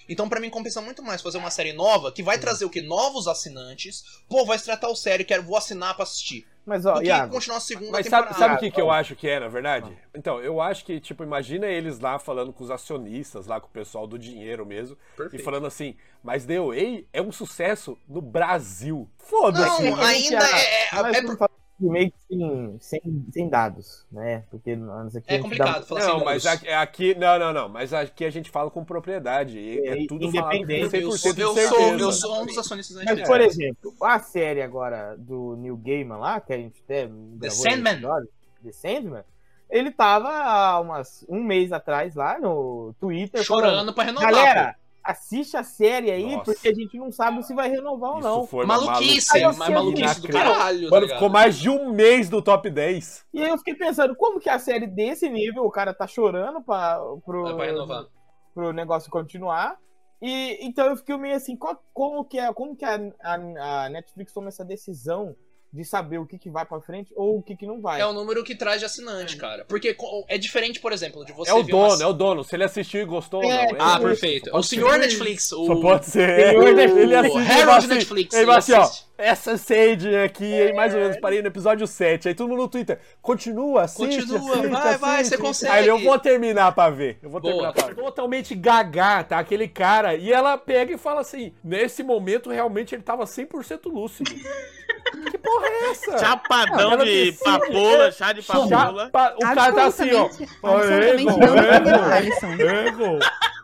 [SPEAKER 2] Então pra mim compensa muito mais fazer uma série nova, que vai trazer o que? Novos assinantes. Pô, vai tratar o sério, quero, vou assinar pra assistir.
[SPEAKER 23] Mas
[SPEAKER 4] ó,
[SPEAKER 2] do que
[SPEAKER 4] Iago,
[SPEAKER 2] continuar a segunda
[SPEAKER 4] Mas
[SPEAKER 2] temporada.
[SPEAKER 4] sabe, sabe o que, que eu acho que é, na verdade? Então, eu acho que, tipo, imagina eles lá falando com os acionistas, lá com o pessoal do dinheiro mesmo,
[SPEAKER 2] Perfeito.
[SPEAKER 4] e falando assim, mas The Way é um sucesso no Brasil. Foda-se.
[SPEAKER 2] Não, ainda é- é-
[SPEAKER 23] Mas
[SPEAKER 2] é
[SPEAKER 23] não fala de remake sem, sem, sem dados, né? Porque nós
[SPEAKER 2] É
[SPEAKER 23] aqui a gente dá-
[SPEAKER 4] Não,
[SPEAKER 2] assim,
[SPEAKER 4] mas aqui, aqui- não, não, não, mas aqui a gente fala com propriedade, e é, tudo falado com
[SPEAKER 23] independente.
[SPEAKER 4] 100% de
[SPEAKER 2] eu
[SPEAKER 4] certeza.
[SPEAKER 2] sou, eu sou um dos acionistas da
[SPEAKER 23] Mas,
[SPEAKER 2] Netflix.
[SPEAKER 23] por exemplo, a série agora do Neil Gaiman lá, que a gente até gravou
[SPEAKER 2] The
[SPEAKER 23] nesse
[SPEAKER 2] Sandman.
[SPEAKER 23] episódio, The Sandman, ele tava há umas, um mês atrás lá no Twitter
[SPEAKER 2] Chorando
[SPEAKER 23] falando,
[SPEAKER 2] pra renovar,
[SPEAKER 23] Galera,
[SPEAKER 2] pô."
[SPEAKER 23] assiste a série aí,
[SPEAKER 4] Nossa.
[SPEAKER 23] porque a gente não sabe se vai renovar ou não.
[SPEAKER 4] Foi uma
[SPEAKER 23] Aí eu
[SPEAKER 4] maluquice tá
[SPEAKER 23] fiquei-
[SPEAKER 4] inacreditável.
[SPEAKER 2] tá
[SPEAKER 4] Mano, ficou mais de um mês do top 10.
[SPEAKER 23] E aí eu fiquei pensando, como que a série desse nível, o cara tá chorando pra, pro,
[SPEAKER 2] Vai É renovar.
[SPEAKER 23] pro negócio continuar. E então eu fiquei meio assim, qual- como que, é, como que a, a- a Netflix toma essa decisão de saber o que, que vai pra frente ou o que, que não
[SPEAKER 1] um
[SPEAKER 23] vai?
[SPEAKER 2] É o número que traz de assinante, cara. Porque co- é diferente, por exemplo, de você
[SPEAKER 4] é o
[SPEAKER 2] ver
[SPEAKER 4] dono,
[SPEAKER 2] uma-
[SPEAKER 4] é o dono. Se ele assistiu e gostou ou
[SPEAKER 2] É,
[SPEAKER 4] não. é
[SPEAKER 2] ah,
[SPEAKER 4] isso.
[SPEAKER 2] perfeito.
[SPEAKER 4] Só pode
[SPEAKER 2] O senhor
[SPEAKER 4] ser.
[SPEAKER 2] Netflix, o-
[SPEAKER 4] Só pode ser. é.
[SPEAKER 2] Senhor Netflix.
[SPEAKER 4] Ele
[SPEAKER 2] O
[SPEAKER 4] assiste, ele
[SPEAKER 2] Harold
[SPEAKER 4] fala assim,
[SPEAKER 2] Netflix,
[SPEAKER 4] Ele fala
[SPEAKER 2] ele
[SPEAKER 4] assim, ó.
[SPEAKER 2] assiste.
[SPEAKER 4] Essa Sage aqui, aí mais ou menos,
[SPEAKER 1] É.
[SPEAKER 4] parei no episódio 7. Aí todo mundo no Twitter, continua, assiste,
[SPEAKER 2] Continua,
[SPEAKER 4] assiste,
[SPEAKER 2] vai, vai,
[SPEAKER 4] assiste.
[SPEAKER 2] você consegue.
[SPEAKER 4] Aí ele, eu vou terminar pra ver. Eu vou
[SPEAKER 2] Boa.
[SPEAKER 4] terminar pra ver. Totalmente gaga, tá? Aquele cara. E ela pega e fala assim, nesse momento, realmente, ele tava 100% lúcido. que porra é essa?
[SPEAKER 1] Chapadão
[SPEAKER 4] Ela
[SPEAKER 1] de
[SPEAKER 4] decide,
[SPEAKER 1] papoula,
[SPEAKER 4] é,
[SPEAKER 1] chá de papoula.
[SPEAKER 4] chapa- o cara tá assim, ó.
[SPEAKER 1] Absolutamente-
[SPEAKER 4] "Oi,
[SPEAKER 1] absolutamente
[SPEAKER 4] Ego,
[SPEAKER 1] não
[SPEAKER 4] Ego,
[SPEAKER 1] entendeu, Alisson."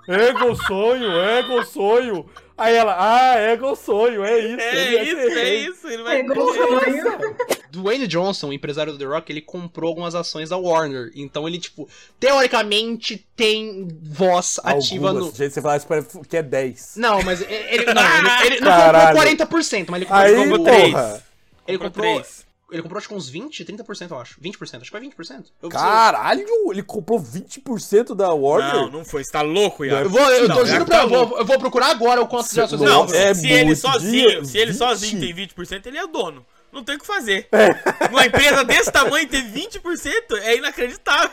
[SPEAKER 4] Ego, ego sonho, ego sonho. Aí ela, ah, ego sonho, é isso.
[SPEAKER 1] É isso, é isso. Ele vai entender.
[SPEAKER 2] Dwayne Johnson, empresário do The Rock, ele comprou algumas ações da Warner. Então ele, tipo, teoricamente tem voz ativa no.
[SPEAKER 4] Gente, você fala isso parece que é 10.
[SPEAKER 2] Não, mas ele, ele- não, ele, ele não
[SPEAKER 4] Caralho.
[SPEAKER 2] comprou 40%, mas ele comprou.
[SPEAKER 4] Aí,
[SPEAKER 2] ele comprou
[SPEAKER 4] porra.
[SPEAKER 2] três. Ele comprou.
[SPEAKER 4] três.
[SPEAKER 2] Ele comprou acho que uns 20, 30%, eu acho. 20%, acho que foi 20%. Eu
[SPEAKER 4] Caralho, ele comprou 20% da Warner?
[SPEAKER 1] Não, não foi. Você tá louco, Iago.
[SPEAKER 2] Eu vou, eu
[SPEAKER 1] Não,
[SPEAKER 2] tô
[SPEAKER 1] Iago
[SPEAKER 2] juro
[SPEAKER 1] tá
[SPEAKER 2] pra eu
[SPEAKER 1] louco.
[SPEAKER 2] vou, eu vou procurar agora o quanto de ações ele
[SPEAKER 1] Não,
[SPEAKER 2] comprou.
[SPEAKER 1] se- se ele sozinho, se ele sozinho tem 20%, ele é o dono. Não tem o que fazer. Uma empresa desse tamanho ter 20% é inacreditável.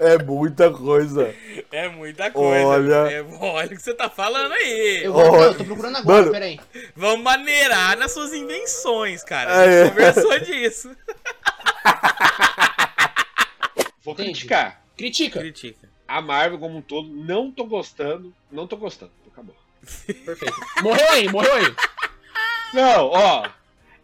[SPEAKER 4] É muita coisa.
[SPEAKER 1] É muita coisa.
[SPEAKER 4] Olha.
[SPEAKER 1] É, olha o que você tá falando aí.
[SPEAKER 4] Eu vou- eu tô
[SPEAKER 2] procurando
[SPEAKER 4] agora, Mano. peraí.
[SPEAKER 1] Vamos maneirar nas suas invenções, cara. A
[SPEAKER 4] É.
[SPEAKER 1] gente conversou disso.
[SPEAKER 19] Vou criticar.
[SPEAKER 2] Critica.
[SPEAKER 1] Critica.
[SPEAKER 19] A Marvel como um todo, não tô gostando. Não tô gostando. Acabou.
[SPEAKER 2] Perfeito. Morreu aí, morreu aí.
[SPEAKER 19] Não, ó.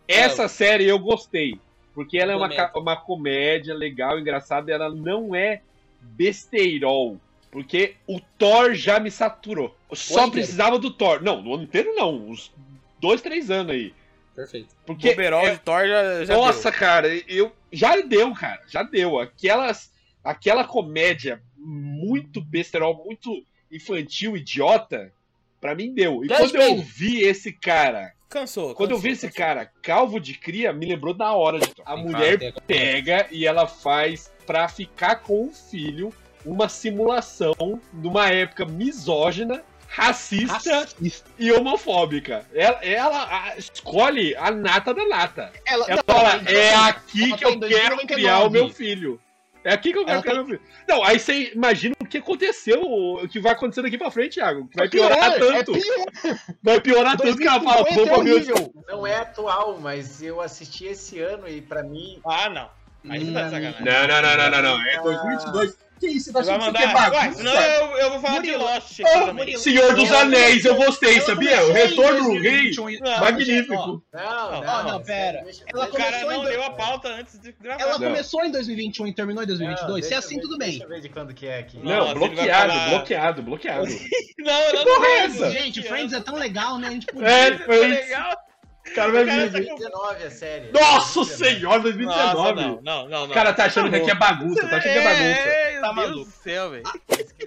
[SPEAKER 19] Essa série eu gostei. Porque ela é uma,
[SPEAKER 4] Comédia.
[SPEAKER 19] ca- uma comédia legal, engraçada, e ela não é besteirol. Porque o Thor já me saturou. Eu só
[SPEAKER 4] inteiro.
[SPEAKER 19] precisava do Thor. Não, no ano inteiro não. Uns dois, três anos aí.
[SPEAKER 2] Perfeito.
[SPEAKER 19] Porque
[SPEAKER 1] Boberol de Thor já, já
[SPEAKER 19] é- Nossa,
[SPEAKER 1] deu.
[SPEAKER 19] cara, eu já deu, cara, já deu. Aquelas, aquela comédia muito besterol, muito infantil, idiota, pra mim deu. E
[SPEAKER 1] Dez
[SPEAKER 19] quando eu
[SPEAKER 1] mil.
[SPEAKER 19] vi esse cara,
[SPEAKER 1] Cansou.
[SPEAKER 19] quando eu vi esse cara calvo de cria, me lembrou na hora de a mulher
[SPEAKER 1] tem-
[SPEAKER 19] pega e ela faz pra ficar com o filho uma simulação numa época misógina, racista, e homofóbica. Ela, ela, a- escolhe a nata da nata.
[SPEAKER 3] Ela-
[SPEAKER 19] Ela,
[SPEAKER 3] não,
[SPEAKER 19] fala,
[SPEAKER 3] ela-
[SPEAKER 19] é
[SPEAKER 3] ela
[SPEAKER 19] aqui
[SPEAKER 3] tá
[SPEAKER 19] que eu quero
[SPEAKER 3] em 2099.
[SPEAKER 19] criar o meu filho. É aqui que eu quero
[SPEAKER 3] Ela
[SPEAKER 19] criar
[SPEAKER 3] tá-
[SPEAKER 19] meu filho. Não, aí você imagina o que aconteceu, o que vai acontecer daqui pra frente, Thiago. Vai
[SPEAKER 3] É pior,
[SPEAKER 19] piorar
[SPEAKER 3] é
[SPEAKER 19] tanto. Vai piorar tanto que ela fala, vou pra meu
[SPEAKER 20] é Não é atual, mas eu assisti esse ano e pra mim.
[SPEAKER 24] Ah, não. Aí você tá de sacanagem.
[SPEAKER 19] Não, não, não, não, não, não. É 2022. Que isso? Você tá
[SPEAKER 24] Você vai
[SPEAKER 19] achando
[SPEAKER 24] mandar.
[SPEAKER 19] que isso é
[SPEAKER 24] Ué,
[SPEAKER 19] bagunça?
[SPEAKER 24] senão eu, eu vou falar de Lost aqui também.
[SPEAKER 19] Senhor dos Anéis, eu gostei, sabia? O Retorno do Rei,
[SPEAKER 24] Não,
[SPEAKER 19] magnífico.
[SPEAKER 20] um, então, Não,
[SPEAKER 24] não,
[SPEAKER 2] não, pera. Ela
[SPEAKER 24] O cara
[SPEAKER 2] começou em
[SPEAKER 24] não
[SPEAKER 2] dois-
[SPEAKER 24] leu a pauta antes de gravar.
[SPEAKER 2] Ela
[SPEAKER 19] Não.
[SPEAKER 2] começou em 2021 e terminou em 2022. Se é
[SPEAKER 20] então, deixa
[SPEAKER 2] assim,
[SPEAKER 20] eu ver-
[SPEAKER 2] tudo bem.
[SPEAKER 20] Deixa eu ver de quando que é aqui.
[SPEAKER 19] Não,
[SPEAKER 24] Nossa, ele vai
[SPEAKER 19] bloqueado,
[SPEAKER 24] falar-
[SPEAKER 19] bloqueado, bloqueado,
[SPEAKER 24] Não,
[SPEAKER 19] Que
[SPEAKER 24] não,
[SPEAKER 19] porra é
[SPEAKER 24] não.
[SPEAKER 19] essa?
[SPEAKER 2] Gente, Friends é tão legal, né? A gente podia.
[SPEAKER 19] É,
[SPEAKER 2] Tá
[SPEAKER 19] foi isso.
[SPEAKER 2] legal.
[SPEAKER 19] O cara vai
[SPEAKER 24] O cara tá
[SPEAKER 19] vir.
[SPEAKER 24] com-
[SPEAKER 20] 19 a é série. né?
[SPEAKER 19] Nossa senhora, 2019.
[SPEAKER 24] Nossa, não, não, não,
[SPEAKER 19] O
[SPEAKER 24] não.
[SPEAKER 19] cara tá achando que aqui é bagunça, tá achando que é bagunça.
[SPEAKER 24] É,
[SPEAKER 1] Tá
[SPEAKER 24] tá Deus
[SPEAKER 1] maluco.
[SPEAKER 24] do céu, velho.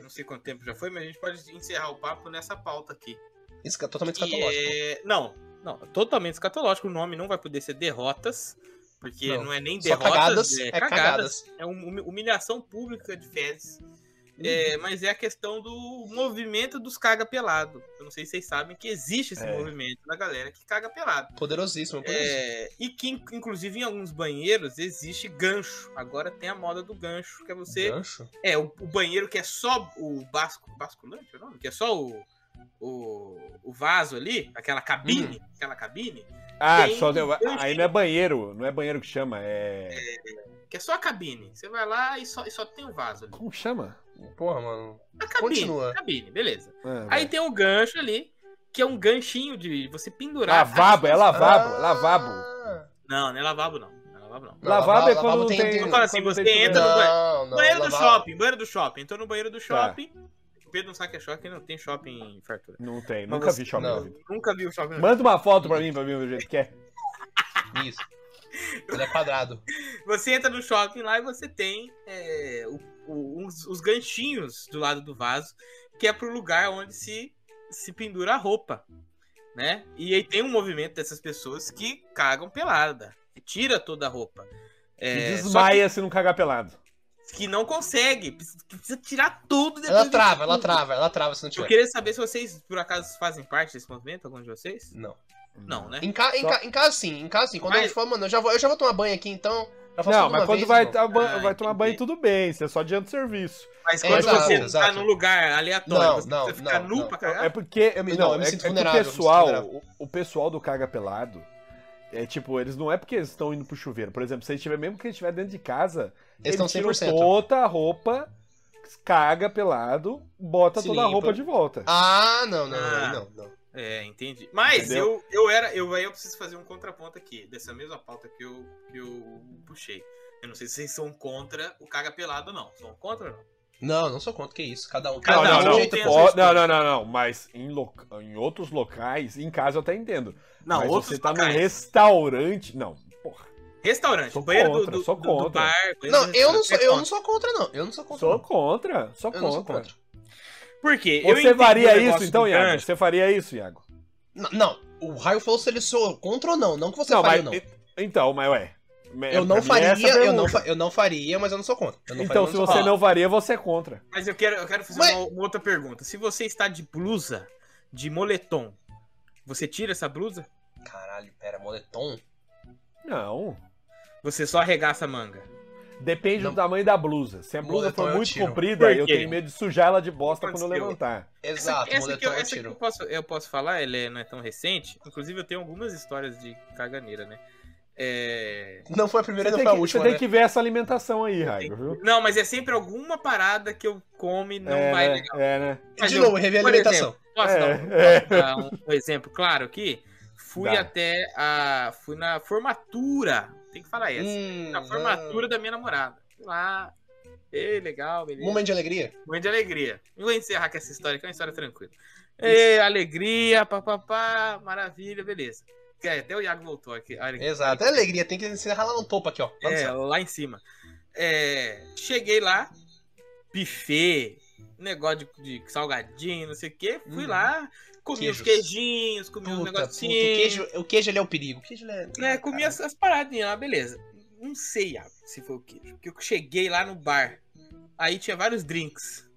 [SPEAKER 1] Não sei quanto tempo já foi, mas a gente pode encerrar o papo nessa pauta aqui.
[SPEAKER 2] Isso é totalmente
[SPEAKER 1] Que é- Não, não, totalmente escatológico. O nome não vai poder ser derrotas, porque não,
[SPEAKER 2] Não,
[SPEAKER 1] é nem
[SPEAKER 2] só
[SPEAKER 1] derrotas,
[SPEAKER 2] cagadas,
[SPEAKER 1] é,
[SPEAKER 2] é
[SPEAKER 1] cagadas.
[SPEAKER 2] cagadas.
[SPEAKER 1] É um- humi- humilhação pública de fezes. É,
[SPEAKER 2] Uhum.
[SPEAKER 1] mas é a questão do movimento dos caga pelado. Eu não sei se vocês sabem que existe esse
[SPEAKER 2] É.
[SPEAKER 1] movimento da galera que caga pelado.
[SPEAKER 2] Poderosíssimo, poderosíssimo.
[SPEAKER 1] É, e que, in- inclusive, em alguns banheiros existe gancho. Agora tem a moda do gancho, que é você.
[SPEAKER 2] Gancho?
[SPEAKER 1] É, o, o banheiro que é só o basco, basculante, é o nome? Que é só
[SPEAKER 2] Uhum.
[SPEAKER 1] o, o, o vaso ali, aquela
[SPEAKER 2] Hum.
[SPEAKER 1] cabine. Aquela cabine.
[SPEAKER 4] Ah,
[SPEAKER 1] tem
[SPEAKER 4] só deu.
[SPEAKER 1] um gancho
[SPEAKER 4] Aí não é banheiro, não é banheiro que chama, é.
[SPEAKER 1] Que é só a cabine. Você vai lá e só, e só tem o vaso ali.
[SPEAKER 4] Como chama?
[SPEAKER 2] Porra, mano.
[SPEAKER 1] A cabine.
[SPEAKER 2] Continua. É.
[SPEAKER 1] Cabine, beleza.
[SPEAKER 4] Ah,
[SPEAKER 1] Aí
[SPEAKER 4] vai.
[SPEAKER 1] tem o gancho ali, que é um ganchinho de você pendurar.
[SPEAKER 4] Lavabo, é lavabo,
[SPEAKER 1] Ah.
[SPEAKER 4] lavabo.
[SPEAKER 1] Não, não é lavabo, não. Não é lavabo, não.
[SPEAKER 4] Lavabo é quando
[SPEAKER 2] lavabo
[SPEAKER 4] não
[SPEAKER 2] tem-
[SPEAKER 4] tem.
[SPEAKER 2] tem-
[SPEAKER 1] Vamos falar assim,
[SPEAKER 4] quando
[SPEAKER 1] você
[SPEAKER 4] tem
[SPEAKER 1] entra no
[SPEAKER 4] chuveiro.
[SPEAKER 1] banheiro.
[SPEAKER 2] Não, não,
[SPEAKER 1] banheiro do
[SPEAKER 2] lavabo.
[SPEAKER 1] shopping, banheiro do shopping. Entrou no
[SPEAKER 4] Tá.
[SPEAKER 1] banheiro do shopping. O Pedro não sabe que é shopping, não tem shopping em fartura.
[SPEAKER 4] Não tem,
[SPEAKER 1] Mas
[SPEAKER 4] nunca
[SPEAKER 1] você-
[SPEAKER 4] vi shopping. na
[SPEAKER 1] não,
[SPEAKER 4] vida.
[SPEAKER 1] Nunca vi o shopping. na
[SPEAKER 4] Manda uma foto pra mim, pra mim ver o jeito que é.
[SPEAKER 2] Isso. Ele é quadrado.
[SPEAKER 1] Você entra no shopping lá e você tem é, o- o- os, os ganchinhos do lado do vaso, que é pro lugar onde se, se pendura a roupa, né? E aí tem um movimento dessas pessoas que cagam pelada, que tira toda a roupa. É,
[SPEAKER 4] e
[SPEAKER 1] só
[SPEAKER 4] desmaia se não cagar pelado.
[SPEAKER 1] que, que não consegue, precisa, que precisa tirar tudo. depois
[SPEAKER 2] Ela
[SPEAKER 1] de
[SPEAKER 2] trava, ela
[SPEAKER 1] tudo.
[SPEAKER 2] trava, ela trava se não
[SPEAKER 1] Eu
[SPEAKER 2] tiver.
[SPEAKER 1] queria saber se vocês, por acaso, fazem parte desse movimento, algum de vocês?
[SPEAKER 2] Não.
[SPEAKER 1] Não, né?
[SPEAKER 2] Em, ca- em,
[SPEAKER 1] Só-
[SPEAKER 2] ca- em casa sim, em casa sim. Quando
[SPEAKER 1] Mas-
[SPEAKER 2] eu for, mano, eu já vou, eu já vou tomar banho aqui então. Já faço
[SPEAKER 4] Não,
[SPEAKER 2] tudo
[SPEAKER 4] mas
[SPEAKER 2] uma
[SPEAKER 4] quando
[SPEAKER 2] vez,
[SPEAKER 4] vai,
[SPEAKER 2] irmão.
[SPEAKER 4] tomar banho- vai tomar banho, tudo bem, você só adianta o serviço.
[SPEAKER 1] Mas
[SPEAKER 2] É,
[SPEAKER 1] quando
[SPEAKER 2] exato,
[SPEAKER 1] você tá
[SPEAKER 2] exato.
[SPEAKER 1] num lugar aleatório,
[SPEAKER 2] Não,
[SPEAKER 1] você
[SPEAKER 2] não,
[SPEAKER 1] precisa ficar
[SPEAKER 2] não,
[SPEAKER 1] nu
[SPEAKER 2] não.
[SPEAKER 1] pra cagar?
[SPEAKER 4] É porque.
[SPEAKER 2] Eu me-
[SPEAKER 4] não,
[SPEAKER 2] não, eu me
[SPEAKER 4] é,
[SPEAKER 2] sinto
[SPEAKER 4] é que
[SPEAKER 2] vulnerável, eu
[SPEAKER 4] o
[SPEAKER 2] me sinto
[SPEAKER 4] pessoal,
[SPEAKER 2] vulnerável.
[SPEAKER 4] o, o pessoal do caga pelado, é tipo, eles não é porque eles estão indo pro chuveiro. Por exemplo, se ele tiver, mesmo que ele estiver dentro de casa,
[SPEAKER 2] Eles
[SPEAKER 4] ele
[SPEAKER 2] estão
[SPEAKER 4] tira
[SPEAKER 2] 100%.
[SPEAKER 4] toda a roupa, caga pelado, bota
[SPEAKER 2] Se
[SPEAKER 4] toda a
[SPEAKER 2] limpa.
[SPEAKER 4] roupa de volta.
[SPEAKER 2] Ah, não, não,
[SPEAKER 1] Ah.
[SPEAKER 2] não, não, não.
[SPEAKER 1] É, entendi. Mas eu,
[SPEAKER 4] Entendeu?
[SPEAKER 1] eu era. Eu, aí eu preciso fazer um contraponto aqui, dessa mesma pauta que eu, que eu puxei. Eu não sei se vocês são contra o caga pelado ou não. São contra ou não?
[SPEAKER 2] Não, não sou contra, que isso. Cada um,
[SPEAKER 4] Não,
[SPEAKER 2] cada
[SPEAKER 4] não,
[SPEAKER 2] um
[SPEAKER 4] não.
[SPEAKER 2] jeito é
[SPEAKER 4] Ó,
[SPEAKER 2] possível.
[SPEAKER 4] não, não, não, não. Mas em, loca- em outros locais, em casa eu até entendo.
[SPEAKER 1] Não,
[SPEAKER 4] mas
[SPEAKER 1] outros
[SPEAKER 4] você tá
[SPEAKER 1] locais.
[SPEAKER 4] num restaurante. Não, porra.
[SPEAKER 1] Restaurante,
[SPEAKER 4] Sou
[SPEAKER 1] banheiro
[SPEAKER 4] contra,
[SPEAKER 1] do, do,
[SPEAKER 4] sou
[SPEAKER 1] do- do
[SPEAKER 4] contra.
[SPEAKER 1] bar. banheiro
[SPEAKER 2] Não,
[SPEAKER 1] do
[SPEAKER 2] eu não
[SPEAKER 1] restaurante.
[SPEAKER 2] sou, eu não sou contra, não. Eu não sou contra.
[SPEAKER 4] Sou contra, sou
[SPEAKER 2] Eu não sou
[SPEAKER 4] contra.
[SPEAKER 1] Por quê? Eu
[SPEAKER 4] Você
[SPEAKER 1] entendi o
[SPEAKER 4] faria
[SPEAKER 1] negócio
[SPEAKER 4] isso então,
[SPEAKER 1] do
[SPEAKER 4] Iago?
[SPEAKER 1] gancho.
[SPEAKER 4] Você faria isso, Iago?
[SPEAKER 2] Não, não, o Raio falou se ele sou contra ou não, não que você
[SPEAKER 4] Não,
[SPEAKER 2] faria
[SPEAKER 4] mas.
[SPEAKER 2] ou não.
[SPEAKER 4] Então, mas ué.
[SPEAKER 2] Eu não faria, eu não, fa- eu não faria, mas eu não sou contra. Eu não faria,
[SPEAKER 4] é Então,
[SPEAKER 2] mas
[SPEAKER 4] se
[SPEAKER 2] eu não
[SPEAKER 4] você
[SPEAKER 2] sou
[SPEAKER 4] não faria, você é contra.
[SPEAKER 1] Mas eu quero, eu quero fazer uma, uma outra pergunta. Se você está de blusa, de moletom, você tira essa blusa?
[SPEAKER 2] contra. Caralho, pera, moletom?
[SPEAKER 4] Não.
[SPEAKER 1] Você só arregaça a manga.
[SPEAKER 4] Depende do tamanho da blusa. Se a blusa
[SPEAKER 2] Moletom
[SPEAKER 4] for
[SPEAKER 2] eu
[SPEAKER 4] muito
[SPEAKER 2] tiro.
[SPEAKER 4] comprida,
[SPEAKER 1] Por
[SPEAKER 4] eu
[SPEAKER 1] quê?
[SPEAKER 4] tenho medo de sujar ela de bosta quando eu
[SPEAKER 1] Aconteceu.
[SPEAKER 4] levantar.
[SPEAKER 2] Exato,
[SPEAKER 1] essa, essa, que, eu,
[SPEAKER 2] moletom eu
[SPEAKER 1] essa que eu
[SPEAKER 2] tiro.
[SPEAKER 1] posso, eu posso falar, ela é- não é tão recente. Inclusive, eu tenho algumas histórias de caganeira, né? É...
[SPEAKER 2] Não foi a primeira,
[SPEAKER 4] Você
[SPEAKER 2] não
[SPEAKER 4] tem,
[SPEAKER 2] foi a
[SPEAKER 4] que,
[SPEAKER 2] última,
[SPEAKER 4] você tem
[SPEAKER 2] né?
[SPEAKER 4] que ver essa alimentação aí, Raigo, viu?
[SPEAKER 1] Não, mas é sempre alguma parada que eu como e não
[SPEAKER 4] é,
[SPEAKER 1] vai
[SPEAKER 4] né?
[SPEAKER 1] legal.
[SPEAKER 4] É, né?
[SPEAKER 1] Mas
[SPEAKER 2] De
[SPEAKER 1] eu-
[SPEAKER 2] novo, rever a
[SPEAKER 1] por
[SPEAKER 2] alimentação.
[SPEAKER 1] exemplo, posso
[SPEAKER 4] É,
[SPEAKER 1] dar um,
[SPEAKER 4] é.
[SPEAKER 1] posso dar um- um exemplo claro aqui? Fui
[SPEAKER 19] Dá.
[SPEAKER 1] até a. Fui na formatura. Tem que falar essa.
[SPEAKER 2] Hum,
[SPEAKER 1] na formatura da minha namorada. Fui lá. Ei, legal, beleza.
[SPEAKER 2] hum. Momento de alegria?
[SPEAKER 1] Momento de alegria. Eu vou encerrar com essa história, que é uma história tranquila. Ei, alegria, papapá, maravilha, beleza. Que Até o Iago voltou aqui. Olha aqui.
[SPEAKER 2] Exato, é alegria, tem que encerrar lá no topo aqui, ó. Lá no
[SPEAKER 1] É,
[SPEAKER 2] céu.
[SPEAKER 1] lá em cima. É, cheguei lá, buffet, negócio de, de salgadinho, não sei o quê. Fui
[SPEAKER 2] Hum.
[SPEAKER 1] lá, comi
[SPEAKER 2] Queijos.
[SPEAKER 1] os queijinhos, comi os
[SPEAKER 2] Puta, puta, o,
[SPEAKER 1] negocinhos.
[SPEAKER 2] queijo, o queijo ele é o perigo. O queijo ele é...
[SPEAKER 1] né, comi as, as paradinhas lá, beleza. Não sei Iago, se foi o queijo. Porque eu cheguei lá no bar. Aí tinha vários drinks.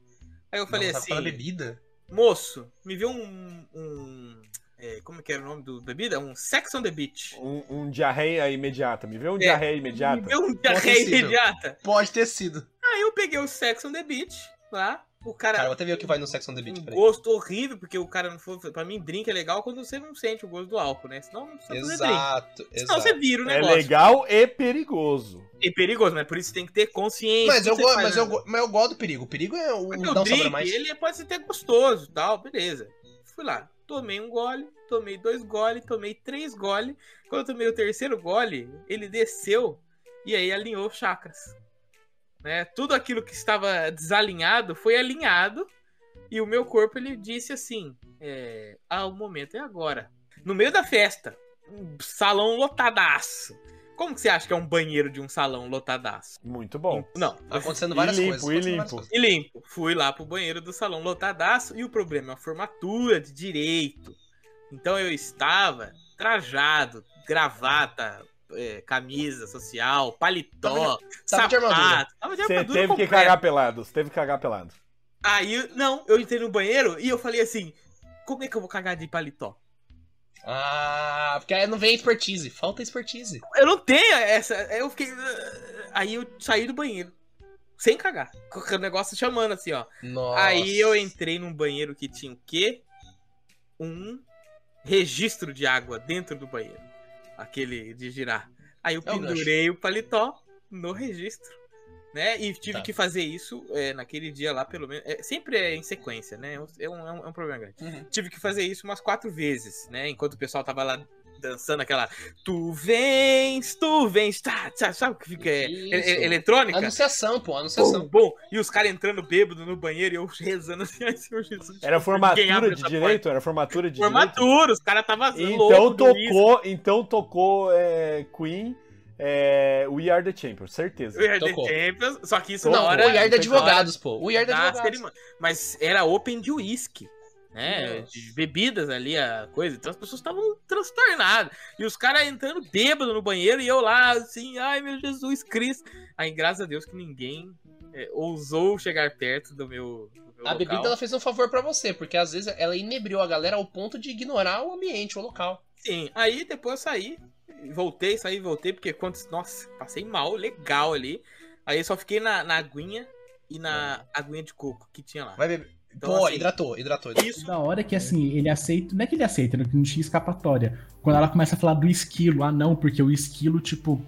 [SPEAKER 1] Aí eu falei
[SPEAKER 2] Não, tava
[SPEAKER 1] assim.
[SPEAKER 2] falando bebida?
[SPEAKER 1] Moço, me viu um. um é, como que era o nome do bebida? Um Sex on the Beach.
[SPEAKER 4] Um, um diarreia imediata. Me vê um
[SPEAKER 1] É.
[SPEAKER 4] diarreia imediata.
[SPEAKER 1] Me deu um diarreia imediata.
[SPEAKER 2] Pode ter sido.
[SPEAKER 1] Aí eu peguei o Sex on the Beach lá. O cara.
[SPEAKER 2] Cara, eu vou até ver o que vai no Sex on the Beach.
[SPEAKER 1] um
[SPEAKER 2] peraí.
[SPEAKER 1] gosto horrível, porque o cara não foi. Pra mim, drink é legal quando você não sente o gosto do álcool, né? Senão não precisa fazer drink.
[SPEAKER 2] Exato,
[SPEAKER 1] Senão
[SPEAKER 2] exato.
[SPEAKER 1] você vira o
[SPEAKER 4] É
[SPEAKER 1] negócio.
[SPEAKER 4] legal e perigoso.
[SPEAKER 1] E É perigoso, mas por isso tem que ter consciência.
[SPEAKER 2] Mas eu,
[SPEAKER 1] Você
[SPEAKER 2] go-
[SPEAKER 1] faz-
[SPEAKER 2] mas, eu, go- mas eu gosto do perigo. O perigo é o
[SPEAKER 1] Porque o
[SPEAKER 2] não
[SPEAKER 1] drink,
[SPEAKER 2] sobra mais.
[SPEAKER 1] ele pode ser até gostoso e tal, beleza. Fui lá, tomei um gole, tomei dois gole, tomei três gole. Quando eu tomei o terceiro gole, ele desceu e aí alinhou os chakras. Né? Tudo aquilo que estava desalinhado foi alinhado e o meu corpo ele disse assim: é, ah, o momento é agora. No meio da festa, um salão lotadaço. Como que você acha que é um banheiro de um salão lotadaço?
[SPEAKER 4] Muito bom.
[SPEAKER 1] Não,
[SPEAKER 2] acontecendo várias
[SPEAKER 4] E limpo,
[SPEAKER 2] coisas.
[SPEAKER 4] e
[SPEAKER 2] acontecendo várias
[SPEAKER 4] limpo.
[SPEAKER 2] coisas.
[SPEAKER 1] e limpo. Fui lá pro banheiro do salão lotadaço e o problema é a formatura de direito. Então eu estava trajado, gravata, eh, camisa social, paletó,
[SPEAKER 4] Tava
[SPEAKER 2] é
[SPEAKER 4] de armadura.
[SPEAKER 1] sapato. Tava de
[SPEAKER 4] Você
[SPEAKER 1] armadura
[SPEAKER 4] teve que
[SPEAKER 1] completa.
[SPEAKER 4] cagar pelado. Você teve que cagar pelado.
[SPEAKER 1] Aí, não, eu entrei no banheiro e eu falei assim, como é que eu vou cagar de paletó?
[SPEAKER 2] Ah, porque aí não vem expertise. Falta expertise.
[SPEAKER 1] Eu não tenho essa. Eu fiquei. "Ah." Aí eu saí do banheiro. Sem cagar. Com o negócio chamando assim, ó.
[SPEAKER 2] Nossa.
[SPEAKER 1] Aí eu entrei num banheiro que tinha o quê? Um registro de água dentro do banheiro. Aquele de girar. Aí eu
[SPEAKER 2] É o gancho.
[SPEAKER 1] pendurei o paletó no registro. Né? E tive
[SPEAKER 2] Tá.
[SPEAKER 1] que fazer isso é, naquele dia lá, pelo menos. é, sempre é em sequência, né? É um, é um, é um problema grande.
[SPEAKER 2] Uhum.
[SPEAKER 1] Tive que fazer isso umas quatro vezes, né? Enquanto o pessoal tava lá dançando aquela Tu vens, tu vens, tá, tá, sabe o que fica é,
[SPEAKER 2] Isso.
[SPEAKER 1] e- e- eletrônica?
[SPEAKER 2] Anunciação, pô, anunciação.
[SPEAKER 1] Bom, bom, e os caras entrando bêbado no banheiro e eu rezando assim, ai Senhor Jesus.
[SPEAKER 4] Era
[SPEAKER 1] ninguém
[SPEAKER 4] formatura
[SPEAKER 1] abre
[SPEAKER 4] de
[SPEAKER 1] essa
[SPEAKER 4] direito? Era formatura de
[SPEAKER 1] porta. Formatura, os caras tava
[SPEAKER 4] direito? Então
[SPEAKER 1] louco do uísque.
[SPEAKER 4] tocou, então tocou é, Queen, é, We Are The Champions, certeza.
[SPEAKER 1] We Are the Champions, só que isso
[SPEAKER 4] Tocou.
[SPEAKER 1] na hora.
[SPEAKER 3] é
[SPEAKER 4] We Are the
[SPEAKER 1] na hora
[SPEAKER 4] Advogados, pô. We Are the
[SPEAKER 1] da
[SPEAKER 4] Advogados.
[SPEAKER 1] é cerimônia. Mas era open de uísque. Né,
[SPEAKER 2] Nossa.
[SPEAKER 1] de bebidas ali, a coisa. Então as pessoas estavam transtornadas. E os caras entrando bêbado no banheiro e eu lá, assim, ai meu Jesus Cristo. Aí, graças a Deus que ninguém é, ousou chegar perto do meu. do meu
[SPEAKER 2] A bebida
[SPEAKER 1] local.
[SPEAKER 2] ela fez um favor pra você, porque às vezes ela inebriou a galera ao ponto de ignorar o ambiente, o local.
[SPEAKER 1] Sim, aí depois eu saí, voltei, saí, voltei, porque quando. Nossa, passei mal, legal ali. Aí eu só fiquei na, na aguinha e na aguinha de coco que tinha lá.
[SPEAKER 2] Vai beber.
[SPEAKER 1] Então,
[SPEAKER 2] É. Pô,
[SPEAKER 1] assim,
[SPEAKER 2] hidratou, hidratou.
[SPEAKER 1] Isso.
[SPEAKER 6] Da hora que assim, ele aceita. Não é que ele aceita, né? Que não tinha escapatória. Quando ela começa a falar do esquilo, ah não, porque o esquilo, tipo.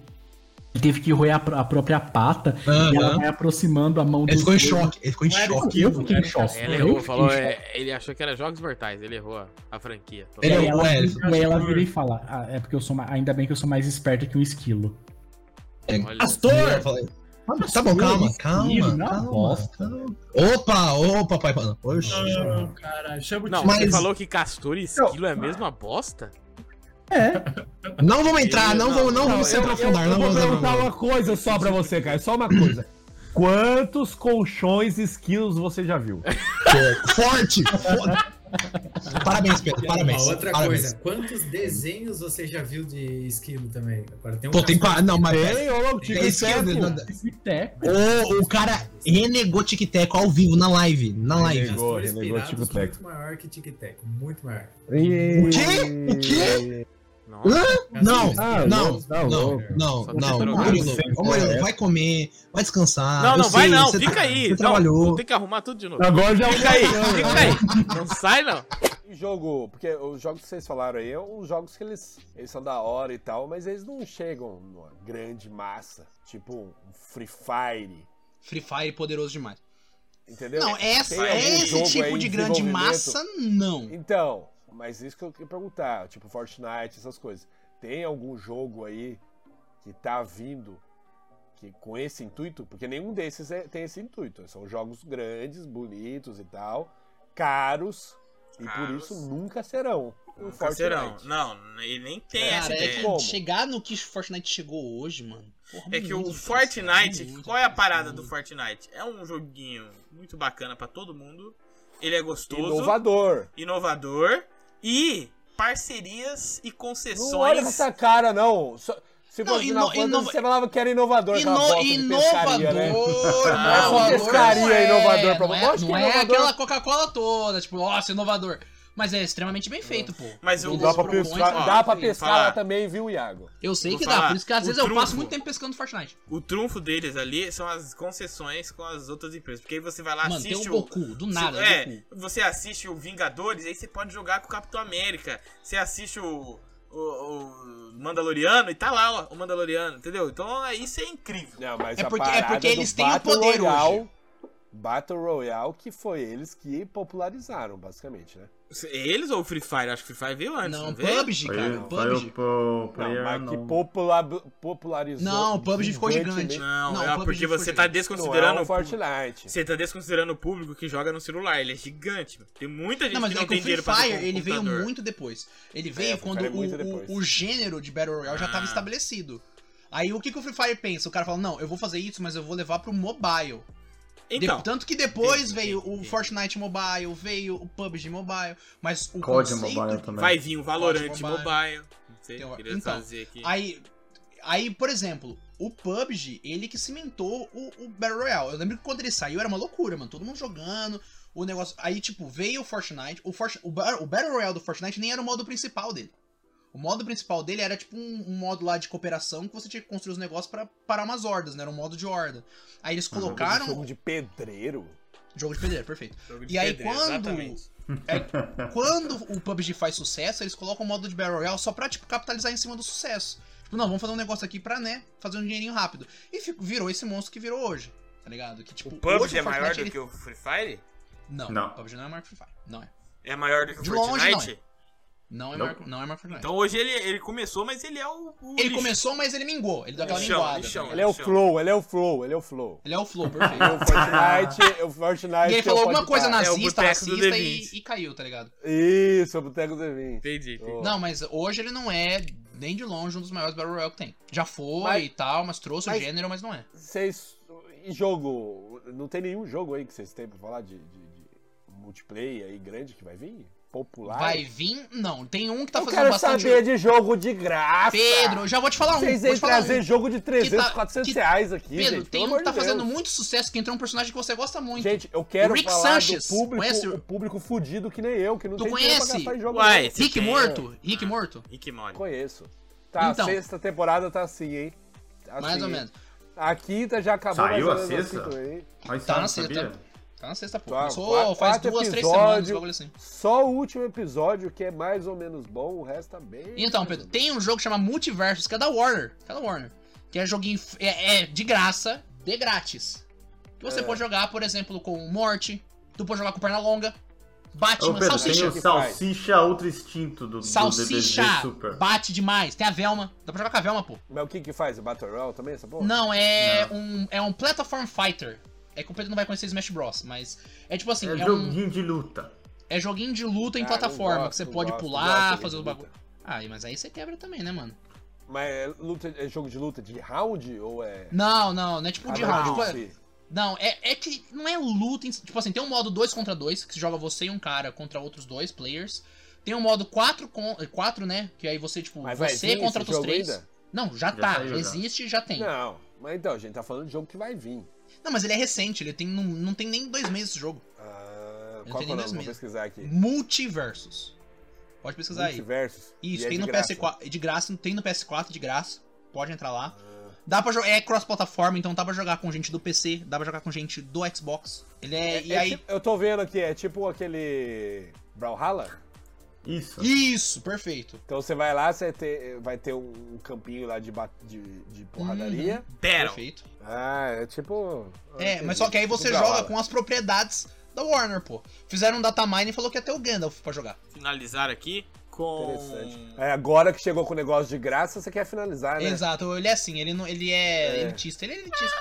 [SPEAKER 6] ele Teve que roer a, pró- a própria pata e ela
[SPEAKER 17] Aham.
[SPEAKER 6] vai aproximando a mão
[SPEAKER 17] Ele
[SPEAKER 6] dos
[SPEAKER 17] ficou em
[SPEAKER 6] dedos.
[SPEAKER 17] choque, ele ficou em
[SPEAKER 6] Não
[SPEAKER 25] é
[SPEAKER 6] era
[SPEAKER 17] choque.
[SPEAKER 6] Eu fiquei em choque.
[SPEAKER 1] Ele
[SPEAKER 6] eu
[SPEAKER 1] errou,
[SPEAKER 6] fiquei
[SPEAKER 1] falou,
[SPEAKER 6] em choque.
[SPEAKER 1] é, ele achou que era Jogos Mortais, ele errou a, a franquia.
[SPEAKER 6] E aí
[SPEAKER 17] é.
[SPEAKER 6] ela, e aí ela vira e fala, ah, é porque eu sou ma- ainda bem que eu sou mais esperta que um esquilo.
[SPEAKER 1] Olha.
[SPEAKER 17] Pastor! Falei, Tá bom, calma,
[SPEAKER 6] é
[SPEAKER 17] calma, calma. Opa, opa, pai. Não. Oxi.
[SPEAKER 1] Não, cara, chama
[SPEAKER 17] o
[SPEAKER 1] Não,
[SPEAKER 17] Mas-
[SPEAKER 1] você falou que castor e esquilo é a mesma bosta?
[SPEAKER 2] É.
[SPEAKER 17] Não vamos entrar, não vamos, não vamos se
[SPEAKER 4] eu-
[SPEAKER 17] aprofundar,
[SPEAKER 4] eu
[SPEAKER 17] não
[SPEAKER 4] vou
[SPEAKER 17] vamos
[SPEAKER 4] perguntar
[SPEAKER 17] aprofundar.
[SPEAKER 4] uma coisa só pra você, cara. Só uma coisa. Quantos colchões e esquilos você já viu?
[SPEAKER 17] É. Forte! Parabéns, Pedro, parabéns.
[SPEAKER 25] outra
[SPEAKER 17] parabéns.
[SPEAKER 25] coisa, quantos desenhos você já viu de esquilo também? Agora tem um.
[SPEAKER 17] Pô, tem
[SPEAKER 25] castor-
[SPEAKER 17] pa... Não, mas. é,
[SPEAKER 25] Tem, ô, louco,
[SPEAKER 17] Tem
[SPEAKER 25] tic-tac,
[SPEAKER 17] esquerda,
[SPEAKER 25] pô.
[SPEAKER 17] nada- né? Ô, o cara renegou Tic Teco ao vivo, na live. Na live.
[SPEAKER 25] Castor Espirados,
[SPEAKER 17] Tico Teco.
[SPEAKER 25] Muito maior que Tic Tac, muito maior.
[SPEAKER 17] O quê? O quê? Hã? Não,
[SPEAKER 25] Ah,
[SPEAKER 17] não,
[SPEAKER 25] louco, tá
[SPEAKER 17] não,
[SPEAKER 25] louco.
[SPEAKER 17] não, não,
[SPEAKER 25] Só tem
[SPEAKER 17] Ô,
[SPEAKER 25] drogado.
[SPEAKER 17] Murilo,
[SPEAKER 25] Sem
[SPEAKER 17] ô, Murilo,
[SPEAKER 25] fé.
[SPEAKER 17] vai comer, vai descansar.
[SPEAKER 1] não,
[SPEAKER 17] Ah, eu
[SPEAKER 1] não, vai
[SPEAKER 17] sei,
[SPEAKER 1] não,
[SPEAKER 17] você
[SPEAKER 1] fica
[SPEAKER 17] tá-
[SPEAKER 1] aí.
[SPEAKER 17] Você
[SPEAKER 1] Não,
[SPEAKER 17] trabalhou.
[SPEAKER 1] Tem que arrumar tudo de novo.
[SPEAKER 4] Agora
[SPEAKER 6] é um
[SPEAKER 4] já
[SPEAKER 1] fica aí, fica aí. Não sai, não.
[SPEAKER 4] E jogo, porque os jogos que vocês falaram aí, os jogos que eles, eles são da hora e tal, mas eles não chegam numa grande massa. Tipo um Free Fire,
[SPEAKER 2] Free Fire poderoso demais.
[SPEAKER 4] entendeu? É
[SPEAKER 2] Não, essa-
[SPEAKER 4] Tem algum
[SPEAKER 2] esse
[SPEAKER 4] jogo
[SPEAKER 2] tipo
[SPEAKER 4] aí em
[SPEAKER 2] de grande
[SPEAKER 4] desenvolvimento?
[SPEAKER 2] massa, não.
[SPEAKER 4] Então, Mas isso que eu queria perguntar, tipo Fortnite, essas coisas. Tem algum jogo aí que tá vindo que com esse intuito? Porque nenhum desses é- tem esse intuito. São jogos grandes, bonitos e tal, caros, e por
[SPEAKER 1] Caros.
[SPEAKER 4] isso nunca serão. o
[SPEAKER 1] Nunca
[SPEAKER 4] Fortnite.
[SPEAKER 1] serão. Não, ele nem tem essa
[SPEAKER 4] Cara, é
[SPEAKER 1] ideia.
[SPEAKER 4] como?
[SPEAKER 2] Chegar no que Fortnite chegou hoje, mano. porra,
[SPEAKER 1] É que o
[SPEAKER 2] muito,
[SPEAKER 1] Fortnite, qual é a parada do Fortnite? É um joguinho muito bacana pra todo mundo. Ele é gostoso,
[SPEAKER 4] Inovador.
[SPEAKER 1] inovador e parcerias e
[SPEAKER 4] Não olha com
[SPEAKER 1] concessões.
[SPEAKER 2] tá-
[SPEAKER 4] essa cara, não. Só- se
[SPEAKER 1] é Não,
[SPEAKER 4] fosse
[SPEAKER 1] ino-
[SPEAKER 4] na Fantasy,
[SPEAKER 1] inova-
[SPEAKER 4] você falava que era inovador. aquela
[SPEAKER 2] Ino-
[SPEAKER 4] bosta de pescaria, né?
[SPEAKER 1] Ah,
[SPEAKER 2] inovador,
[SPEAKER 4] É só
[SPEAKER 2] inovador não
[SPEAKER 4] pescaria
[SPEAKER 2] é,
[SPEAKER 4] inovador pra
[SPEAKER 2] não é,
[SPEAKER 4] Lógico
[SPEAKER 2] não
[SPEAKER 4] que
[SPEAKER 2] é
[SPEAKER 4] inovador.
[SPEAKER 2] aquela Coca-Cola toda, tipo, nossa, inovador. Mas é extremamente bem feito, pô.
[SPEAKER 1] Mas
[SPEAKER 4] Não
[SPEAKER 2] o-
[SPEAKER 4] dá pra
[SPEAKER 2] os
[SPEAKER 4] pescar,
[SPEAKER 2] propões-
[SPEAKER 4] dá
[SPEAKER 2] ó,
[SPEAKER 4] pra
[SPEAKER 2] vou
[SPEAKER 4] pescar
[SPEAKER 2] falar.
[SPEAKER 4] lá também, viu, Iago?
[SPEAKER 2] Eu sei
[SPEAKER 1] Vou
[SPEAKER 2] que
[SPEAKER 1] falar,
[SPEAKER 2] dá, por isso que às
[SPEAKER 1] o
[SPEAKER 2] vezes eu
[SPEAKER 1] trunfo.
[SPEAKER 2] passo muito tempo pescando Fortnite.
[SPEAKER 1] O trunfo deles ali são as concessões com as outras empresas. Porque aí você vai lá,
[SPEAKER 2] Mano, tem
[SPEAKER 1] Ah, assiste
[SPEAKER 2] o Goku, do nada,
[SPEAKER 1] Se- é,
[SPEAKER 2] o Goku.
[SPEAKER 1] você assiste o Vingadores, aí você pode jogar com o Capitão América. Você assiste o, o, o Mandaloriano e tá lá, ó, o Mandaloriano, entendeu? Então aí isso é incrível.
[SPEAKER 4] Não, mas
[SPEAKER 1] é
[SPEAKER 4] a
[SPEAKER 1] porque,
[SPEAKER 4] parada do Battle Royale, Battle Royale, que foi eles que popularizaram, basicamente, né?
[SPEAKER 1] Eles ou o Free Fire? Acho que o Free Fire veio antes. Não, veio?
[SPEAKER 2] PUBG,
[SPEAKER 7] Foi- cara, foi PUBG. o pro- player
[SPEAKER 4] mas que
[SPEAKER 7] não.
[SPEAKER 4] popular, popularizou.
[SPEAKER 2] Não, o PUBG ficou
[SPEAKER 4] gigantemente.
[SPEAKER 2] gigante.
[SPEAKER 1] Não,
[SPEAKER 2] Não,
[SPEAKER 1] é
[SPEAKER 2] o PUBG
[SPEAKER 1] porque
[SPEAKER 2] ficou
[SPEAKER 1] você
[SPEAKER 2] gigante.
[SPEAKER 1] tá
[SPEAKER 4] Não
[SPEAKER 1] desconsiderando
[SPEAKER 4] é um
[SPEAKER 1] o público.
[SPEAKER 4] Fortnite.
[SPEAKER 1] Você tá desconsiderando o público que joga no celular, ele é gigante. mano. Tem muita gente
[SPEAKER 2] Não, mas
[SPEAKER 1] que
[SPEAKER 2] é
[SPEAKER 1] não
[SPEAKER 2] que
[SPEAKER 1] tem
[SPEAKER 2] o Free
[SPEAKER 1] dinheiro pra ter
[SPEAKER 2] Fire,
[SPEAKER 1] com-
[SPEAKER 2] ele veio
[SPEAKER 1] computador.
[SPEAKER 2] muito depois. Ele veio
[SPEAKER 1] É, o Free
[SPEAKER 2] quando
[SPEAKER 1] Fire é
[SPEAKER 2] o,
[SPEAKER 1] muito
[SPEAKER 2] o-
[SPEAKER 1] depois.
[SPEAKER 2] o gênero de Battle Royale já
[SPEAKER 1] Ah.
[SPEAKER 2] tava estabelecido. Aí o que, que o Free Fire pensa? O cara fala, não, eu vou fazer isso, mas eu vou levar pro mobile.
[SPEAKER 1] Então.
[SPEAKER 2] De- tanto que depois veio o Fortnite Mobile, veio o PUBG Mobile, mas o
[SPEAKER 7] COD
[SPEAKER 2] conceito
[SPEAKER 7] Mobile
[SPEAKER 2] que-
[SPEAKER 7] também.
[SPEAKER 1] Vai vir o um Valorant
[SPEAKER 2] COD
[SPEAKER 1] Mobile.
[SPEAKER 2] Mobile.
[SPEAKER 1] Não sei,
[SPEAKER 2] Então,
[SPEAKER 1] queria
[SPEAKER 2] então,
[SPEAKER 1] fazer aqui.
[SPEAKER 2] Aí, aí, por exemplo, o PUBG, ele que cimentou o, o Battle Royale. Eu lembro que quando ele saiu era uma loucura, mano. Todo mundo jogando, o negócio. Aí, tipo, veio o Fortnite. O, Fort- o, Ba- o Battle Royale do Fortnite nem era o modo principal dele. O modo principal dele era tipo um, um modo lá de cooperação que você tinha que construir os negócios pra parar umas hordas, né? Era um modo de horda. Aí eles colocaram.
[SPEAKER 4] Jogo de pedreiro?
[SPEAKER 2] Jogo de pedreiro, perfeito.
[SPEAKER 1] Jogo de
[SPEAKER 2] E aí
[SPEAKER 1] pedreiro,
[SPEAKER 2] quando.
[SPEAKER 1] exatamente.
[SPEAKER 2] É, quando o PUBG faz sucesso, eles colocam o modo de Battle Royale só pra, tipo, capitalizar em cima do sucesso. Tipo, não, vamos fazer um negócio aqui pra, né, fazer um dinheirinho rápido. E fi- virou esse monstro que virou hoje, tá ligado? Que, tipo,
[SPEAKER 1] O PUBG
[SPEAKER 2] hoje
[SPEAKER 1] é maior
[SPEAKER 2] Fortnite,
[SPEAKER 1] do
[SPEAKER 2] ele-
[SPEAKER 1] que o Free Fire?
[SPEAKER 2] Não,
[SPEAKER 1] Não.
[SPEAKER 2] o PUBG não é maior que Free Fire, não é.
[SPEAKER 1] É maior do que o
[SPEAKER 2] De longe,
[SPEAKER 1] Fortnite?
[SPEAKER 2] não é. Não é,
[SPEAKER 1] Não.
[SPEAKER 2] maior, não é maior que Fortnite.
[SPEAKER 1] Então hoje ele, ele começou, mas ele é o. o
[SPEAKER 2] ele
[SPEAKER 1] lixo.
[SPEAKER 2] começou, mas ele mingou, ele deu aquela
[SPEAKER 1] Lixão,
[SPEAKER 2] minguada.
[SPEAKER 1] lixão.
[SPEAKER 2] né?
[SPEAKER 4] Ele é o flow, ele é o flow, ele é o flow.
[SPEAKER 2] Ele é o flow, perfeito.
[SPEAKER 4] o Fortnite, o Fortnite.
[SPEAKER 2] E ele
[SPEAKER 4] é o
[SPEAKER 2] falou alguma coisa
[SPEAKER 4] podcast.
[SPEAKER 2] nazista, racista e, e caiu, tá ligado?
[SPEAKER 4] Isso, é o Boteco do Evin.
[SPEAKER 1] Entendi, entendi.
[SPEAKER 2] Não, mas hoje ele não é nem de longe um dos maiores Battle Royale que tem. Já foi
[SPEAKER 4] Mas-
[SPEAKER 2] e tal, mas trouxe
[SPEAKER 4] mas-
[SPEAKER 2] o gênero, mas não é.
[SPEAKER 4] Vocês. E jogo? Não tem nenhum jogo aí que vocês têm pra falar de, de- de multiplayer aí grande que vai vir? Popular?
[SPEAKER 2] Vai vir? Não, tem um que tá
[SPEAKER 4] Eu
[SPEAKER 2] fazendo
[SPEAKER 4] quero
[SPEAKER 2] bastante.
[SPEAKER 4] saber de jogo de graça.
[SPEAKER 2] Pedro, já vou te falar um.
[SPEAKER 4] Vocês
[SPEAKER 2] vou
[SPEAKER 4] vêm
[SPEAKER 2] te falar
[SPEAKER 4] trazer
[SPEAKER 2] um.
[SPEAKER 4] jogo de 300,
[SPEAKER 2] Que tá-
[SPEAKER 4] 400 reais aqui.
[SPEAKER 2] Pedro,
[SPEAKER 4] gente,
[SPEAKER 2] tem
[SPEAKER 4] pelo
[SPEAKER 2] um
[SPEAKER 4] amor
[SPEAKER 2] que tá
[SPEAKER 4] de Deus.
[SPEAKER 2] fazendo muito sucesso, que entrou um personagem que você gosta muito.
[SPEAKER 4] Gente, eu quero
[SPEAKER 2] Rick
[SPEAKER 4] falar
[SPEAKER 2] Sanchez,
[SPEAKER 4] do público,
[SPEAKER 2] conhece?
[SPEAKER 4] o público fudido que nem eu, que não
[SPEAKER 2] Tu
[SPEAKER 4] tem dinheiro pra
[SPEAKER 2] conhece?
[SPEAKER 4] gastar em jogo.
[SPEAKER 2] Uai,
[SPEAKER 4] nenhum.
[SPEAKER 2] Rick Você tem-
[SPEAKER 4] né?
[SPEAKER 2] Morto? Rick Morto?
[SPEAKER 1] Rick Morto.
[SPEAKER 4] Conheço. Tá,
[SPEAKER 2] Então.
[SPEAKER 4] a sexta temporada tá assim, hein? Tá
[SPEAKER 2] Mais
[SPEAKER 4] assim,
[SPEAKER 2] ou
[SPEAKER 4] hein?
[SPEAKER 2] menos.
[SPEAKER 4] A quinta já acabou.
[SPEAKER 7] Saiu
[SPEAKER 4] mais ou
[SPEAKER 7] a
[SPEAKER 4] menos
[SPEAKER 7] sexta?
[SPEAKER 4] assim também.
[SPEAKER 7] Mas
[SPEAKER 2] Tá
[SPEAKER 7] sabe,
[SPEAKER 2] na
[SPEAKER 7] sabia?
[SPEAKER 2] sexta. Tá na sexta, pô.
[SPEAKER 4] Tá,
[SPEAKER 2] Começou
[SPEAKER 4] quatro-
[SPEAKER 2] faz
[SPEAKER 4] quatro
[SPEAKER 2] duas, três
[SPEAKER 4] episódios,
[SPEAKER 2] semanas, um bagulho assim.
[SPEAKER 4] Só o último episódio que é mais ou menos bom, o resto tá bem.
[SPEAKER 2] Então, Pedro, tem um jogo que chama Multiversus, que é da Warner. Que é da Warner. Que é joguinho. f- É, é de graça, de grátis. Que você
[SPEAKER 7] É.
[SPEAKER 2] pode jogar, por exemplo, com Morte. Tu pode jogar com Pernalonga.
[SPEAKER 7] Ô
[SPEAKER 2] Batman,
[SPEAKER 7] Pedro, tem um
[SPEAKER 2] Salsicha.
[SPEAKER 7] o Salsicha Ultra Instinto do, do
[SPEAKER 2] Salsicha
[SPEAKER 7] DDG é Super.
[SPEAKER 2] bate demais. Tem a Velma. Dá pra jogar com a Velma, pô.
[SPEAKER 4] Mas o que que faz? O Battle Royale também, essa porra?
[SPEAKER 2] Não, é um. É um platform fighter. É que o Pedro não vai conhecer Smash Bros. Mas. É tipo assim,
[SPEAKER 7] É
[SPEAKER 2] é, um.
[SPEAKER 7] joguinho de luta.
[SPEAKER 2] É joguinho de luta em
[SPEAKER 4] Ah, não
[SPEAKER 2] plataforma.
[SPEAKER 4] gosto,
[SPEAKER 2] que você
[SPEAKER 4] não
[SPEAKER 2] pode
[SPEAKER 4] gosto, não
[SPEAKER 2] pular,
[SPEAKER 4] gosto de
[SPEAKER 2] fazer os
[SPEAKER 4] luta.
[SPEAKER 2] bagulho. Ah, mas aí você quebra também, né, mano?
[SPEAKER 4] Mas é, luta- é jogo de luta de round ou é.
[SPEAKER 2] Não, não, não é tipo de
[SPEAKER 4] Ah,
[SPEAKER 2] round.
[SPEAKER 4] não,
[SPEAKER 2] tipo, é-
[SPEAKER 4] sim.
[SPEAKER 2] Não, é, é que não é luta. em si. Tipo assim, tem um modo 2 contra 2, que se joga você e um cara contra outros dois players. Tem um modo 4 com 4, né? Que aí você, tipo,
[SPEAKER 4] Mas vai
[SPEAKER 2] você
[SPEAKER 4] vir esse
[SPEAKER 2] contra outros
[SPEAKER 4] jogo
[SPEAKER 2] três.
[SPEAKER 4] ainda?
[SPEAKER 2] Não, já,
[SPEAKER 4] Já
[SPEAKER 2] tá.
[SPEAKER 4] saiu, já.
[SPEAKER 2] Existe e já tem. Não.
[SPEAKER 4] Não, mas então, a gente tá falando de jogo que vai vir.
[SPEAKER 2] mas ele é recente, ele tem, não, não tem nem dois meses esse jogo.
[SPEAKER 4] Ah,
[SPEAKER 2] Não
[SPEAKER 4] qual
[SPEAKER 2] tem
[SPEAKER 4] que é
[SPEAKER 2] nem
[SPEAKER 4] o nome?
[SPEAKER 2] dois
[SPEAKER 4] Vou
[SPEAKER 2] meses.
[SPEAKER 4] pesquisar aqui.
[SPEAKER 2] Multiversus. Pode pesquisar
[SPEAKER 4] Multiversus.
[SPEAKER 2] aí. Isso,
[SPEAKER 4] E é
[SPEAKER 2] tem
[SPEAKER 4] de
[SPEAKER 2] no
[SPEAKER 4] graça.
[SPEAKER 2] PS4. De graça, tem no PS4 de graça. Pode entrar lá.
[SPEAKER 4] Ah.
[SPEAKER 2] Dá pra jogar. É cross-plataforma, então dá pra jogar com gente do PC, dá pra jogar com gente do Xbox. Ele é. e
[SPEAKER 4] É
[SPEAKER 2] aí.
[SPEAKER 4] tipo- eu tô vendo aqui, é tipo aquele. Brawlhalla?
[SPEAKER 7] Isso.
[SPEAKER 2] Isso, perfeito.
[SPEAKER 4] Então você vai lá, você ter- vai ter um campinho lá de, ba- de, de porradaria.
[SPEAKER 2] Battle. Perfeito.
[SPEAKER 4] Ah, é tipo.
[SPEAKER 2] Uhum. É, mas só que aí
[SPEAKER 4] Tipo
[SPEAKER 2] você
[SPEAKER 4] Brawlhalla.
[SPEAKER 2] joga com as propriedades da Warner, pô. Fizeram um datamine e falou que ia ter o Gandalf pra jogar.
[SPEAKER 1] Finalizar aqui com.
[SPEAKER 4] Interessante. É, agora que chegou com o negócio de graça, você quer finalizar, né?
[SPEAKER 2] Exato, ele é assim, ele, não, ele é,
[SPEAKER 4] É.
[SPEAKER 2] elitista, ele é elitista.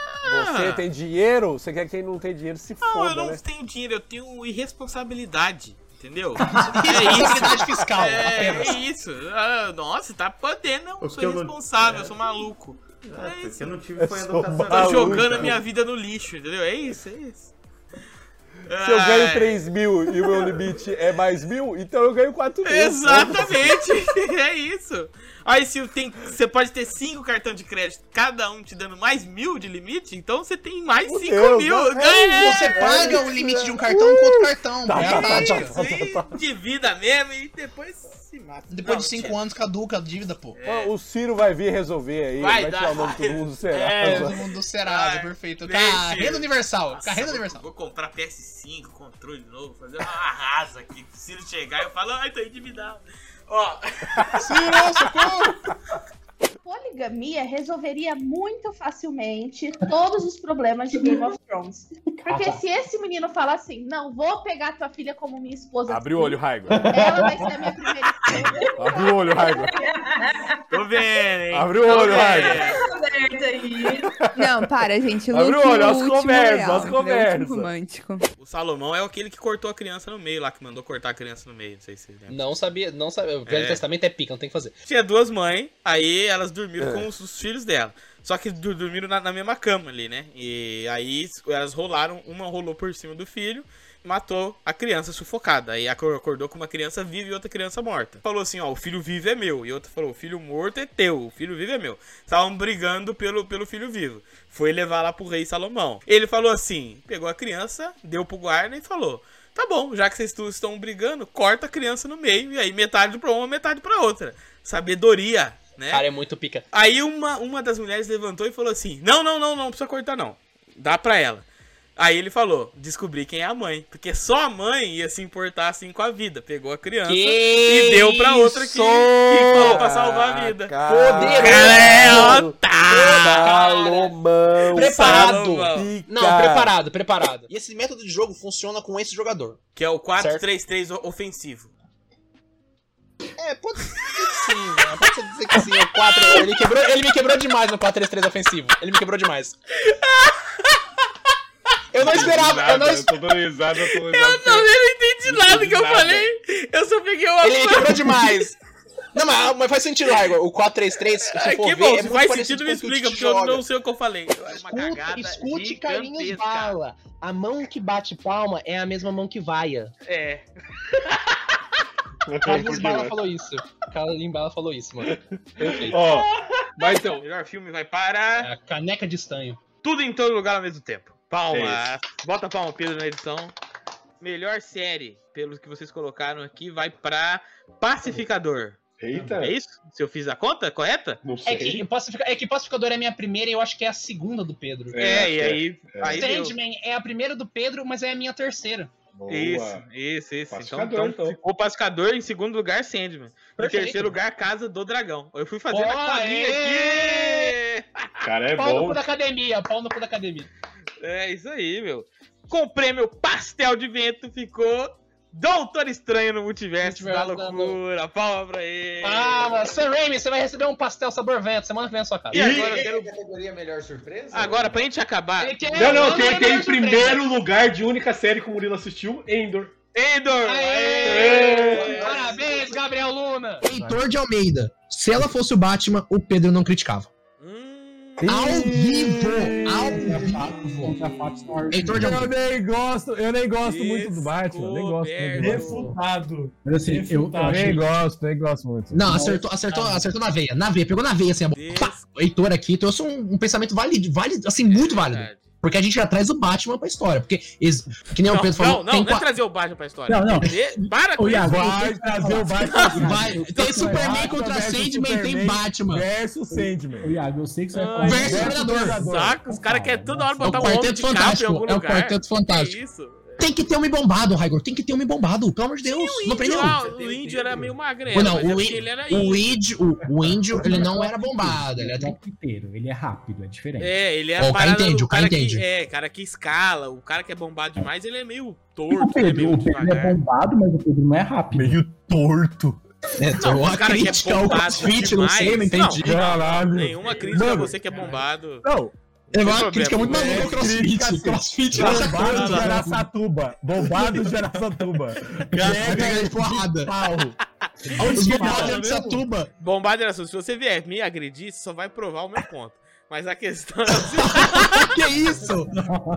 [SPEAKER 4] Você tem dinheiro, você quer que quem não tem dinheiro
[SPEAKER 2] Ah,
[SPEAKER 4] se
[SPEAKER 1] Não, eu
[SPEAKER 4] foda,
[SPEAKER 1] não
[SPEAKER 4] né?
[SPEAKER 1] tenho dinheiro, eu tenho irresponsabilidade. Entendeu?
[SPEAKER 2] Irresponsabilidade fiscal,
[SPEAKER 1] É,
[SPEAKER 2] apenas.
[SPEAKER 1] isso. Ah, Nossa, tá podendo. Eu
[SPEAKER 7] O
[SPEAKER 1] sou
[SPEAKER 7] que eu não-
[SPEAKER 1] irresponsável,
[SPEAKER 7] é. Tá
[SPEAKER 1] eu sou maluco.
[SPEAKER 7] É,
[SPEAKER 1] É
[SPEAKER 7] o que
[SPEAKER 1] isso.
[SPEAKER 7] eu não tive foi
[SPEAKER 1] Eu
[SPEAKER 4] sou
[SPEAKER 7] educação.
[SPEAKER 1] Tô
[SPEAKER 4] maluco,
[SPEAKER 1] jogando a
[SPEAKER 4] cara.
[SPEAKER 1] minha vida no lixo, entendeu? É isso, é isso.
[SPEAKER 4] Se eu ganho
[SPEAKER 1] Ai.
[SPEAKER 4] 3 mil e o meu limite é mais mil, então eu ganho 4 mil.
[SPEAKER 1] É, Exatamente, é isso. Aí se tem, você pode ter cinco cartões de crédito, cada um te dando mais mil de limite, então você tem mais
[SPEAKER 2] Meu
[SPEAKER 1] cinco
[SPEAKER 2] Deus,
[SPEAKER 1] mil.
[SPEAKER 2] né? Você paga o limite de um cartão com outro cartão,
[SPEAKER 1] Tá,
[SPEAKER 2] é a
[SPEAKER 1] tá, tá,
[SPEAKER 2] tática.
[SPEAKER 1] tá, tá, tá. De vida mesmo e depois se mata.
[SPEAKER 2] Depois de
[SPEAKER 1] Não,
[SPEAKER 2] 5
[SPEAKER 1] mentira.
[SPEAKER 2] anos caduca a dívida, pô.
[SPEAKER 4] Ó, O Ciro vai vir resolver aí,
[SPEAKER 1] Vai
[SPEAKER 4] vai,
[SPEAKER 1] dar.
[SPEAKER 4] tirar o nome de todo mundo, será?
[SPEAKER 2] É, todo mundo do Serasa, perfeito.
[SPEAKER 1] vem,
[SPEAKER 2] Carreira
[SPEAKER 1] filho.
[SPEAKER 2] universal,
[SPEAKER 1] Nossa,
[SPEAKER 2] carreira
[SPEAKER 1] vou-
[SPEAKER 2] universal.
[SPEAKER 1] Vou comprar PS5, controle novo, fazer uma arrasa aqui. Se ele chegar, eu falo, "Ah, então é ai, tô endividado. Ó.
[SPEAKER 2] Ciro, socorro!
[SPEAKER 8] Poligamia resolveria muito facilmente todos os problemas de Game of Thrones. Porque se esse menino fala assim, não, vou pegar tua filha como minha esposa.
[SPEAKER 4] Abre o olho, Raigo.
[SPEAKER 8] Ela vai ser a minha primeira
[SPEAKER 4] Abre o olho, Raigo.
[SPEAKER 1] Tô vendo, hein?
[SPEAKER 4] Abre o olho, Raigo.
[SPEAKER 12] Não, para, gente. O
[SPEAKER 4] Abre
[SPEAKER 12] Luke
[SPEAKER 4] o olho,
[SPEAKER 12] é
[SPEAKER 4] as
[SPEAKER 12] último
[SPEAKER 4] conversas,
[SPEAKER 12] leal,
[SPEAKER 4] as
[SPEAKER 12] ele é o último
[SPEAKER 4] conversas.
[SPEAKER 12] romântico.
[SPEAKER 1] O Salomão é aquele que cortou a criança no meio lá, que mandou cortar a criança no meio, não sei se vocês lembram.
[SPEAKER 6] Não sabia, não sabia. O Velho
[SPEAKER 1] É.
[SPEAKER 6] Testamento é pica, não tem o que fazer.
[SPEAKER 1] Tinha duas mães, aí elas dormiram
[SPEAKER 6] É.
[SPEAKER 1] com os, os filhos dela. Só que dur- dormiram na, na mesma cama ali, né? E aí s- elas rolaram, uma rolou por cima do filho e matou a criança sufocada. Aí acor- acordou com uma criança viva e outra criança morta. Falou assim, ó, o filho vivo é meu. E outra falou, o filho morto é teu, o filho vivo é meu. Estavam brigando pelo, pelo filho vivo. Foi levar lá pro rei Salomão. Ele falou assim, pegou a criança, deu pro guarda e falou... Tá bom, já que vocês tu- estão brigando, corta a criança no meio e aí metade pra uma, metade pra outra. Sabedoria, né?
[SPEAKER 6] Cara, é muito pica.
[SPEAKER 1] Aí uma, uma das mulheres levantou e falou assim: Não, não, não, não precisa cortar, não. Dá pra ela. Aí ele falou: descobri quem é a mãe. Porque só a mãe ia se importar assim com a vida. Pegou a criança
[SPEAKER 6] Que
[SPEAKER 1] e deu pra outra que, que falou pra salvar a vida. Poderoso! Cara, é
[SPEAKER 4] Salomão!
[SPEAKER 6] Preparado!
[SPEAKER 1] Salomão.
[SPEAKER 6] Não, preparado, preparado.
[SPEAKER 2] E esse método de jogo funciona com esse jogador.
[SPEAKER 1] Que é o 4-3-3 o- ofensivo.
[SPEAKER 2] É, pode ser que sim, né? Pode ser dizer que sim, é 4
[SPEAKER 6] Ele, quebrou, ele me quebrou demais no 4-3-3 ofensivo. Ele me quebrou demais. Eu não esperava, eu não
[SPEAKER 26] Eu tô dando risada, eu tô dando risada.
[SPEAKER 1] Eu não entendi nada do que eu
[SPEAKER 6] Nada.
[SPEAKER 1] falei. Eu só peguei uma
[SPEAKER 6] Ele
[SPEAKER 1] parte.
[SPEAKER 6] quebrou demais.
[SPEAKER 2] Não, mas, mas faz sentido, Raigo. O 4-3-3,
[SPEAKER 1] Ah,
[SPEAKER 2] se for
[SPEAKER 1] que
[SPEAKER 2] ver,
[SPEAKER 1] bom,
[SPEAKER 2] é
[SPEAKER 1] se
[SPEAKER 2] muito
[SPEAKER 1] faz sentido, me
[SPEAKER 2] parecido com o que
[SPEAKER 1] explica,
[SPEAKER 2] a gente
[SPEAKER 1] porque eu
[SPEAKER 2] joga.
[SPEAKER 1] não sei o que eu falei.
[SPEAKER 6] Escuta, escute
[SPEAKER 27] gigantesca.
[SPEAKER 6] Carlinhos Bala. A mão que bate palma é a mesma mão que vaia.
[SPEAKER 27] É.
[SPEAKER 6] Carlinhos Bala falou isso. Carlinhos Bala falou isso, mano. Perfeito.
[SPEAKER 26] Ó,
[SPEAKER 7] né?
[SPEAKER 26] mas então.
[SPEAKER 1] O melhor filme vai para.
[SPEAKER 6] É, Caneca de estanho.
[SPEAKER 1] Tudo em todo lugar ao mesmo tempo. Palma.
[SPEAKER 6] É
[SPEAKER 1] Bota palma, Pedro, na edição. Melhor série, pelo que vocês colocaram aqui, vai pra Pacificador.
[SPEAKER 26] Eita.
[SPEAKER 1] É isso? Se eu fiz a conta correta?
[SPEAKER 26] Não
[SPEAKER 6] É que, Pacifica- é que Pacificador é a minha primeira e eu acho que é a segunda do Pedro.
[SPEAKER 1] É, e aí- É. aí deu.
[SPEAKER 6] Sandman é a primeira do Pedro, mas é a minha terceira.
[SPEAKER 1] Isso, isso, isso. Então,
[SPEAKER 26] Pacificador,
[SPEAKER 1] então, ficou Pacificador, em segundo lugar, Sandman.
[SPEAKER 6] Perfeito.
[SPEAKER 1] Em terceiro lugar, Casa do Dragão. Eu fui fazer a
[SPEAKER 6] Olha
[SPEAKER 1] colinha
[SPEAKER 6] aí!
[SPEAKER 1] aqui!
[SPEAKER 26] Cara, é
[SPEAKER 6] pau no
[SPEAKER 26] bom.
[SPEAKER 6] cu da academia, pau no cu da academia.
[SPEAKER 1] É isso aí, meu. Com o prêmio Pastel de Vento ficou Doutor Estranho no Multiverso, da
[SPEAKER 6] Multiverso da Ah,
[SPEAKER 1] Loucura. Palma pra ele.
[SPEAKER 6] Palma, Sam Raimi, você vai receber um pastel sabor vento semana que vem na sua casa.
[SPEAKER 1] E agora eu quero-
[SPEAKER 27] Categoria melhor surpresa?
[SPEAKER 1] Agora, pra gente acabar.
[SPEAKER 6] é?
[SPEAKER 26] Não, não,
[SPEAKER 6] um
[SPEAKER 26] tem, tem em primeiro lugar de única série que o Murilo assistiu, Endor.
[SPEAKER 1] Endor! É.
[SPEAKER 6] Parabéns, Gabriel Luna!
[SPEAKER 2] Heitor de Almeida. Se ela fosse o Batman, o Pedro não criticava. Ao vivo! Ao vivo! Heitor de
[SPEAKER 4] Eu
[SPEAKER 2] Almeida.
[SPEAKER 4] nem gosto, eu nem gosto muito do Batman. Nem gosto muito do Batman.
[SPEAKER 28] Refutado.
[SPEAKER 29] Mas assim, eu- eu, achei
[SPEAKER 4] Nem gosto, nem gosto muito.
[SPEAKER 2] Não, acertou, acertou, acertou na veia. Na veia, pegou na veia assim, a bola. Pá! Heitor aqui trouxe um, um pensamento válido, válido, assim,
[SPEAKER 1] É
[SPEAKER 2] muito válido. Porque a gente já traz o Batman pra história. Porque, ex- que nem o
[SPEAKER 1] Não,
[SPEAKER 2] Pedro falou.
[SPEAKER 1] não, não, não é
[SPEAKER 2] qua-
[SPEAKER 1] trazer o Batman pra história.
[SPEAKER 2] Não, não.
[SPEAKER 1] E- Para com
[SPEAKER 2] Ô,
[SPEAKER 1] isso.
[SPEAKER 2] Iago,
[SPEAKER 4] Vai trazer o Batman.
[SPEAKER 2] Vai,
[SPEAKER 1] é
[SPEAKER 2] tem Superman contra
[SPEAKER 4] versus
[SPEAKER 2] Sandman, tem
[SPEAKER 4] Superman
[SPEAKER 2] Batman. É
[SPEAKER 4] Versus Sandman.
[SPEAKER 29] Iago, eu sei que você vai falar.
[SPEAKER 2] Versus Predador.
[SPEAKER 1] Saco, os caras querem toda hora
[SPEAKER 2] É o
[SPEAKER 1] botar um homem
[SPEAKER 2] Quarteto
[SPEAKER 1] de capa em
[SPEAKER 2] Fantástico.
[SPEAKER 1] algum
[SPEAKER 2] É o
[SPEAKER 1] lugar.
[SPEAKER 2] Quarteto Fantástico.
[SPEAKER 1] Que isso?
[SPEAKER 30] Tem que ter um bombado, Raigor. Tem que ter um bombado, pelo amor de Deus.
[SPEAKER 7] O
[SPEAKER 30] não
[SPEAKER 7] índio,
[SPEAKER 30] aprendeu?
[SPEAKER 7] ah, o índio era meio magrelo.
[SPEAKER 30] Ou não,
[SPEAKER 7] mas é
[SPEAKER 30] o,
[SPEAKER 7] porque
[SPEAKER 30] í-
[SPEAKER 7] ele era
[SPEAKER 30] o
[SPEAKER 7] índio.
[SPEAKER 30] índio, o, o índio, ele não
[SPEAKER 2] um
[SPEAKER 30] era bombado, ele
[SPEAKER 6] Ele é
[SPEAKER 30] era... um
[SPEAKER 6] inteiro, ele é rápido, é diferente.
[SPEAKER 7] É, ele é
[SPEAKER 30] Ó, o cara
[SPEAKER 7] a parada
[SPEAKER 30] entende,
[SPEAKER 7] do
[SPEAKER 30] o cara
[SPEAKER 7] que,
[SPEAKER 30] entende.
[SPEAKER 7] é, cara que escala, o cara que é bombado demais, ele é meio
[SPEAKER 6] O
[SPEAKER 7] torto, ele é
[SPEAKER 6] Pedro,
[SPEAKER 7] meio
[SPEAKER 6] o Pedro é
[SPEAKER 7] devagar.
[SPEAKER 6] bombado, mas o Pedro não é rápido. Meio torto.
[SPEAKER 30] É,
[SPEAKER 7] Não, o cara que é bombado demais- Não,
[SPEAKER 4] Caralho.
[SPEAKER 7] Nenhuma crítica a
[SPEAKER 4] Mano,
[SPEAKER 7] você que é bombado.
[SPEAKER 4] Não.
[SPEAKER 30] É
[SPEAKER 7] Tem problema.
[SPEAKER 4] É, crítica,
[SPEAKER 30] crossfit,
[SPEAKER 4] Bombado de
[SPEAKER 30] Araçatuba.
[SPEAKER 4] Araçatuba. Bombado de Araçatuba.
[SPEAKER 30] Pega é de porrada. Os bombados
[SPEAKER 6] né,
[SPEAKER 30] de Araçatuba.
[SPEAKER 7] Bombado era sua. Se você vier me agredir, você só vai provar o meu ponto. Mas a questão é
[SPEAKER 30] que isso?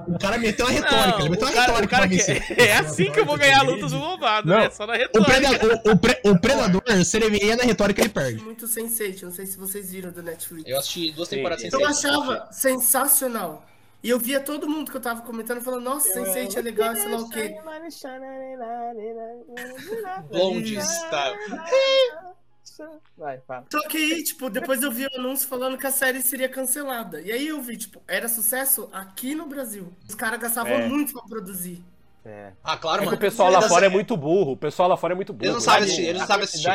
[SPEAKER 30] O cara meteu a retórica, ele meteu a retórica pra vencer.
[SPEAKER 7] É assim que eu vou ganhar a luta do bombado,
[SPEAKER 30] Não.
[SPEAKER 7] né? Só na
[SPEAKER 30] O,
[SPEAKER 7] retórica.
[SPEAKER 30] preda- o- o pre- o predador, se ele vier na retórica, ele perde.
[SPEAKER 12] É Muito Sense8, não sei se vocês viram do Netflix.
[SPEAKER 2] Eu assisti duas
[SPEAKER 30] Sim,
[SPEAKER 2] temporadas
[SPEAKER 30] sim.
[SPEAKER 4] Então,
[SPEAKER 2] sem
[SPEAKER 12] Eu achava sensacional. E eu via todo mundo que eu tava comentando falando, nossa, Sense8 é legal, sei lá o quê.
[SPEAKER 2] Blondes, tá?
[SPEAKER 1] Vai, fala.
[SPEAKER 12] Só que aí, tipo, depois eu vi o anúncio falando que a série seria cancelada. E aí eu vi, tipo, era sucesso aqui no Brasil. Os caras gastavam
[SPEAKER 4] É.
[SPEAKER 12] muito pra produzir.
[SPEAKER 2] Ah, claro,
[SPEAKER 4] é que
[SPEAKER 2] mano.
[SPEAKER 4] o pessoal lá
[SPEAKER 2] Eles-
[SPEAKER 4] fora é muito burro. O pessoal lá fora é muito burro.
[SPEAKER 2] Eles não sabem assistir, eles não sabem assistir.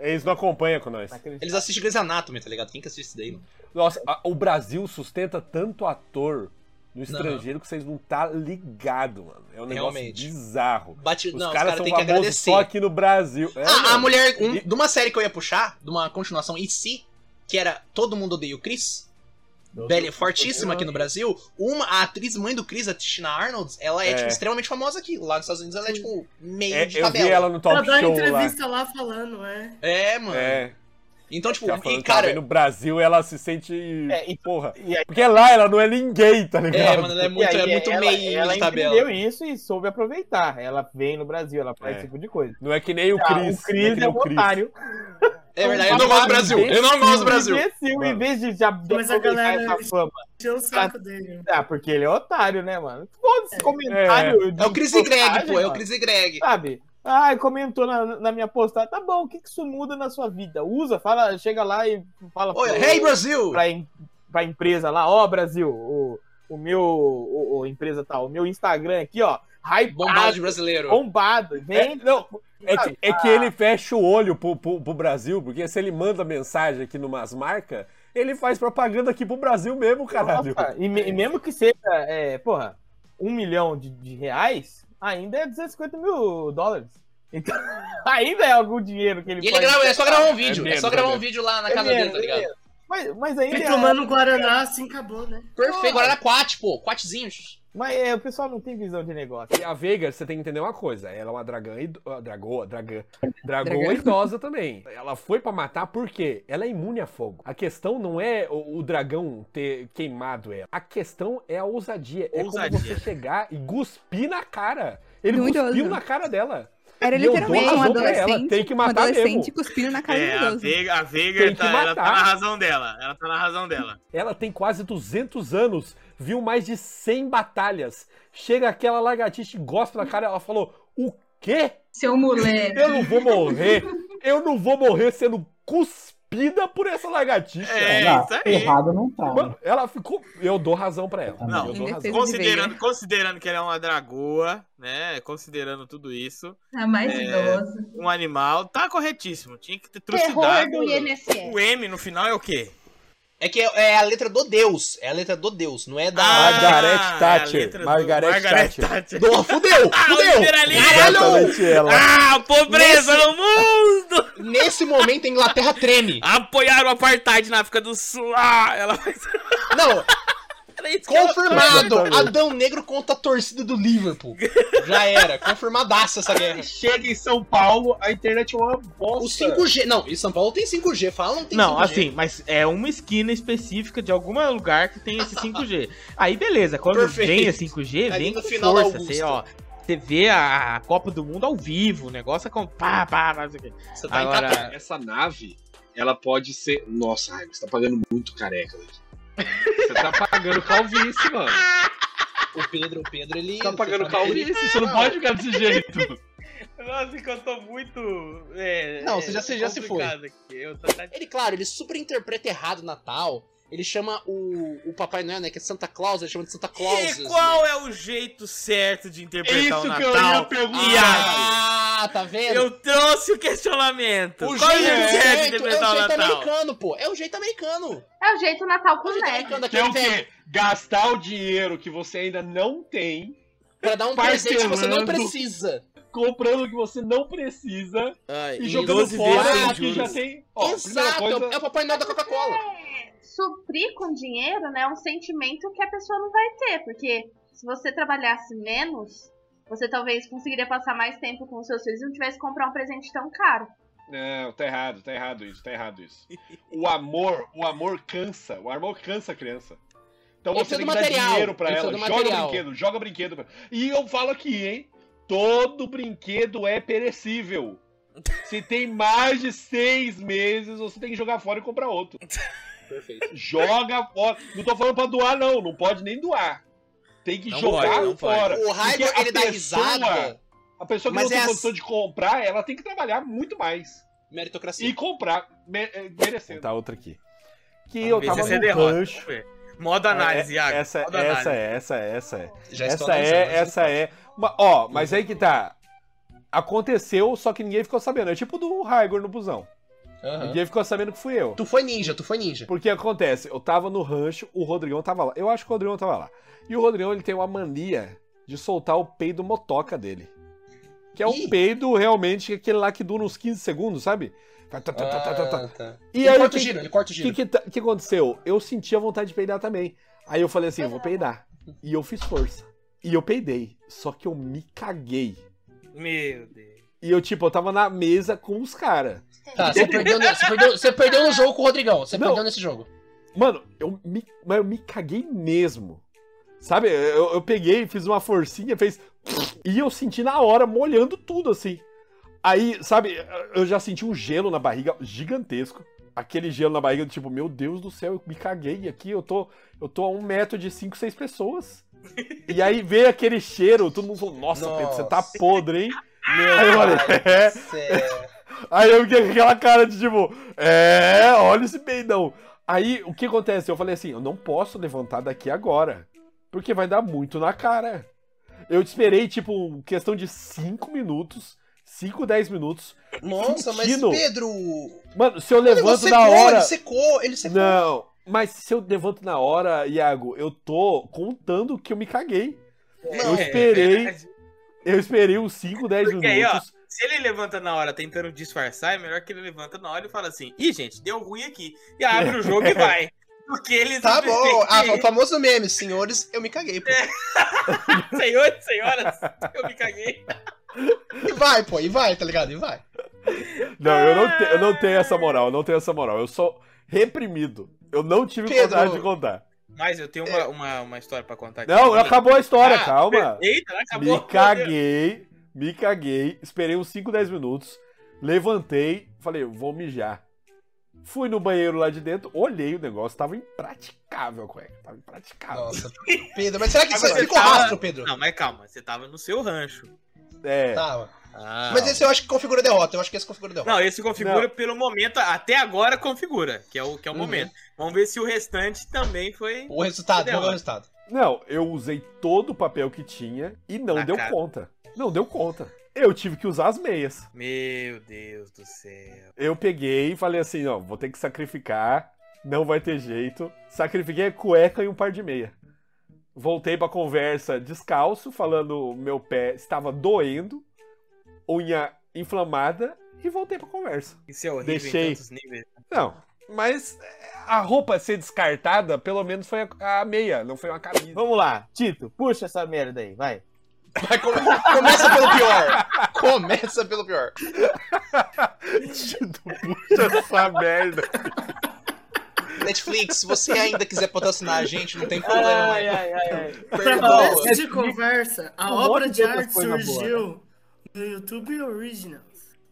[SPEAKER 4] Eles não acompanham com nós.
[SPEAKER 2] Eles assistem Grey's Anatomy, tá ligado? Quem que assiste isso daí, mano?
[SPEAKER 4] Nossa, a- o Brasil sustenta tanto ator no estrangeiro que vocês não tá ligado, mano. É um negócio
[SPEAKER 2] Realmente.
[SPEAKER 4] bizarro.
[SPEAKER 2] Bate-
[SPEAKER 4] Os
[SPEAKER 2] não, os
[SPEAKER 4] caras
[SPEAKER 2] cara
[SPEAKER 4] são
[SPEAKER 2] tem que
[SPEAKER 4] famosos
[SPEAKER 2] agradecer.
[SPEAKER 4] só aqui no Brasil.
[SPEAKER 2] Ah,
[SPEAKER 4] É,
[SPEAKER 2] a
[SPEAKER 4] mano.
[SPEAKER 2] mulher, um- de uma série que eu ia puxar, de uma continuação em si, que era Todo Mundo Odeia o Chris,
[SPEAKER 7] é
[SPEAKER 2] velha, fortíssima aqui no Brasil, uma, a atriz mãe do Chris, a Tina Arnold, ela é,
[SPEAKER 4] É.
[SPEAKER 2] tipo, extremamente famosa aqui. Lá nos Estados Unidos ela é, tipo, meio
[SPEAKER 4] É,
[SPEAKER 2] de
[SPEAKER 4] eu vi
[SPEAKER 2] tabela.
[SPEAKER 4] ela no Talk
[SPEAKER 1] tá
[SPEAKER 12] Pra dar
[SPEAKER 4] Show
[SPEAKER 12] entrevista lá. falando, é.
[SPEAKER 2] É, mano.
[SPEAKER 4] É.
[SPEAKER 2] Então, tipo,
[SPEAKER 4] Tá
[SPEAKER 2] e,
[SPEAKER 4] falando, cara...
[SPEAKER 2] cara...
[SPEAKER 4] no Brasil ela se sente.
[SPEAKER 1] É, e-
[SPEAKER 4] porra.
[SPEAKER 1] e aí-
[SPEAKER 4] Porque lá ela não é ninguém, tá ligado?
[SPEAKER 2] É, mano, ela é muito-
[SPEAKER 1] E aí,
[SPEAKER 2] é muito
[SPEAKER 1] ela,
[SPEAKER 2] meio
[SPEAKER 1] ela
[SPEAKER 2] de tabela. É
[SPEAKER 1] entendeu isso e soube aproveitar. Ela vem no Brasil, ela faz
[SPEAKER 4] É.
[SPEAKER 1] esse tipo de coisa.
[SPEAKER 4] Não é que nem o
[SPEAKER 1] Ah,
[SPEAKER 4] Chris.
[SPEAKER 1] o Chris
[SPEAKER 4] não que
[SPEAKER 1] é
[SPEAKER 4] nem o
[SPEAKER 1] um otário.
[SPEAKER 4] então,
[SPEAKER 2] É verdade, eu não gosto do Brasil. Eu não gosto do Brasil.
[SPEAKER 1] Imbecil, em
[SPEAKER 2] Mano.
[SPEAKER 1] vez de já
[SPEAKER 12] Mas a galera
[SPEAKER 1] aproveitar essa fama.
[SPEAKER 12] Encheu o saco dele.
[SPEAKER 1] Ah, porque ele é otário, né, mano? Foda-se, comentário.
[SPEAKER 2] É.
[SPEAKER 1] de
[SPEAKER 2] É o Chris e Greg,
[SPEAKER 1] postagem,
[SPEAKER 2] pô, é o
[SPEAKER 1] mano.
[SPEAKER 2] Chris e Greg.
[SPEAKER 1] Sabe? Ai, comentou na, na minha postagem. Tá bom, o que, que isso muda na sua vida? Usa, fala, chega lá e fala.
[SPEAKER 2] Oi,
[SPEAKER 1] pro-
[SPEAKER 2] hey, Brasil!
[SPEAKER 1] Pra, em- pra empresa lá, ó, Brasil, o, o meu. O, o empresa tal, o meu Instagram aqui, ó. Hypado,
[SPEAKER 2] Bombado de brasileiro.
[SPEAKER 1] Bombado, vem.
[SPEAKER 4] É, não, É que,
[SPEAKER 1] sabe?
[SPEAKER 4] é que
[SPEAKER 1] Ah.
[SPEAKER 4] ele fecha o olho pro, pro- pro Brasil, porque se ele manda mensagem aqui numas marcas, ele faz propaganda aqui pro Brasil mesmo, caralho.
[SPEAKER 1] Nossa, e, me- e mesmo que seja, é, porra, um milhão de, de reais, ainda é 250 mil dólares. Então, ainda é algum dinheiro que ele
[SPEAKER 2] E ele
[SPEAKER 1] pode-
[SPEAKER 2] grava, é só gravar um vídeo,
[SPEAKER 1] menos,
[SPEAKER 2] é só gravar um
[SPEAKER 1] menos.
[SPEAKER 2] vídeo lá na
[SPEAKER 1] É
[SPEAKER 2] casa
[SPEAKER 1] menos,
[SPEAKER 2] dele, tá
[SPEAKER 1] é
[SPEAKER 2] ligado?
[SPEAKER 1] menos. Mas, mas ainda
[SPEAKER 12] E
[SPEAKER 1] é-
[SPEAKER 12] tomando Guaraná, assim acabou, né?
[SPEAKER 2] Perfeito, Guaraná Quat, pô, Quatzinhos.
[SPEAKER 1] Mas é, o pessoal não tem visão de negócio.
[SPEAKER 4] E a Veiga, você tem que entender uma coisa, ela é uma dragã, ido- ah, dragoa, dragã, dragoa
[SPEAKER 1] Dragã.
[SPEAKER 4] idosa também. Ela foi pra matar porque ela é imune a fogo. A questão não é o, o dragão ter queimado ela, a questão é a ousadia. É como
[SPEAKER 7] Ousadia.
[SPEAKER 4] você chegar e guspir na cara. Ele
[SPEAKER 31] Muito
[SPEAKER 4] cuspiu
[SPEAKER 31] oso.
[SPEAKER 4] na cara dela.
[SPEAKER 31] Era
[SPEAKER 4] E eu dou
[SPEAKER 31] literalmente um
[SPEAKER 4] razão pra é, ela,
[SPEAKER 31] adolescente,
[SPEAKER 4] Tem que
[SPEAKER 31] um
[SPEAKER 4] matar
[SPEAKER 31] adolescente
[SPEAKER 4] mesmo.
[SPEAKER 31] cuspindo na cara
[SPEAKER 7] É,
[SPEAKER 31] do
[SPEAKER 7] a
[SPEAKER 31] idoso.
[SPEAKER 7] Veiga, a
[SPEAKER 4] Tem
[SPEAKER 7] Veiga
[SPEAKER 4] que
[SPEAKER 7] tá, ela tá
[SPEAKER 4] matar.
[SPEAKER 7] na razão dela. Ela tá na razão dela.
[SPEAKER 4] Ela tem quase 200 anos, viu mais de 100 batalhas. Chega aquela lagartixa e gosta da cara, ela falou: O quê?
[SPEAKER 32] Seu moleque.
[SPEAKER 4] Eu não vou morrer. Eu não vou morrer sendo cuspida por essa lagartixa.
[SPEAKER 7] É, isso aí.
[SPEAKER 6] Errado não tá.
[SPEAKER 4] Mano, ela ficou. Eu dou razão pra ela.
[SPEAKER 7] Não,
[SPEAKER 4] eu dou razão.
[SPEAKER 7] considerando, considerando que ela é uma dragoa, né? Considerando tudo isso.
[SPEAKER 12] é
[SPEAKER 32] A mais
[SPEAKER 2] É.
[SPEAKER 32] idosa.
[SPEAKER 7] Um animal, tá corretíssimo. Tinha que ter
[SPEAKER 8] Terror
[SPEAKER 7] trucidado.
[SPEAKER 8] do INSS.
[SPEAKER 7] O M no final é o quê?
[SPEAKER 2] É que é, é a letra do Deus, é a letra do Deus, não é da...
[SPEAKER 33] Ah,
[SPEAKER 4] Margaret
[SPEAKER 7] é Ah, a
[SPEAKER 4] Thatcher.
[SPEAKER 7] letra do-
[SPEAKER 4] Margaret,
[SPEAKER 7] Margaret
[SPEAKER 4] Thatcher.
[SPEAKER 7] Thatcher.
[SPEAKER 2] Dô, fudeu, fudeu!
[SPEAKER 7] liberalismo!
[SPEAKER 4] Exatamente ela.
[SPEAKER 7] Ah, pobreza
[SPEAKER 2] Nesse-
[SPEAKER 7] no mundo!
[SPEAKER 2] Nesse momento a Inglaterra treme.
[SPEAKER 7] Apoiaram o apartheid na África do Sul. Ah, ela vai ser
[SPEAKER 2] Não, é confirmado,
[SPEAKER 7] Exatamente.
[SPEAKER 2] Adão Negro contra a torcida do Liverpool. Já era, confirmadaça essa guerra.
[SPEAKER 33] Chega em São Paulo, a internet é uma bosta.
[SPEAKER 2] O 5G, não, em São Paulo tem 5G, fala não tem
[SPEAKER 34] Não,
[SPEAKER 2] 5G.
[SPEAKER 34] assim, mas é uma esquina específica de algum lugar que tem esse 5G. Aí beleza, quando
[SPEAKER 2] Perfeito.
[SPEAKER 34] vem a 5G,
[SPEAKER 2] Ali
[SPEAKER 34] vem
[SPEAKER 2] no
[SPEAKER 34] com
[SPEAKER 2] final da
[SPEAKER 34] força,
[SPEAKER 2] Augusta.
[SPEAKER 34] você, ó. Você vê a Copa do Mundo ao vivo, o negócio é com pá, pá, pá, não sei o quê.
[SPEAKER 2] tá
[SPEAKER 34] Agora,
[SPEAKER 33] Essa nave, ela pode ser. Nossa, Raigo, você tá pagando muito careca. velho. Você tá pagando calvície, mano.
[SPEAKER 2] O Pedro, o Pedro, ele...
[SPEAKER 33] Você tá pagando
[SPEAKER 2] você sabe, ele-
[SPEAKER 33] calvície, você não pode jogar desse jeito.
[SPEAKER 35] Nossa, que eu tô muito.
[SPEAKER 2] Não, você já- você já se foi.
[SPEAKER 35] complicado Aqui. Eu tô...
[SPEAKER 2] Ele, claro, ele super interpreta errado o Natal. Ele chama o, o Papai Noel, né? Que é Santa Claus, ele chama de Santa Claus.
[SPEAKER 1] E qual é o jeito certo de
[SPEAKER 4] É
[SPEAKER 1] interpretar
[SPEAKER 2] Isso
[SPEAKER 1] o Natal?
[SPEAKER 2] que eu ia perguntar.
[SPEAKER 1] Iago?
[SPEAKER 2] Ah, tá vendo?
[SPEAKER 1] Eu trouxe o questionamento.
[SPEAKER 2] O
[SPEAKER 1] qual é o jeito certo
[SPEAKER 2] jeito
[SPEAKER 1] de
[SPEAKER 2] certo é
[SPEAKER 1] interpretar
[SPEAKER 2] o
[SPEAKER 1] o
[SPEAKER 2] jeito
[SPEAKER 1] Natal?
[SPEAKER 2] americano, pô. É o jeito americano.
[SPEAKER 12] É o jeito Natal com neve.
[SPEAKER 19] Que é o quê? Gastar o dinheiro que você ainda não tem.
[SPEAKER 2] Pra dar um presente que você não precisa.
[SPEAKER 19] Comprando o que você não precisa. e
[SPEAKER 2] em
[SPEAKER 19] jogando
[SPEAKER 2] 12
[SPEAKER 19] fora
[SPEAKER 2] vezes
[SPEAKER 19] o que
[SPEAKER 2] sem
[SPEAKER 19] já
[SPEAKER 2] juros.
[SPEAKER 19] tem. Ó, primeira
[SPEAKER 2] Exato, é o Papai Noel da Coca-Cola.
[SPEAKER 36] suprir com dinheiro, né, um sentimento que a pessoa não vai ter, porque se você trabalhasse menos, você talvez conseguiria passar mais tempo com os seus filhos e não tivesse que comprar um presente tão caro.
[SPEAKER 19] Não, tá errado, tá errado isso, tá errado isso. O amor, o amor cansa, o amor cansa a criança. Então
[SPEAKER 2] Isso
[SPEAKER 19] você
[SPEAKER 2] é do
[SPEAKER 19] tem que
[SPEAKER 2] material,
[SPEAKER 19] dar dinheiro pra
[SPEAKER 2] isso é
[SPEAKER 19] ela,
[SPEAKER 2] do
[SPEAKER 19] joga
[SPEAKER 2] material.
[SPEAKER 19] brinquedo, joga brinquedo. pra- E eu falo aqui, hein? Todo brinquedo é perecível. Se tem mais de seis meses, você tem que jogar fora e comprar outro.
[SPEAKER 2] Perfeito.
[SPEAKER 19] Joga fora. Não tô falando pra doar, não. Não pode nem doar. Tem que
[SPEAKER 2] Não
[SPEAKER 19] jogar
[SPEAKER 2] pode, não pode.
[SPEAKER 19] fora.
[SPEAKER 2] O Raider,
[SPEAKER 19] Porque a
[SPEAKER 2] ele dá risada,
[SPEAKER 19] A pessoa que
[SPEAKER 2] mas
[SPEAKER 19] não tem
[SPEAKER 2] é a-
[SPEAKER 19] condição de comprar, ela tem que trabalhar muito mais.
[SPEAKER 2] Meritocracia.
[SPEAKER 19] E comprar, me- eh, merecendo.
[SPEAKER 4] Tá outra aqui. Que
[SPEAKER 19] Vamos
[SPEAKER 4] eu
[SPEAKER 19] ver se
[SPEAKER 4] tava
[SPEAKER 1] é
[SPEAKER 19] você
[SPEAKER 4] no
[SPEAKER 19] derrota,
[SPEAKER 4] gancho.
[SPEAKER 1] vamos ver. Modo análise,
[SPEAKER 4] É,
[SPEAKER 1] Iago,
[SPEAKER 4] Essa,
[SPEAKER 1] modo
[SPEAKER 4] essa
[SPEAKER 1] análise.
[SPEAKER 4] é, essa é, essa é.
[SPEAKER 1] Já estou
[SPEAKER 4] essa
[SPEAKER 1] analisando,
[SPEAKER 4] é, essa é. Ma- ó, mas aí que tá. Aconteceu, só que ninguém ficou sabendo. É tipo do Raigor no busão.
[SPEAKER 2] Aham.
[SPEAKER 4] Ninguém ficou sabendo que fui eu.
[SPEAKER 2] Tu foi ninja, tu foi ninja.
[SPEAKER 4] Porque acontece, eu tava no rancho, o Rodrigão tava lá. Eu acho que o Rodrigão tava lá. E o Rodrigão, ele tem uma mania de soltar o peido motoca dele. Que é um peido realmente aquele lá que dura uns 15 segundos, sabe? Vai tá, tá, tá, tá, tá,
[SPEAKER 2] Ah,
[SPEAKER 4] tá. E
[SPEAKER 2] Ele
[SPEAKER 4] aí,
[SPEAKER 2] corta
[SPEAKER 4] o
[SPEAKER 2] o
[SPEAKER 4] que-
[SPEAKER 2] giro, ele corta o giro.
[SPEAKER 4] O que, que, tá- que aconteceu? Eu senti a vontade de peidar também. Aí eu falei assim, eu vou peidar. E eu fiz força. E eu peidei. Só que eu me caguei.
[SPEAKER 1] Meu Deus.
[SPEAKER 4] E eu, tipo, eu tava na mesa com os caras.
[SPEAKER 2] Tá, você perdeu, ne- você, perdeu, você perdeu no jogo com o Rodrigão. Você
[SPEAKER 4] Não.
[SPEAKER 2] perdeu nesse jogo.
[SPEAKER 4] Mano, eu me, mas eu me caguei mesmo. Sabe, eu, eu peguei, fiz uma forcinha, fez. E eu senti na hora, molhando tudo assim. Aí, sabe, eu já senti um gelo na barriga gigantesco. Aquele gelo na barriga, tipo, meu Deus do céu, eu me caguei aqui, eu tô, eu tô a um metro de cinco, seis pessoas. E aí veio aquele cheiro, todo mundo falou, nossa, Pedro, você tá podre, hein? aí eu falei, é. Aí eu fiquei com aquela cara de tipo, é, olha esse peidão. Aí o que acontece? Eu falei assim, eu não posso levantar daqui agora. Porque vai dar muito na cara. Eu esperei, tipo, questão de 5 minutos. 5, 10 minutos.
[SPEAKER 2] Nossa, mas
[SPEAKER 4] sentindo.
[SPEAKER 2] Pedro.
[SPEAKER 4] Mano, se eu
[SPEAKER 2] Rodrigão
[SPEAKER 4] levanto
[SPEAKER 2] secou,
[SPEAKER 4] na hora.
[SPEAKER 2] Ele secou, ele secou.
[SPEAKER 4] Não, mas se eu levanto na hora, Iago, eu tô contando que eu me caguei. eu
[SPEAKER 1] é
[SPEAKER 4] esperei.
[SPEAKER 1] verdade.
[SPEAKER 4] eu esperei uns 5, 10
[SPEAKER 1] Porque aí,
[SPEAKER 4] minutos.
[SPEAKER 1] ó, se ele levanta na hora tentando disfarçar, é melhor que ele levanta na hora e fala assim, ih, gente, deu ruim aqui. E abre o jogo e vai. Porque ele
[SPEAKER 2] Tá bom.
[SPEAKER 1] simplesmente-
[SPEAKER 2] Ah, o famoso meme, senhores, eu me caguei, pô.
[SPEAKER 1] Senhores, senhoras, eu me caguei.
[SPEAKER 2] E vai, pô, e vai, tá ligado? E vai.
[SPEAKER 4] Não, eu não, te- eu não tenho essa moral, eu não tenho essa moral. Eu sou reprimido. Eu não tive
[SPEAKER 1] Pedro.
[SPEAKER 4] coragem de contar.
[SPEAKER 1] Mas eu tenho uma, uma, uma história pra contar aqui.
[SPEAKER 4] Não, acabou a história,
[SPEAKER 1] Ah,
[SPEAKER 4] calma.
[SPEAKER 1] Eita, ela acabou.
[SPEAKER 4] Me caguei, me caguei, esperei uns 5, 10 minutos, levantei, falei, eu vou mijar. Fui no banheiro lá de dentro, olhei o negócio, tava impraticável a cueca, tava impraticável.
[SPEAKER 2] Nossa, Pedro, mas será que
[SPEAKER 1] Ah, Mas
[SPEAKER 2] isso é
[SPEAKER 1] você
[SPEAKER 2] ficou
[SPEAKER 1] tava-
[SPEAKER 2] rastro, Pedro?
[SPEAKER 1] Não, mas calma, você tava no seu rancho.
[SPEAKER 4] É.
[SPEAKER 2] Tava.
[SPEAKER 1] Ah.
[SPEAKER 2] Mas esse eu acho que configura derrota, eu acho que esse configura derrota.
[SPEAKER 1] Não, esse configura pelo momento, até agora configura, que é o, que é o momento. Vamos ver se o restante também foi.
[SPEAKER 2] O resultado, vamos ver o resultado.
[SPEAKER 4] Não, eu usei todo o papel que tinha e não
[SPEAKER 1] Na
[SPEAKER 4] deu
[SPEAKER 1] cara.
[SPEAKER 4] conta. Não deu conta. Eu tive que usar as meias.
[SPEAKER 1] Meu Deus do céu.
[SPEAKER 4] Eu peguei e falei assim, ó, vou ter que sacrificar, não vai ter jeito. Sacrifiquei a cueca e um par de meia. Voltei pra conversa descalço, falando o meu pé estava doendo, unha inflamada, e voltei pra conversa.
[SPEAKER 1] Isso é horrível
[SPEAKER 4] Deixei.
[SPEAKER 1] em tantos níveis. né?
[SPEAKER 4] Não, mas é, a roupa ser descartada, pelo menos foi a, a meia, não foi uma camisa. Vamos lá, Tito,
[SPEAKER 23] puxa essa merda aí, vai.
[SPEAKER 2] Começa pelo pior. Começa pelo pior.
[SPEAKER 4] Puxa essa merda.
[SPEAKER 2] Netflix, se você ainda quiser patrocinar a gente, não tem problema.
[SPEAKER 18] Ai, ai, ai, ai. Pra
[SPEAKER 2] Perdoa.
[SPEAKER 7] é
[SPEAKER 18] começo
[SPEAKER 7] tipo
[SPEAKER 18] de conversa, a
[SPEAKER 2] Um
[SPEAKER 18] obra de
[SPEAKER 2] monte de outras
[SPEAKER 18] arte
[SPEAKER 7] né?
[SPEAKER 2] coisas boas,
[SPEAKER 18] surgiu no YouTube Originals.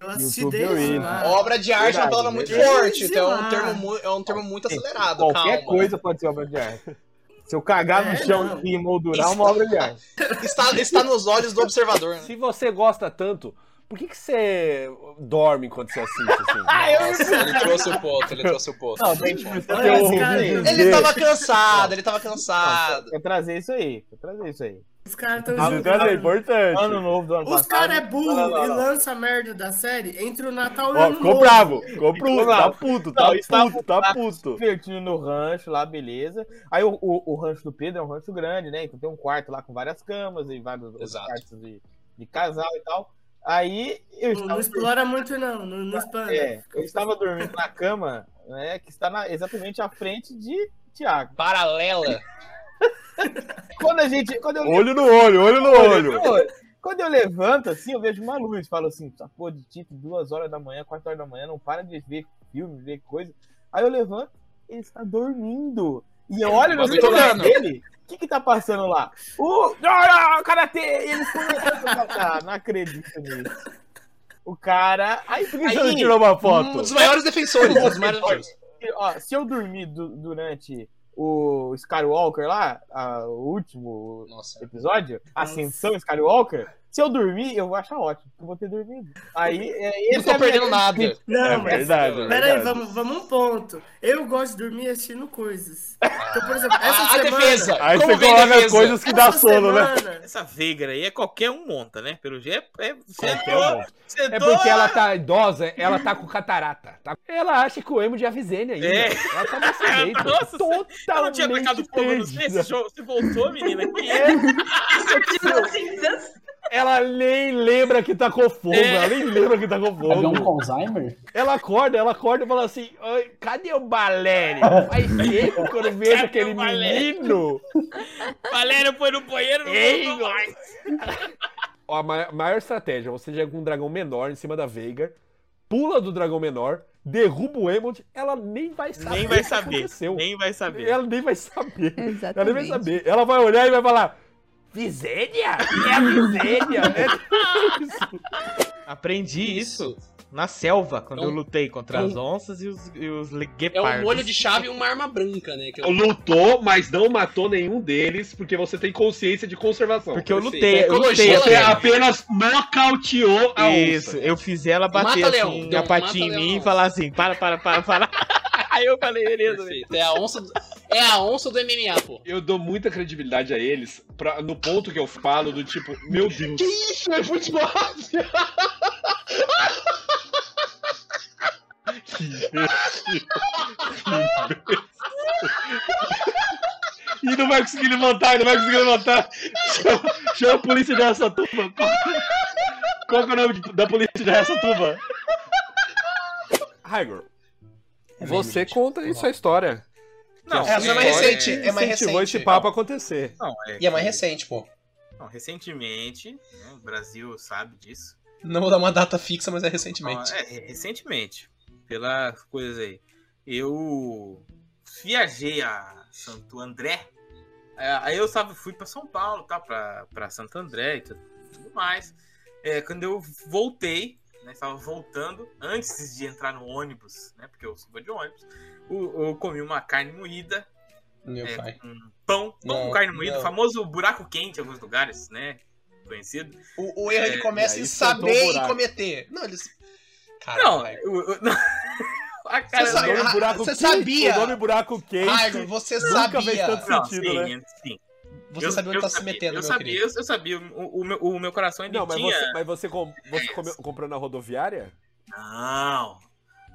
[SPEAKER 18] Eu assisti
[SPEAKER 2] YouTube
[SPEAKER 18] desde lá.
[SPEAKER 2] Obra de arte é uma
[SPEAKER 18] Verdade,
[SPEAKER 2] palavra muito
[SPEAKER 18] verdade.
[SPEAKER 2] forte,
[SPEAKER 18] Desde
[SPEAKER 2] então é um
[SPEAKER 18] lá.
[SPEAKER 2] termo, mu- é um termo muito acelerado,
[SPEAKER 23] Qualquer
[SPEAKER 2] calma.
[SPEAKER 23] coisa pode ser obra de arte. Se eu cagar no
[SPEAKER 2] É,
[SPEAKER 23] chão
[SPEAKER 2] não.
[SPEAKER 23] e moldurar, é uma obra de arte.
[SPEAKER 2] Está, está nos olhos do observador, né?
[SPEAKER 4] Se você gosta tanto, Por que, que você dorme quando você assiste assim?
[SPEAKER 12] É,
[SPEAKER 2] Ah, eu- Nossa, ele trouxe o ponto, ele trouxe o ponto.
[SPEAKER 23] Não, tem que
[SPEAKER 2] Olha esse cara aí. Ele tava cansado, ele tava cansado.
[SPEAKER 23] Eu trazer isso aí, eu trazer isso aí.
[SPEAKER 18] Os caras
[SPEAKER 23] Ah,
[SPEAKER 18] estão
[SPEAKER 23] o cara é importante. Ano novo do ano
[SPEAKER 18] Os caras é
[SPEAKER 23] passado.
[SPEAKER 18] burro
[SPEAKER 23] Não, não, não,
[SPEAKER 18] e
[SPEAKER 23] não.
[SPEAKER 18] lança a merda da série entre o Natal e o
[SPEAKER 23] Ó,
[SPEAKER 18] Ano
[SPEAKER 23] ficou
[SPEAKER 18] Novo.
[SPEAKER 23] bravo, Ficou
[SPEAKER 22] ficou puto, tá
[SPEAKER 23] bravo.
[SPEAKER 22] puto,
[SPEAKER 23] Não,
[SPEAKER 22] tá
[SPEAKER 23] isso tá
[SPEAKER 22] puto, tá
[SPEAKER 23] tá
[SPEAKER 22] puto.
[SPEAKER 23] se divertindo no rancho lá, beleza. Aí o, o, o rancho do Pedro é um rancho grande, né? Então tem um quarto lá com várias camas e vários outros quartos de, de casal e tal. Aí eu
[SPEAKER 18] Não, não explora muito, não. Não, não expande.
[SPEAKER 23] É, eu estava dormindo na cama, né? Que está na- exatamente à frente de Tiago.
[SPEAKER 2] Paralela.
[SPEAKER 23] quando a gente. Quando eu
[SPEAKER 22] Olho no olho, olho no olho.
[SPEAKER 23] Quando eu levanto, assim, eu vejo uma luz. Falo assim, tá pô, de tipo, duas horas da manhã, quatro horas da manhã, não para de ver filme, ver coisa. Aí eu levanto, ele está dormindo. E eu olho no
[SPEAKER 2] Bagulho
[SPEAKER 23] celular
[SPEAKER 2] tocando.
[SPEAKER 23] dele. O que que tá passando lá? O... Ah, Karatê! E eles começam a falar, ah, não acredito nisso. O cara... Aí,
[SPEAKER 22] que você não tirou uma foto?
[SPEAKER 2] Um dos maiores defensores, um dos maiores defensores.
[SPEAKER 23] Ó, se eu dormir du- durante o Skywalker lá, a- o último episódio, Ascensão Skywalker, se eu dormir, eu vou achar ótimo, porque eu vou ter dormido. Aí, é,
[SPEAKER 2] Não tô perdendo nada.
[SPEAKER 18] Não,
[SPEAKER 23] É
[SPEAKER 18] mas.
[SPEAKER 23] verdade, é
[SPEAKER 18] Peraí,
[SPEAKER 23] verdade.
[SPEAKER 18] vamos, vamos um ponto. Eu gosto de dormir assistindo coisas. Então, por exemplo, essa
[SPEAKER 2] a
[SPEAKER 18] semana.
[SPEAKER 2] defesa.
[SPEAKER 22] Aí você coloca coisas que dá
[SPEAKER 18] Essa
[SPEAKER 22] sono, né?
[SPEAKER 1] Essa Vegra aí é qualquer um monta, né? Pelo jeito é. é
[SPEAKER 4] Qualquer um. É porque ela
[SPEAKER 1] Ah!
[SPEAKER 4] tá idosa, ela tá com catarata. tá? Ela acha que o emo de Avizene ainda.
[SPEAKER 1] É.
[SPEAKER 4] Ela tá desse jeito.
[SPEAKER 1] Nossa,
[SPEAKER 4] totalmente
[SPEAKER 1] eu não tinha tacado fogo no Você
[SPEAKER 4] perdida.
[SPEAKER 1] jo- você voltou, menina? Que
[SPEAKER 23] É.
[SPEAKER 4] Ela nem lembra que tá com fogo,
[SPEAKER 6] É.
[SPEAKER 4] ela nem lembra que tá com
[SPEAKER 6] Vai dar um
[SPEAKER 4] fogo.
[SPEAKER 6] Alzheimer?
[SPEAKER 4] Ela acorda, ela acorda e fala assim: "Ai, cadê o Valério? Faz tempo que eu não vejo aquele
[SPEAKER 1] Valério?"
[SPEAKER 4] menino.
[SPEAKER 1] Valério foi no banheiro, não
[SPEAKER 4] Ei,
[SPEAKER 1] voltou mais.
[SPEAKER 4] Ó, a ma- maior estratégia, você joga um dragão menor em cima da Veigar, pula do dragão menor, derruba o Emond, ela nem vai saber.
[SPEAKER 1] Nem vai
[SPEAKER 4] o que
[SPEAKER 1] saber.
[SPEAKER 4] aconteceu.
[SPEAKER 1] Nem vai saber.
[SPEAKER 4] Ela nem vai saber.
[SPEAKER 12] Exatamente.
[SPEAKER 4] Ela nem vai saber. Ela vai olhar e vai falar: Visênia? É a Visênia? né?"
[SPEAKER 37] Aprendi isso na selva, quando
[SPEAKER 2] É um-
[SPEAKER 37] eu lutei contra
[SPEAKER 2] é um-
[SPEAKER 37] as onças e os, e os
[SPEAKER 2] É
[SPEAKER 37] guepardos.
[SPEAKER 2] um molho de chave e uma arma branca, né? que
[SPEAKER 1] É um
[SPEAKER 2] eu-
[SPEAKER 19] Lutou, mas não matou nenhum deles, porque você tem consciência de conservação.
[SPEAKER 37] Porque eu lutei,
[SPEAKER 2] É
[SPEAKER 37] eu lutei
[SPEAKER 19] Você
[SPEAKER 37] apenas.
[SPEAKER 2] né?
[SPEAKER 19] apenas nocauteou a
[SPEAKER 37] Isso,
[SPEAKER 19] onça.
[SPEAKER 37] eu fiz
[SPEAKER 2] É
[SPEAKER 37] ela bater
[SPEAKER 19] Mata,
[SPEAKER 37] assim,
[SPEAKER 19] Leão. Deu
[SPEAKER 37] a
[SPEAKER 19] um
[SPEAKER 37] patinha
[SPEAKER 2] mata,
[SPEAKER 37] em mim
[SPEAKER 2] Leão.
[SPEAKER 37] e falar assim, para, para, para, para. Aí eu falei,
[SPEAKER 1] né?
[SPEAKER 37] beleza.
[SPEAKER 2] Perfeito. É a onça, do- é a onça do MMA, pô.
[SPEAKER 19] Eu dou muita credibilidade a eles pra- no ponto que eu falo do tipo, meu Deus.
[SPEAKER 25] Que isso, é futebol?
[SPEAKER 19] Que imbecil. Que imbecil. E não vai conseguir levantar, não vai conseguir levantar. Chama, chama a polícia de Araçatuba. Qual, qual que é o nome de- da polícia de Araçatuba?
[SPEAKER 4] Raigor, você conta isso a história.
[SPEAKER 1] Não,
[SPEAKER 4] Que
[SPEAKER 1] essa é mais
[SPEAKER 4] história
[SPEAKER 1] recente, é mais
[SPEAKER 4] incentivou
[SPEAKER 1] recente.
[SPEAKER 4] esse papo a acontecer.
[SPEAKER 1] Não, é
[SPEAKER 4] E é mais
[SPEAKER 1] que-
[SPEAKER 2] recente, pô.
[SPEAKER 1] Não, recentemente, né, o Brasil sabe disso.
[SPEAKER 2] Não vou dar uma data fixa, mas é
[SPEAKER 1] Ó,
[SPEAKER 2] recentemente.
[SPEAKER 1] É, re- recentemente, pelas coisas aí. Eu viajei a Santo André. É, Aí eu sabe, fui pra São Paulo, tá? Pra, pra Santo André e tu- tudo mais. É, quando eu voltei, né? Estava voltando, antes de entrar no ônibus, né? Porque eu vou de ônibus. Eu, eu comi uma carne moída.
[SPEAKER 2] Meu
[SPEAKER 1] é,
[SPEAKER 2] pai.
[SPEAKER 1] com pão, pão
[SPEAKER 2] Não,
[SPEAKER 1] com carne moída,
[SPEAKER 2] não.
[SPEAKER 1] o famoso buraco quente em alguns lugares, né? Conhecido.
[SPEAKER 2] O, o erro ele
[SPEAKER 1] É,
[SPEAKER 2] começa
[SPEAKER 1] e
[SPEAKER 2] em
[SPEAKER 1] aí
[SPEAKER 2] saber
[SPEAKER 1] soltou o
[SPEAKER 2] e
[SPEAKER 1] buraco.
[SPEAKER 2] cometer. Não, eles.
[SPEAKER 1] Não, o- o- não. A cara
[SPEAKER 2] sa-
[SPEAKER 1] dele-
[SPEAKER 2] o nome buraco Você quente, sabia? o nome
[SPEAKER 4] buraco
[SPEAKER 1] é
[SPEAKER 4] quente.
[SPEAKER 2] Raigo, você nunca sabia. fez tanto sentido,
[SPEAKER 1] sim,
[SPEAKER 2] né?
[SPEAKER 1] Sim.
[SPEAKER 2] Você sabia onde tá se metendo,
[SPEAKER 1] eu
[SPEAKER 2] meu
[SPEAKER 1] sabia,
[SPEAKER 2] querido.
[SPEAKER 1] eu, eu sabia, o, o meu, o meu coração ainda
[SPEAKER 4] Não, mas
[SPEAKER 1] tinha...
[SPEAKER 4] você, mas você, com- você comeu- comprou na rodoviária?
[SPEAKER 1] Não,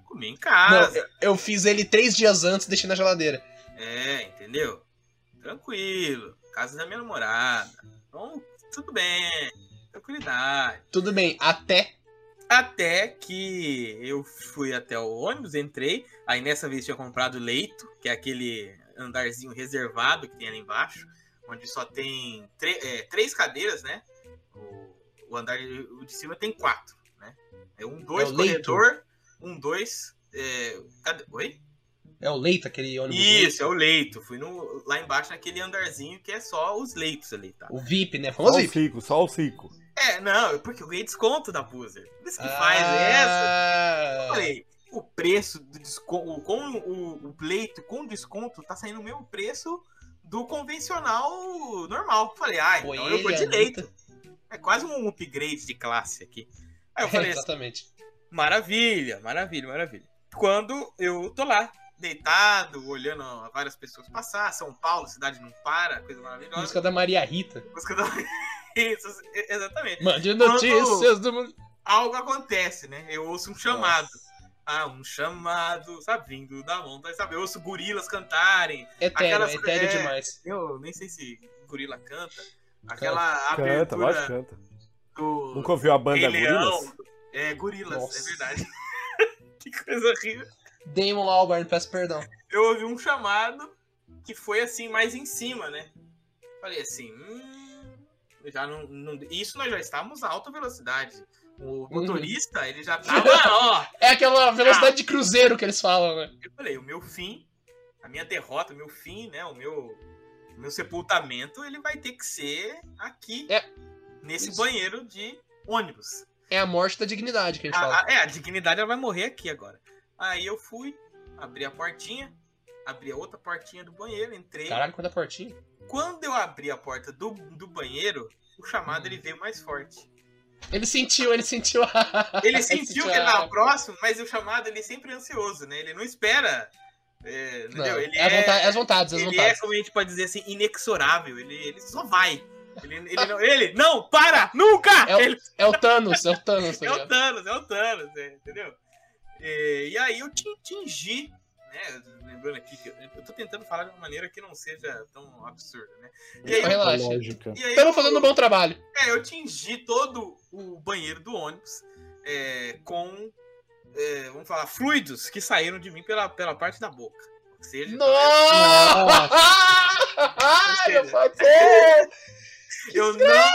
[SPEAKER 1] comi em
[SPEAKER 2] Não,
[SPEAKER 1] casa,
[SPEAKER 2] eu, eu fiz ele três dias antes e deixei na geladeira.
[SPEAKER 1] é, entendeu? Tranquilo, casa da minha namorada, então tudo bem, tranquilidade.
[SPEAKER 2] Tudo bem, até.
[SPEAKER 1] Até que eu fui até o ônibus, entrei, aí nessa vez tinha comprado leito, que é aquele andarzinho reservado que tem ali embaixo, onde só tem tre- é, três cadeiras, né? O, o andar de, o de cima tem quatro, né? É um dois
[SPEAKER 2] É o leito.
[SPEAKER 1] corredor, um dois. É, cadê- Oi?
[SPEAKER 2] É o leito, aquele ônibus.
[SPEAKER 1] Isso, é o leito. Fui no, lá embaixo naquele andarzinho que é só os leitos ali, tá?
[SPEAKER 2] O VIP, né?
[SPEAKER 4] Só
[SPEAKER 2] Famoso
[SPEAKER 4] o
[SPEAKER 2] VIP.
[SPEAKER 4] Cico, só o Cico.
[SPEAKER 1] É, não, porque eu ganhei desconto da Buzer. Por isso que faz
[SPEAKER 2] Ah,
[SPEAKER 1] essa. Eu falei, o preço do desconto, com o, o pleito com desconto, tá saindo o mesmo preço do convencional normal. Eu Falei, ah, então eu vou
[SPEAKER 2] ele,
[SPEAKER 1] de
[SPEAKER 2] Anitta.
[SPEAKER 1] leito. É quase um upgrade de classe aqui. Aí eu falei assim,
[SPEAKER 2] Exatamente.
[SPEAKER 1] maravilha, maravilha, maravilha. Quando eu tô lá, deitado, olhando várias pessoas passar, São Paulo, cidade não para, coisa maravilhosa.
[SPEAKER 2] Música da Maria Rita.
[SPEAKER 1] Música da... Isso, exatamente.
[SPEAKER 2] Mande
[SPEAKER 1] Quando
[SPEAKER 2] notícias do mundo.
[SPEAKER 1] Algo acontece, né? Eu ouço um chamado. Ah, um chamado, sabe, vindo da montanha, sabe? Eu ouço gorilas cantarem.
[SPEAKER 2] Etéreo,
[SPEAKER 1] aquelas-
[SPEAKER 2] etéreo
[SPEAKER 1] é,
[SPEAKER 2] demais.
[SPEAKER 1] Eu nem sei se gorila canta. Aquela
[SPEAKER 4] Canta, lógico que
[SPEAKER 1] abertura
[SPEAKER 4] canta.
[SPEAKER 1] do
[SPEAKER 4] Nunca ouviu a banda
[SPEAKER 1] Rei Leão.
[SPEAKER 4] Gorilas?
[SPEAKER 1] É, gorilas,
[SPEAKER 4] Nossa.
[SPEAKER 1] é verdade. que coisa horrível.
[SPEAKER 2] Damon Albarn, peço perdão.
[SPEAKER 1] Eu ouvi um chamado que foi assim, mais em cima, né? Falei assim, hum, já não, não- Isso nós já estávamos a alta velocidade.
[SPEAKER 4] Uhum.
[SPEAKER 1] O motorista, ele já tava, ó.
[SPEAKER 2] É aquela velocidade de cruzeiro que eles falam, né?
[SPEAKER 1] Eu falei, o meu fim, a minha derrota, o meu fim, né? O meu, o meu sepultamento, ele vai ter que ser aqui, nesse banheiro de ônibus.
[SPEAKER 2] É a morte da dignidade que eles
[SPEAKER 1] A-
[SPEAKER 2] falam.
[SPEAKER 1] a- é, a dignidade ela vai morrer aqui agora. Aí eu fui, abri a portinha, abri a outra portinha do banheiro, entrei.
[SPEAKER 2] Caralho, quando a portinha.
[SPEAKER 1] Quando eu abri a porta do, do banheiro, o chamado
[SPEAKER 2] Hum.
[SPEAKER 1] ele veio mais forte.
[SPEAKER 2] Ele sentiu, ele sentiu a...
[SPEAKER 1] Ele sentiu que ele
[SPEAKER 2] a-
[SPEAKER 1] tava próximo, mas o chamado ele sempre é ansioso, né? Ele não espera. é, entendeu?
[SPEAKER 2] Não,
[SPEAKER 1] ele
[SPEAKER 2] é a vontade- é as vontades, as
[SPEAKER 1] ele
[SPEAKER 2] vontades.
[SPEAKER 1] é, como a gente pode dizer assim, inexorável. Ele, ele só vai. Ele, ele não, ele, não, para! Nunca!
[SPEAKER 2] É o,
[SPEAKER 1] Ele-
[SPEAKER 2] é o Thanos, é o Thanos. tá
[SPEAKER 1] É o
[SPEAKER 2] ligado?
[SPEAKER 1] Thanos, é o Thanos, é, entendeu? É, E aí eu te atingi, né? Lembrando aqui que eu- eu tô tentando falar de uma maneira que não seja tão absurda, né? E aí, eu-
[SPEAKER 3] É
[SPEAKER 2] Relaxa.
[SPEAKER 1] E aí
[SPEAKER 2] Estamos fazendo um bom trabalho.
[SPEAKER 1] é, eu tingi todo o banheiro do ônibus é, com, é, vamos falar, fluidos que saíram de mim pela, pela parte da boca. Ou seja,
[SPEAKER 2] Nossa!
[SPEAKER 1] Ou
[SPEAKER 2] Não
[SPEAKER 1] seja,
[SPEAKER 2] pode ser!
[SPEAKER 1] eu não,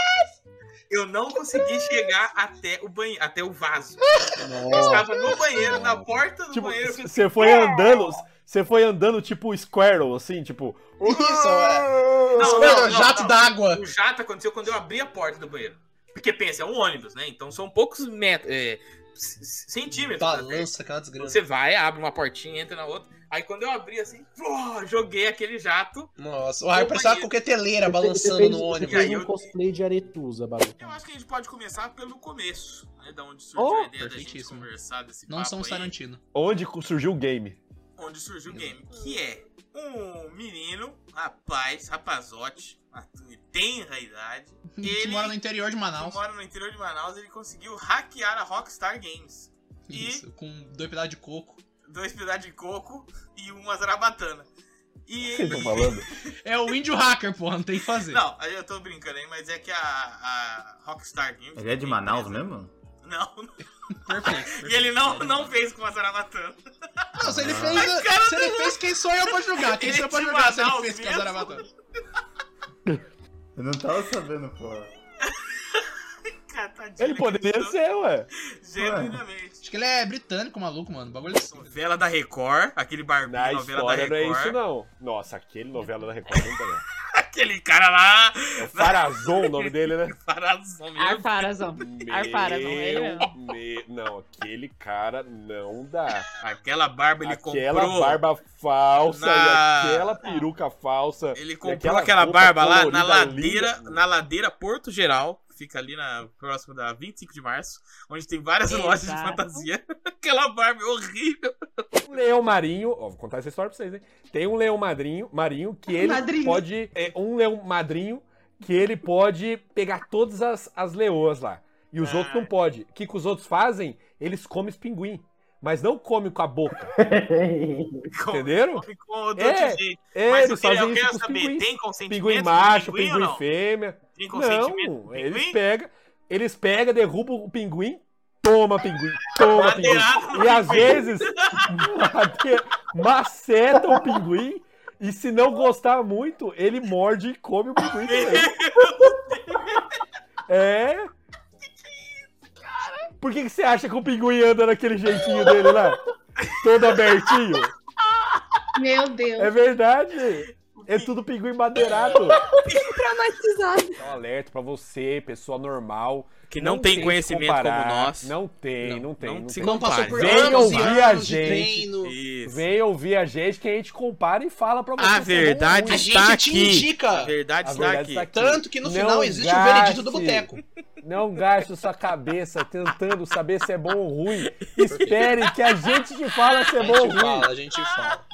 [SPEAKER 1] eu não consegui chegar até o banheiro, até o vaso. Eu estava no banheiro, na porta do
[SPEAKER 4] Tipo,
[SPEAKER 1] banheiro. eu fiz-
[SPEAKER 4] você foi andando, você foi andando tipo Squirrel, assim, tipo.
[SPEAKER 2] Isso, é.
[SPEAKER 1] Não,
[SPEAKER 2] Espera,
[SPEAKER 1] não, não,
[SPEAKER 2] jato
[SPEAKER 1] não.
[SPEAKER 2] d'água.
[SPEAKER 1] O jato aconteceu quando eu abri a porta do banheiro. Porque pensa, é um ônibus, né? Então são poucos metros, é, c- c- centímetros.
[SPEAKER 2] Balança, aquela desgraça.
[SPEAKER 1] Você vai, abre uma portinha, entra na outra. Aí quando eu abri assim, pô, joguei aquele jato.
[SPEAKER 2] Nossa, o ar parecia uma coqueteleira
[SPEAKER 3] Você
[SPEAKER 2] balançando
[SPEAKER 3] fez-
[SPEAKER 2] no
[SPEAKER 3] você
[SPEAKER 2] ônibus.
[SPEAKER 3] fez um cosplay de Aretusa, Balu.
[SPEAKER 1] Eu acho que a gente pode começar pelo começo, né? Da onde surgiu
[SPEAKER 2] Oh,
[SPEAKER 1] a ideia da gente conversar desse
[SPEAKER 2] Ah,
[SPEAKER 1] papo aí,
[SPEAKER 2] Sarantino.
[SPEAKER 4] Onde surgiu o game?
[SPEAKER 1] Onde surgiu o game, que é um menino, rapaz, rapazote, tenra idade. Ele
[SPEAKER 2] mora no interior de Manaus.
[SPEAKER 1] que mora no interior de Manaus, ele conseguiu hackear a Rockstar Games.
[SPEAKER 2] Isso, com dois pedaços de coco.
[SPEAKER 1] Dois pedaços de coco e uma zarabatana. E
[SPEAKER 2] Vocês
[SPEAKER 1] ele...
[SPEAKER 2] estão falando? É o índio hacker, porra, não tem o que fazer.
[SPEAKER 1] Não, aí eu tô brincando aí, mas é que a, a Rockstar Games.
[SPEAKER 7] Ele é de Manaus mesmo?
[SPEAKER 1] Não. e ele não, não fez com a Zarabatana.
[SPEAKER 2] Não, se ele fez, se ele fez quem sou eu pra julgar. Quem
[SPEAKER 1] Ele
[SPEAKER 2] sou eu pra
[SPEAKER 1] te
[SPEAKER 2] julgar se ele
[SPEAKER 1] Manaus
[SPEAKER 2] fez com a
[SPEAKER 1] mesmo?
[SPEAKER 2] Zarabatana.
[SPEAKER 7] Eu não tava sabendo, pô.
[SPEAKER 1] Cara, tadinho,
[SPEAKER 7] Ele poderia ser,
[SPEAKER 4] ué.
[SPEAKER 1] Genuinamente.
[SPEAKER 2] Acho que ele é britânico, maluco, mano. O bagulho é assim.
[SPEAKER 1] Novela da Record, aquele barbinho
[SPEAKER 4] A
[SPEAKER 1] novela da
[SPEAKER 4] história não é
[SPEAKER 1] Record.
[SPEAKER 4] isso, não. Nossa, aquele novela da Record não tem.
[SPEAKER 1] Aquele cara lá.
[SPEAKER 4] É o Farazon o nome dele, né?
[SPEAKER 1] Farazão mesmo.
[SPEAKER 8] Arparazão. Arparazão,
[SPEAKER 1] é
[SPEAKER 8] ele
[SPEAKER 4] Meu
[SPEAKER 8] mesmo.
[SPEAKER 4] me- Não, aquele cara não dá.
[SPEAKER 1] Aquela barba ele
[SPEAKER 4] aquela
[SPEAKER 1] comprou.
[SPEAKER 4] barba falsa
[SPEAKER 1] Na-
[SPEAKER 4] e aquela peruca falsa.
[SPEAKER 1] Ele
[SPEAKER 4] e
[SPEAKER 1] comprou aquela,
[SPEAKER 4] roupa
[SPEAKER 1] barba lá na
[SPEAKER 4] colorida,
[SPEAKER 1] ladeira,
[SPEAKER 4] linda.
[SPEAKER 1] na ladeira Porto Geral, que fica ali na próxima da 25 de março, onde tem várias
[SPEAKER 4] Exato.
[SPEAKER 1] lojas de fantasia. aquela barba é horrível.
[SPEAKER 4] Um leão marinho, ó, vou contar essa história pra vocês, hein? Tem um leão madrinho, marinho que ele
[SPEAKER 1] Madrinho.
[SPEAKER 4] pode. É, um leão madrinho que ele pode pegar todas as, as leoas lá. E
[SPEAKER 1] Ah.
[SPEAKER 4] os outros não pode. O que, que os outros fazem? Eles comem os pinguim. Mas não comem com a boca. Entenderam?
[SPEAKER 1] Com, do
[SPEAKER 4] É,
[SPEAKER 1] outro jeito.
[SPEAKER 4] é,
[SPEAKER 1] Mas eu
[SPEAKER 4] eles
[SPEAKER 1] queria-
[SPEAKER 4] fazem
[SPEAKER 1] eu
[SPEAKER 4] isso
[SPEAKER 1] quero
[SPEAKER 4] com os
[SPEAKER 1] saber,
[SPEAKER 4] pinguins.
[SPEAKER 1] tem consentimento
[SPEAKER 4] Pinguim
[SPEAKER 1] do
[SPEAKER 4] macho,
[SPEAKER 1] pinguim ou
[SPEAKER 4] pinguim
[SPEAKER 1] não?
[SPEAKER 4] fêmea.
[SPEAKER 1] Tem consentimento
[SPEAKER 4] Não,
[SPEAKER 1] do
[SPEAKER 4] eles
[SPEAKER 1] pinguim?
[SPEAKER 4] pegam, eles pegam, derrubam o pinguim, toma pinguim, toma pinguim.
[SPEAKER 1] Madeirada no
[SPEAKER 4] E às
[SPEAKER 1] pinguim.
[SPEAKER 4] vezes made- maceta o pinguim e se não gostar muito, ele morde e come o pinguim também. É. Por que, que você acha que o pinguim anda daquele jeitinho dele lá? Todo abertinho?
[SPEAKER 12] Meu Deus.
[SPEAKER 4] É verdade. É tudo pinguim madeirado.
[SPEAKER 12] Traumatizado.
[SPEAKER 4] Um alerta pra você, pessoa normal.
[SPEAKER 1] Que não tem
[SPEAKER 4] que
[SPEAKER 1] conhecimento
[SPEAKER 4] comparar.
[SPEAKER 1] como nós.
[SPEAKER 4] Não tem, não, tem. Não,
[SPEAKER 1] se
[SPEAKER 4] tem.
[SPEAKER 1] Não Então passou por
[SPEAKER 4] Vem
[SPEAKER 1] anos e
[SPEAKER 4] ouvir a
[SPEAKER 1] anos de
[SPEAKER 4] gente.
[SPEAKER 1] treino.
[SPEAKER 4] Vem ouvir a gente que a gente compara e fala pra você.
[SPEAKER 1] A
[SPEAKER 4] se é bom
[SPEAKER 1] verdade
[SPEAKER 37] Tá
[SPEAKER 4] ou ruim.
[SPEAKER 1] está aqui. A verdade
[SPEAKER 4] A
[SPEAKER 1] está
[SPEAKER 4] verdade
[SPEAKER 1] aqui.
[SPEAKER 4] está aqui.
[SPEAKER 1] Tanto que no final
[SPEAKER 2] existe o veredito do boteco.
[SPEAKER 22] Não gaste sua cabeça tentando saber se é bom ou ruim. Espere que a gente te fala se é bom ou ruim.
[SPEAKER 2] Fala, a gente fala.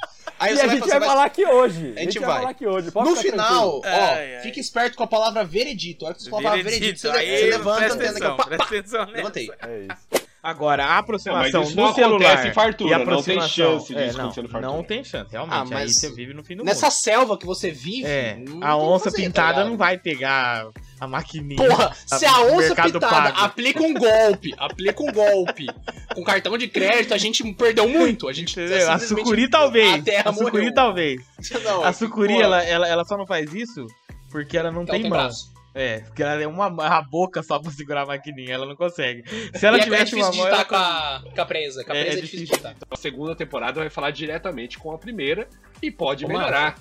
[SPEAKER 22] e a gente vai, falar aqui hoje.
[SPEAKER 2] A gente vai.
[SPEAKER 22] falar aqui hoje. Pode
[SPEAKER 2] No
[SPEAKER 22] ficar
[SPEAKER 2] final, ó,
[SPEAKER 22] tranquilo.
[SPEAKER 37] É,
[SPEAKER 2] fica esperto com a palavra veredito. A hora que você falar a palavra veredito, você,
[SPEAKER 1] Aí,
[SPEAKER 2] você levanta né, a
[SPEAKER 1] presta
[SPEAKER 2] antena que
[SPEAKER 1] atenção,
[SPEAKER 2] eu pá,
[SPEAKER 1] presta atenção
[SPEAKER 37] Né?
[SPEAKER 1] nessa.
[SPEAKER 2] levantei.
[SPEAKER 37] é Agora, a aproximação
[SPEAKER 1] Não, mas isso
[SPEAKER 37] do
[SPEAKER 1] não
[SPEAKER 37] celular
[SPEAKER 1] acontece em fartura,
[SPEAKER 37] e
[SPEAKER 1] não tem
[SPEAKER 37] aproximação-
[SPEAKER 1] chance
[SPEAKER 37] é,
[SPEAKER 1] disso
[SPEAKER 37] não,
[SPEAKER 1] acontecer em fartura.
[SPEAKER 37] Não tem chance, realmente.
[SPEAKER 2] Ah,
[SPEAKER 37] Aí
[SPEAKER 2] mas
[SPEAKER 37] você vive no fim do
[SPEAKER 2] Nessa
[SPEAKER 37] mundo.
[SPEAKER 2] selva que você vive,
[SPEAKER 37] É,
[SPEAKER 2] não
[SPEAKER 37] a
[SPEAKER 2] tem o que
[SPEAKER 37] onça
[SPEAKER 2] fazer, tá
[SPEAKER 37] pintada
[SPEAKER 2] ligado?
[SPEAKER 37] não vai pegar a maquininha.
[SPEAKER 2] Porra,
[SPEAKER 37] da-
[SPEAKER 2] se a
[SPEAKER 37] do
[SPEAKER 2] onça
[SPEAKER 37] Mercado
[SPEAKER 2] pintada
[SPEAKER 37] Pago.
[SPEAKER 2] aplica um golpe, aplica um golpe com cartão de crédito, a gente perdeu muito. A gente é
[SPEAKER 37] Entendeu? A
[SPEAKER 2] simplesmente- Ah,
[SPEAKER 37] sucuri talvez.
[SPEAKER 2] A terra
[SPEAKER 37] a sucuri
[SPEAKER 2] morreu.
[SPEAKER 37] talvez.
[SPEAKER 2] Não,
[SPEAKER 37] a sucuri,
[SPEAKER 2] porra.
[SPEAKER 37] ela, ela, ela só não faz isso porque ela não
[SPEAKER 2] Ela
[SPEAKER 37] tem,
[SPEAKER 2] tem
[SPEAKER 37] mão.
[SPEAKER 2] braço.
[SPEAKER 37] É, porque ela é uma a boca só pra segurar a maquininha, ela não consegue. Se ela
[SPEAKER 2] E é- é
[SPEAKER 37] tivesse
[SPEAKER 2] difícil
[SPEAKER 37] uma mão, ela
[SPEAKER 2] digitar com a, com a presa. Com a
[SPEAKER 19] É,
[SPEAKER 2] presa
[SPEAKER 19] é
[SPEAKER 2] é, difícil digitar.
[SPEAKER 19] A segunda temporada vai falar diretamente com a primeira e pode
[SPEAKER 2] Vamos lá.
[SPEAKER 19] melhorar.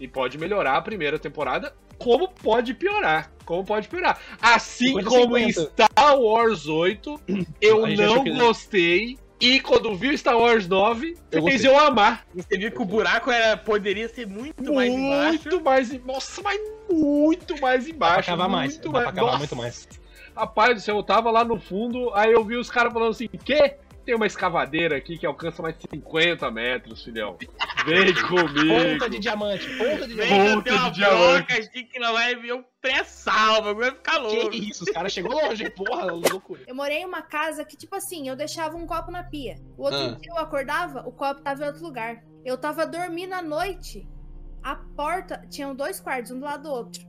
[SPEAKER 19] E pode melhorar a primeira temporada, como pode piorar. Como pode piorar. Assim
[SPEAKER 2] 50.
[SPEAKER 19] como em Star Wars 8, eu
[SPEAKER 2] Aí já achou
[SPEAKER 19] não
[SPEAKER 2] que-
[SPEAKER 19] gostei. E quando vi Star Wars 9,
[SPEAKER 2] Eu
[SPEAKER 19] fez
[SPEAKER 2] gostei.
[SPEAKER 19] eu amar.
[SPEAKER 24] Você viu que o buraco era, poderia ser muito, mais embaixo.
[SPEAKER 19] Muito mais. em- Nossa, mas muito mais embaixo.
[SPEAKER 3] Dá pra cavar mais,
[SPEAKER 19] Muito
[SPEAKER 3] dá
[SPEAKER 19] mais.
[SPEAKER 3] pra cavar
[SPEAKER 19] Nossa.
[SPEAKER 3] muito é mais.
[SPEAKER 19] Rapaz do céu, eu tava lá no fundo, aí eu vi os caras falando assim: Quê? Tem uma escavadeira aqui que alcança mais 50 metros, filhão. Vem
[SPEAKER 3] Ponta
[SPEAKER 19] comigo.
[SPEAKER 3] de diamante, ponta de
[SPEAKER 24] Vem
[SPEAKER 3] diamante.
[SPEAKER 24] que eu
[SPEAKER 19] Ponta
[SPEAKER 24] tenho uma
[SPEAKER 19] de diamante.
[SPEAKER 24] broca aqui que não vai vir um pré-salva, vai ficar louco.
[SPEAKER 3] Que isso, os caras chegou longe, porra, loucura.
[SPEAKER 8] Eu morei em uma casa que, tipo assim, eu deixava um copo na pia. O outro
[SPEAKER 3] Ah.
[SPEAKER 8] dia eu acordava, o copo tava em outro lugar. Eu tava dormindo à noite. A porta. Tinham dois quartos, um do lado do outro.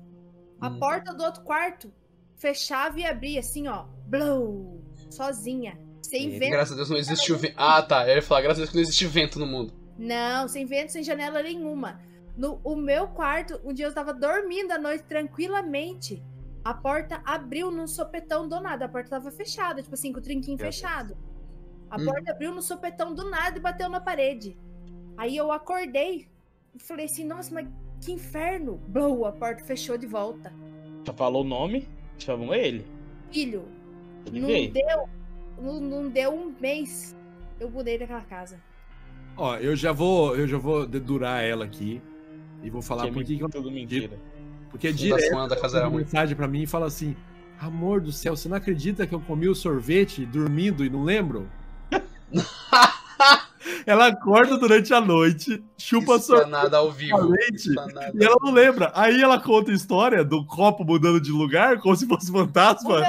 [SPEAKER 8] A
[SPEAKER 38] Hum.
[SPEAKER 8] porta do outro quarto fechava e abria, assim, ó. Blow! Sozinha. Sem vento.
[SPEAKER 2] Graças a Deus não existe o vento. Ah, tá. Eu ia falar, graças a Deus que não existe vento no mundo.
[SPEAKER 8] Não, sem vento, sem janela nenhuma. No o meu quarto, um dia eu tava dormindo à noite tranquilamente. A porta abriu num sopetão do nada. A porta tava fechada, tipo assim, com o trinquinho
[SPEAKER 38] Meu Deus.
[SPEAKER 8] fechado. A
[SPEAKER 38] Hum.
[SPEAKER 8] porta abriu num sopetão do nada e bateu na parede. Aí eu acordei e falei assim: nossa, mas que inferno! Blow, a porta fechou de volta.
[SPEAKER 38] Já falou o nome, chamou ele.
[SPEAKER 8] Filho,
[SPEAKER 38] Ele
[SPEAKER 8] não
[SPEAKER 38] veio.
[SPEAKER 8] deu, não, não deu um mês. Eu mudei daquela casa.
[SPEAKER 4] Ó, eu já vou, eu já vou dedurar ela aqui e vou falar
[SPEAKER 38] Que é
[SPEAKER 4] por que que eu
[SPEAKER 38] tudo mentira. É
[SPEAKER 4] Porque
[SPEAKER 2] Fundação
[SPEAKER 4] direto
[SPEAKER 2] da casa era
[SPEAKER 4] manda
[SPEAKER 2] ruim.
[SPEAKER 4] mensagem pra mim e fala assim: "Amor do céu, você não acredita que eu comi o sorvete dormindo e não lembro?" ela acorda durante a noite, chupa sorvete,
[SPEAKER 2] Nada ao vivo.
[SPEAKER 4] sorvete e ela não lembra. Aí ela conta a história do copo mudando de lugar como se fosse fantasma.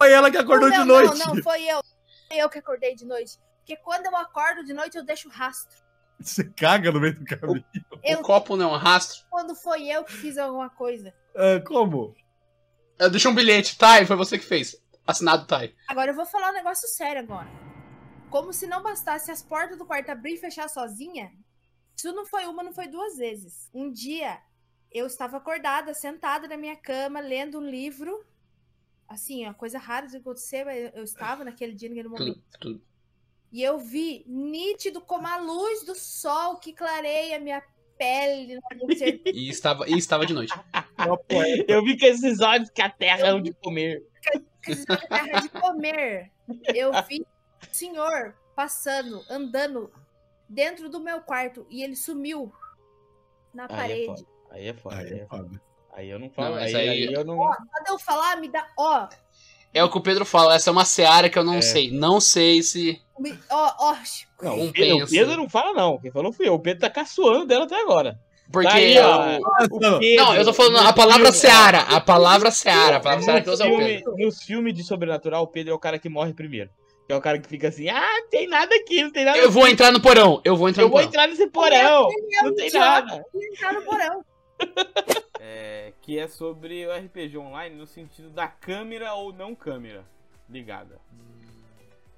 [SPEAKER 4] Foi ela que acordou
[SPEAKER 8] O meu
[SPEAKER 4] de noite.
[SPEAKER 8] Não, não, foi eu. Foi eu que acordei de noite. Porque quando eu acordo de noite, eu deixo rastro.
[SPEAKER 4] Você caga no meio do caminho.
[SPEAKER 8] Eu-
[SPEAKER 2] copo não é um rastro?
[SPEAKER 8] Quando foi eu que fiz alguma coisa.
[SPEAKER 4] como?
[SPEAKER 2] Eu deixei um bilhete, Thay, foi você que fez. Assinado Thay.
[SPEAKER 8] Agora eu vou falar um negócio sério agora. Como se não bastasse as portas do quarto abrir e fechar sozinha, isso não foi uma, não foi duas vezes. Um dia eu estava acordada, sentada na minha cama, lendo um livro. Assim, ó, coisa rara de acontecer, mas eu- eu estava naquele dia, naquele momento. E eu vi nítido como a luz do sol que clareia minha pele. no ser
[SPEAKER 2] E estava, e estava de noite.
[SPEAKER 38] Eu vi com esses olhos que a terra é de comer.
[SPEAKER 8] terra de comer. Eu vi o senhor passando, andando dentro do meu quarto e ele sumiu na
[SPEAKER 38] Aí é
[SPEAKER 8] parede.
[SPEAKER 38] foda. Aí é foda. Aí, é foda. Aí eu não falo.
[SPEAKER 2] Não, mas
[SPEAKER 38] aí,
[SPEAKER 2] aí-
[SPEAKER 38] aí eu não.
[SPEAKER 8] Ó, quando eu falar, me dá. Ó,
[SPEAKER 2] É o que o Pedro fala, essa é uma seara que eu não
[SPEAKER 38] É.
[SPEAKER 2] sei. Não sei se.
[SPEAKER 8] me- ó, ó.
[SPEAKER 38] Não, o
[SPEAKER 2] Compensa.
[SPEAKER 38] Pedro, o Pedro não fala, não. Quem falou fui eu. O Pedro tá caçoando dela até agora.
[SPEAKER 2] Porque
[SPEAKER 38] Tá aí, ó,
[SPEAKER 2] o-
[SPEAKER 38] o
[SPEAKER 2] Não,
[SPEAKER 38] Pedro,
[SPEAKER 2] eu tô falando a
[SPEAKER 38] no
[SPEAKER 2] palavra
[SPEAKER 38] filme-
[SPEAKER 2] seara. A palavra seara. A palavra seara que
[SPEAKER 38] Nos
[SPEAKER 2] usa é o
[SPEAKER 38] filmes
[SPEAKER 2] Pedro.
[SPEAKER 38] filme de sobrenatural, o Pedro é o cara que morre primeiro. Que é o cara que fica assim, ah, não tem nada aqui, não tem nada
[SPEAKER 2] Eu vou
[SPEAKER 38] aqui.
[SPEAKER 2] entrar no porão. Eu vou entrar
[SPEAKER 38] Eu
[SPEAKER 2] no
[SPEAKER 38] vou
[SPEAKER 2] porão.
[SPEAKER 38] entrar nesse porão. Não tem nada.
[SPEAKER 8] Entrar no porão.
[SPEAKER 1] É, que é sobre o RPG online no sentido da câmera ou não câmera ligada.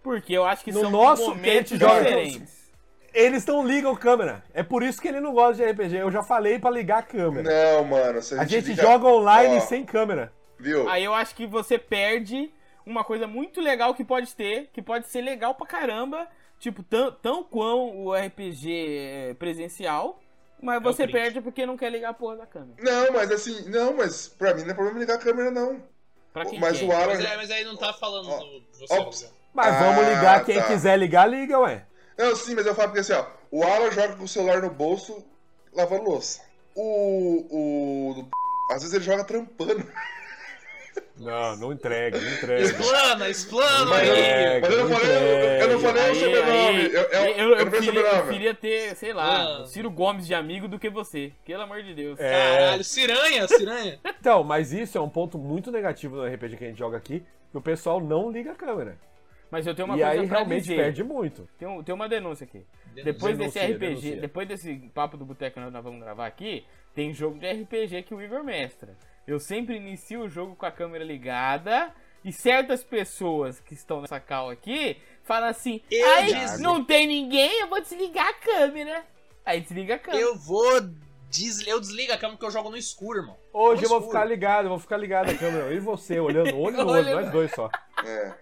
[SPEAKER 1] Porque eu acho que
[SPEAKER 22] No
[SPEAKER 1] são
[SPEAKER 22] nosso que a
[SPEAKER 1] momentos
[SPEAKER 22] gente joga-
[SPEAKER 1] diferentes.
[SPEAKER 22] Eles não ligam câmera. É por isso que ele não gosta de RPG. Eu já falei pra ligar a
[SPEAKER 7] Né,
[SPEAKER 22] câmera.
[SPEAKER 39] Não, mano. Se a
[SPEAKER 22] a
[SPEAKER 39] gente,
[SPEAKER 22] gente
[SPEAKER 39] liga-
[SPEAKER 22] joga online
[SPEAKER 39] Ó,
[SPEAKER 22] sem câmera.
[SPEAKER 39] Viu?
[SPEAKER 1] Aí eu acho que você perde uma coisa muito legal que pode ter, que pode ser legal pra caramba, tipo, tão, tão quão o RPG é presencial, mas você
[SPEAKER 39] print.
[SPEAKER 1] perde porque não quer ligar a porra da câmera.
[SPEAKER 39] Não, mas assim, não, mas pra mim não é problema ligar a câmera, não.
[SPEAKER 1] Pra quem
[SPEAKER 39] mas
[SPEAKER 1] quer.
[SPEAKER 39] o Alan.
[SPEAKER 1] Mas é,
[SPEAKER 2] aí não tá falando do.
[SPEAKER 22] Mas vamos ligar. Quem quiser ligar, liga, ué.
[SPEAKER 39] Ah, tá. Não, sim, mas eu falo porque assim, ó. O Alan joga com o celular no bolso lavando louça. O. O. do p- Às vezes ele joga trampando.
[SPEAKER 22] Não, não entrega, não entrega.
[SPEAKER 2] Explana, explana
[SPEAKER 22] Não
[SPEAKER 2] aí.
[SPEAKER 22] entrega,
[SPEAKER 39] Mas eu não falei-
[SPEAKER 22] entrega.
[SPEAKER 39] eu não falei o sobrenome. Eu- eu-
[SPEAKER 17] eu,
[SPEAKER 39] eu não falei
[SPEAKER 17] queria,
[SPEAKER 39] sobrenome.
[SPEAKER 17] eu queria ter, sei lá, o Ciro Gomes de amigo do que você. Pelo amor de Deus.
[SPEAKER 22] É.
[SPEAKER 2] Ciranha, ciranha.
[SPEAKER 22] Então, mas isso é um ponto muito negativo no RPG que a gente joga aqui, que o pessoal não liga a câmera.
[SPEAKER 17] Mas eu tenho uma
[SPEAKER 22] e
[SPEAKER 17] coisa
[SPEAKER 22] aí
[SPEAKER 17] pra
[SPEAKER 22] realmente
[SPEAKER 17] dizer.
[SPEAKER 22] perde muito.
[SPEAKER 17] Tem, um- tem uma denúncia aqui. Depois desse
[SPEAKER 22] Denúncia,
[SPEAKER 17] RPG,
[SPEAKER 22] denúncia.
[SPEAKER 17] depois desse papo do boteco que nós vamos gravar aqui, tem jogo de RPG que o Igor mestra. Eu sempre inicio o jogo com a câmera ligada e certas pessoas que estão nessa cal aqui falam assim: Ai,
[SPEAKER 2] desligo."
[SPEAKER 17] não tem ninguém, eu vou desligar a câmera. Aí desliga a câmera.
[SPEAKER 2] Eu vou. Des... Eu desligo a câmera porque eu jogo no escuro, irmão.
[SPEAKER 22] Hoje
[SPEAKER 2] No
[SPEAKER 22] eu vou
[SPEAKER 2] escuro.
[SPEAKER 22] ficar ligado, eu vou ficar ligado a câmera. E você, olhando olho no olho,
[SPEAKER 2] Olhando.
[SPEAKER 22] nós dois só.
[SPEAKER 39] É.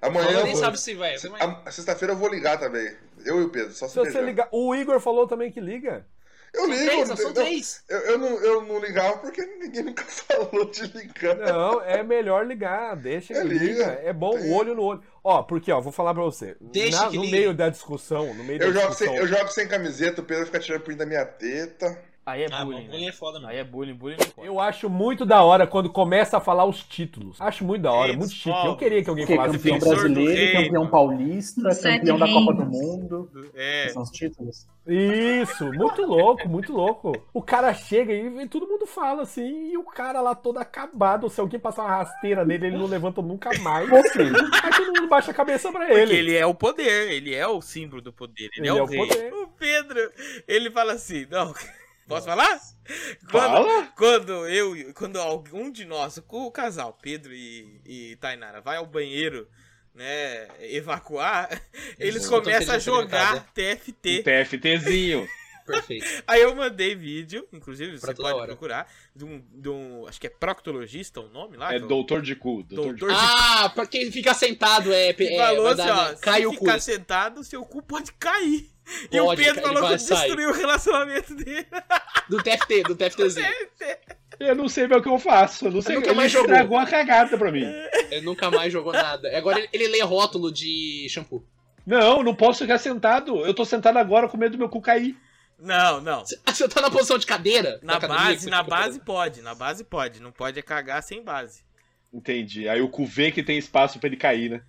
[SPEAKER 39] Amanhã
[SPEAKER 22] Ela
[SPEAKER 39] eu
[SPEAKER 22] nem
[SPEAKER 39] vou-
[SPEAKER 22] sabe
[SPEAKER 2] se vai,
[SPEAKER 39] se- a- Sexta-feira eu vou ligar também. Eu e o Pedro, só se,
[SPEAKER 22] Se você
[SPEAKER 39] beijando.
[SPEAKER 22] ligar. O Igor falou também que liga.
[SPEAKER 39] Eu ligo.
[SPEAKER 22] três,
[SPEAKER 39] não
[SPEAKER 22] são
[SPEAKER 39] tem-
[SPEAKER 22] três.
[SPEAKER 39] Eu, eu não, eu não ligava porque ninguém nunca falou de ligar.
[SPEAKER 22] Não, é melhor ligar, deixa que
[SPEAKER 39] É,
[SPEAKER 22] liga.
[SPEAKER 39] liga.
[SPEAKER 22] É bom o olho no olho. Ó, porque, ó, vou falar pra você.
[SPEAKER 39] Deixa
[SPEAKER 22] na-
[SPEAKER 39] que
[SPEAKER 22] no
[SPEAKER 39] liga.
[SPEAKER 22] meio da discussão, no meio
[SPEAKER 39] Eu
[SPEAKER 22] da
[SPEAKER 39] jogo,
[SPEAKER 22] discussão.
[SPEAKER 39] sem, eu jogo sem camiseta, o Pedro fica tirando print da minha teta.
[SPEAKER 17] Aí é
[SPEAKER 6] Tá
[SPEAKER 39] bullying.
[SPEAKER 2] Bullying é foda, mano.
[SPEAKER 17] Aí é bullying, bullying.
[SPEAKER 22] Eu acho muito da hora quando começa a falar os títulos. Acho muito da hora, muito chique. Eu queria que alguém
[SPEAKER 6] Porque
[SPEAKER 22] falasse
[SPEAKER 6] é campeão
[SPEAKER 22] isso.
[SPEAKER 6] brasileiro, campeão paulista,
[SPEAKER 22] Sete
[SPEAKER 6] campeão da Copa do
[SPEAKER 22] reinos.
[SPEAKER 6] Mundo.
[SPEAKER 1] É.
[SPEAKER 6] São os títulos.
[SPEAKER 22] Isso, muito louco, muito louco. O cara chega e, e todo mundo fala assim, e o cara lá todo acabado, se alguém passar uma rasteira nele, ele não levanta nunca mais. Aí todo mundo baixa a cabeça pra
[SPEAKER 1] Porque
[SPEAKER 22] ele.
[SPEAKER 1] ele é o poder, ele é o símbolo do poder, ele, é, o rei.
[SPEAKER 22] poder.
[SPEAKER 1] O Pedro, ele fala assim, não, posso falar?
[SPEAKER 19] Fala.
[SPEAKER 1] Quando, quando eu, quando algum um de nós, o casal, Pedro e, e Tainara, vai ao banheiro, né, evacuar, eles
[SPEAKER 19] voltam
[SPEAKER 1] começam a
[SPEAKER 19] feliz pra
[SPEAKER 1] jogar
[SPEAKER 19] casa.
[SPEAKER 1] TFT.
[SPEAKER 19] Um TFTzinho.
[SPEAKER 2] Perfeito.
[SPEAKER 1] Aí eu mandei vídeo, inclusive
[SPEAKER 2] Pra
[SPEAKER 1] você
[SPEAKER 2] toda
[SPEAKER 1] pode
[SPEAKER 2] hora.
[SPEAKER 1] procurar, de um, de um- acho que é proctologista o nome lá.
[SPEAKER 19] É
[SPEAKER 1] que o-
[SPEAKER 19] doutor de cu. Doutor de cu.
[SPEAKER 1] Doutor de
[SPEAKER 2] Ah, pra quem fica sentado é.
[SPEAKER 1] que
[SPEAKER 2] é
[SPEAKER 1] falou
[SPEAKER 2] vai
[SPEAKER 1] assim,
[SPEAKER 2] dar-
[SPEAKER 1] ó,
[SPEAKER 2] cai
[SPEAKER 1] se
[SPEAKER 2] o cu.
[SPEAKER 1] ficar sentado, seu cu pode cair. e o
[SPEAKER 2] Pode,
[SPEAKER 1] Pedro
[SPEAKER 2] cara, ele
[SPEAKER 1] falou que
[SPEAKER 2] vai sair.
[SPEAKER 1] destruiu o relacionamento dele.
[SPEAKER 2] Do TFT, do TFTzinho.
[SPEAKER 19] Eu não sei mais o que eu faço. Eu não sei
[SPEAKER 2] nunca
[SPEAKER 19] Ele
[SPEAKER 2] mais jogou. É.
[SPEAKER 19] estragou a cagada pra mim.
[SPEAKER 2] Ele nunca mais jogou nada. Agora ele, ele lê rótulo de shampoo.
[SPEAKER 19] Não, não posso ficar sentado. Eu tô sentado agora com medo do meu cu cair.
[SPEAKER 1] Não, não.
[SPEAKER 2] Você tá na posição de cadeira?
[SPEAKER 1] Na
[SPEAKER 19] academia que
[SPEAKER 1] base,
[SPEAKER 19] você
[SPEAKER 2] tá
[SPEAKER 1] na
[SPEAKER 19] fica
[SPEAKER 1] base pode, na base pode. Não pode é cagar sem base.
[SPEAKER 19] Entendi. Aí o cu vê que tem espaço pra ele cair, né?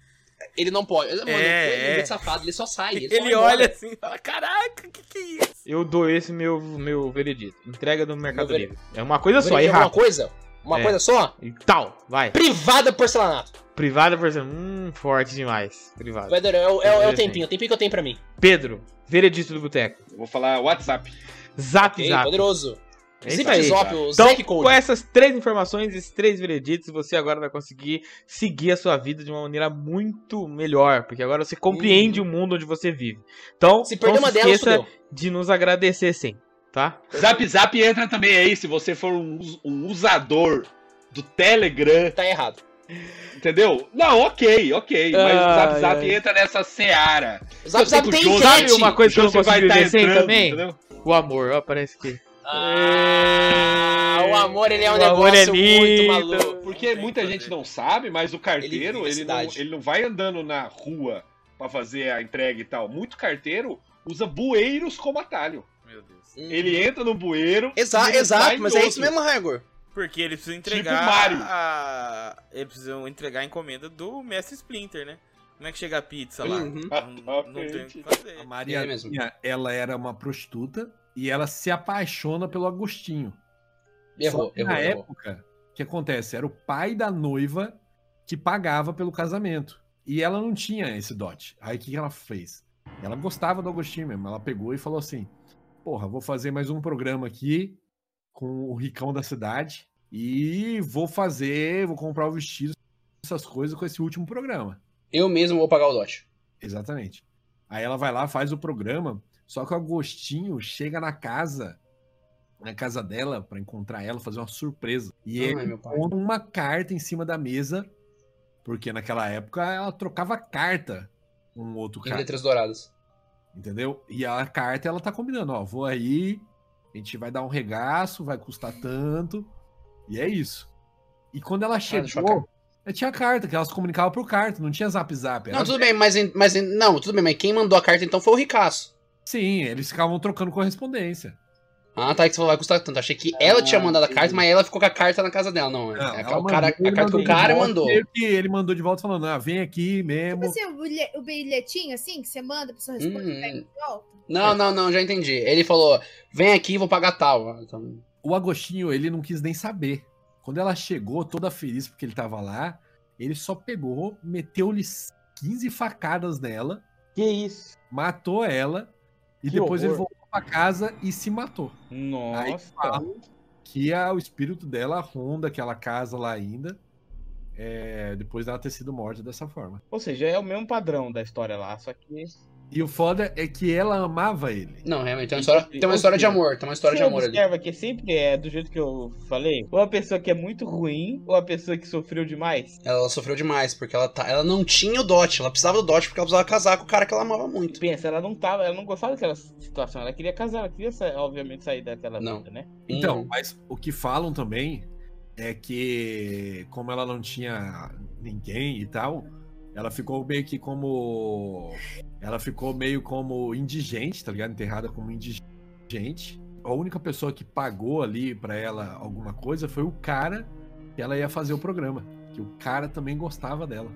[SPEAKER 2] Ele não pode. Mano,
[SPEAKER 1] É,
[SPEAKER 2] ele é
[SPEAKER 1] é.
[SPEAKER 2] safado, ele só sai. Ele, só vai
[SPEAKER 1] Ele
[SPEAKER 2] é embora.
[SPEAKER 1] olha assim e fala, caraca, que que é isso?
[SPEAKER 37] Eu dou esse meu, meu veredito. Entrega do Mercado
[SPEAKER 2] Meu ver-
[SPEAKER 37] Livre. É uma coisa só,
[SPEAKER 2] Veredito
[SPEAKER 37] é
[SPEAKER 2] é uma
[SPEAKER 37] rápido.
[SPEAKER 2] coisa? Uma coisa só?
[SPEAKER 37] E tal, vai.
[SPEAKER 2] Privada porcelanato.
[SPEAKER 37] Privada, por exemplo. Hum, forte demais. Privada.
[SPEAKER 2] Vai, Daniel, é, o- é o- é o
[SPEAKER 37] Sim.
[SPEAKER 2] tempinho, o tempinho que eu tenho pra mim.
[SPEAKER 37] Pedro, veredito do boteco.
[SPEAKER 19] Vou falar WhatsApp.
[SPEAKER 37] Zap,
[SPEAKER 2] Ok,
[SPEAKER 37] zap.
[SPEAKER 2] poderoso.
[SPEAKER 37] É
[SPEAKER 2] Zip
[SPEAKER 37] isso aí.
[SPEAKER 2] Zop, o
[SPEAKER 37] Então,
[SPEAKER 2] Zack Code.
[SPEAKER 37] com essas três informações, esses três vereditos, você agora vai conseguir seguir a sua vida de uma maneira muito melhor, porque agora você compreende o mundo onde você vive. Então,
[SPEAKER 2] Se
[SPEAKER 19] perder
[SPEAKER 37] não
[SPEAKER 19] uma
[SPEAKER 37] se
[SPEAKER 19] delas,
[SPEAKER 37] esqueça
[SPEAKER 19] fudeu.
[SPEAKER 37] de nos agradecer sim, tá?
[SPEAKER 19] Zap Zap entra também aí, se você for um, us- um usador do Telegram.
[SPEAKER 2] Tá errado.
[SPEAKER 19] Entendeu? Não, ok, ok. Mas o Zap
[SPEAKER 37] Ai,
[SPEAKER 19] Zap
[SPEAKER 37] ai.
[SPEAKER 19] entra nessa seara.
[SPEAKER 2] Zap
[SPEAKER 19] Eu sei
[SPEAKER 2] Zap
[SPEAKER 19] que o
[SPEAKER 2] tem
[SPEAKER 19] Jô-
[SPEAKER 37] Sabe uma coisa que eu não
[SPEAKER 19] Jô- um você vai
[SPEAKER 37] consigo
[SPEAKER 19] tá
[SPEAKER 37] viver sem
[SPEAKER 19] entrando,
[SPEAKER 37] também?
[SPEAKER 19] entendeu?
[SPEAKER 37] O amor, ó, parece que...
[SPEAKER 2] Ah, o amor, ele é um
[SPEAKER 37] O amor é
[SPEAKER 2] negócio muito
[SPEAKER 37] lindo.
[SPEAKER 2] maluco.
[SPEAKER 19] Porque muita gente não sabe, mas o carteiro, ele, não, ele não vai andando na rua pra fazer a entrega e tal. Muito carteiro usa bueiros como atalho.
[SPEAKER 1] Meu Deus.
[SPEAKER 19] Ele entra no bueiro.
[SPEAKER 2] Uhum. Exa-
[SPEAKER 19] e ele
[SPEAKER 2] exato,
[SPEAKER 19] sai
[SPEAKER 2] mas
[SPEAKER 19] no
[SPEAKER 2] é
[SPEAKER 19] outro.
[SPEAKER 2] isso mesmo, Raigor.
[SPEAKER 1] Porque ele precisa
[SPEAKER 38] Tipo
[SPEAKER 1] entregar
[SPEAKER 19] Mario.
[SPEAKER 1] a... Ele precisa entregar a encomenda do Mestre Splinter, né? Como é que chega a pizza lá?
[SPEAKER 19] Uhum.
[SPEAKER 38] Ah,
[SPEAKER 1] Não, não tem o que fazer.
[SPEAKER 4] A Maria,
[SPEAKER 2] É
[SPEAKER 4] Pinha, ela era uma prostituta e ela se apaixona pelo Agostinho.
[SPEAKER 2] Errou,
[SPEAKER 37] Ah,
[SPEAKER 4] Só que na
[SPEAKER 2] errou,
[SPEAKER 37] é?
[SPEAKER 2] errou.
[SPEAKER 4] época, o que acontece? Era o pai da noiva que pagava pelo casamento. E ela não tinha esse dote. Aí o que que ela fez? Ela gostava do Agostinho mesmo. Ela pegou e falou assim: Porra, vou fazer mais um programa aqui com o Ricão da cidade e vou fazer, vou comprar o vestido, essas coisas com esse último programa.
[SPEAKER 2] Eu mesmo vou pagar o dote.
[SPEAKER 4] Exatamente. Aí ela vai lá, faz o programa, só que o Agostinho chega na casa, na casa dela, pra encontrar ela, fazer uma surpresa. E
[SPEAKER 2] Ai,
[SPEAKER 4] ele
[SPEAKER 2] é meu pai.
[SPEAKER 4] põe uma carta em cima da mesa, porque naquela época ela trocava carta com um outro
[SPEAKER 2] Em
[SPEAKER 4] cara.
[SPEAKER 2] letras douradas.
[SPEAKER 4] Entendeu? E a carta ela tá combinando, ó, vou aí, a gente vai dar um regaço, vai custar tanto, e é isso. E quando ela
[SPEAKER 2] Ah, deixa eu
[SPEAKER 4] chegou, ela tinha carta, que elas comunicavam por carta, não tinha zap zap.
[SPEAKER 2] Não,
[SPEAKER 4] era
[SPEAKER 2] tudo bem, mas, em- mas. em- Não, tudo bem, mas quem mandou a carta então foi o Ricaço.
[SPEAKER 4] Sim, eles ficavam trocando correspondência.
[SPEAKER 2] Ah, tá, que você falou, vai custar tanto. Achei que ela
[SPEAKER 37] Ah,
[SPEAKER 2] tinha mandado a carta, mas ela ficou com a carta na casa dela. Não, é,
[SPEAKER 4] Não,
[SPEAKER 2] é
[SPEAKER 4] ela
[SPEAKER 2] o cara,
[SPEAKER 4] mandou,
[SPEAKER 2] a
[SPEAKER 4] ele
[SPEAKER 2] carta que o
[SPEAKER 4] mandou
[SPEAKER 2] cara
[SPEAKER 4] de volta,
[SPEAKER 2] mandou.
[SPEAKER 4] Ele, ele mandou de volta falando, ah, vem aqui mesmo.
[SPEAKER 8] Tipo assim, o bilhe- o bilhetinho, assim, que você manda, a pessoa responde
[SPEAKER 2] Uhum.
[SPEAKER 8] e pega de volta.
[SPEAKER 2] Não, não, não, já entendi. Ele falou, vem aqui e vou pagar tal. Então,
[SPEAKER 4] O Agostinho, ele não quis nem saber. Quando ela chegou, toda feliz porque ele tava lá, ele só pegou, meteu-lhe 15 facadas nela.
[SPEAKER 37] Que isso?
[SPEAKER 4] Matou ela. E
[SPEAKER 37] Que
[SPEAKER 4] depois ele
[SPEAKER 37] horror.
[SPEAKER 4] voltou pra casa e se matou.
[SPEAKER 37] Nossa.
[SPEAKER 4] Aí falam que a- o espírito dela ronda aquela casa lá ainda. é, depois dela ter sido morta dessa forma.
[SPEAKER 38] Ou seja, é o mesmo padrão da história lá, só que.
[SPEAKER 4] E o foda é que ela amava ele.
[SPEAKER 2] Não, realmente, tem uma história, tem uma história de amor, tem uma história de amor ali.
[SPEAKER 38] observa que sempre é do jeito que eu falei, ou a pessoa que é muito ruim, ou a pessoa que sofreu demais.
[SPEAKER 2] Ela sofreu demais, porque ela, tá, ela não tinha o dote, ela precisava do dote porque ela precisava casar com o cara que ela amava muito.
[SPEAKER 38] Pensa, ela não tava, ela não gostava daquela situação, ela queria casar, ela queria, sa- obviamente, sair daquela vida, né?
[SPEAKER 4] Então,
[SPEAKER 2] Uhum.
[SPEAKER 4] mas o que falam também é que, como ela não tinha ninguém e tal, ela ficou meio que como. Ela ficou meio como indigente, tá ligado? Enterrada como indigente. A única pessoa que pagou ali pra ela alguma coisa foi o cara que ela ia fazer o programa. Que o cara também gostava dela.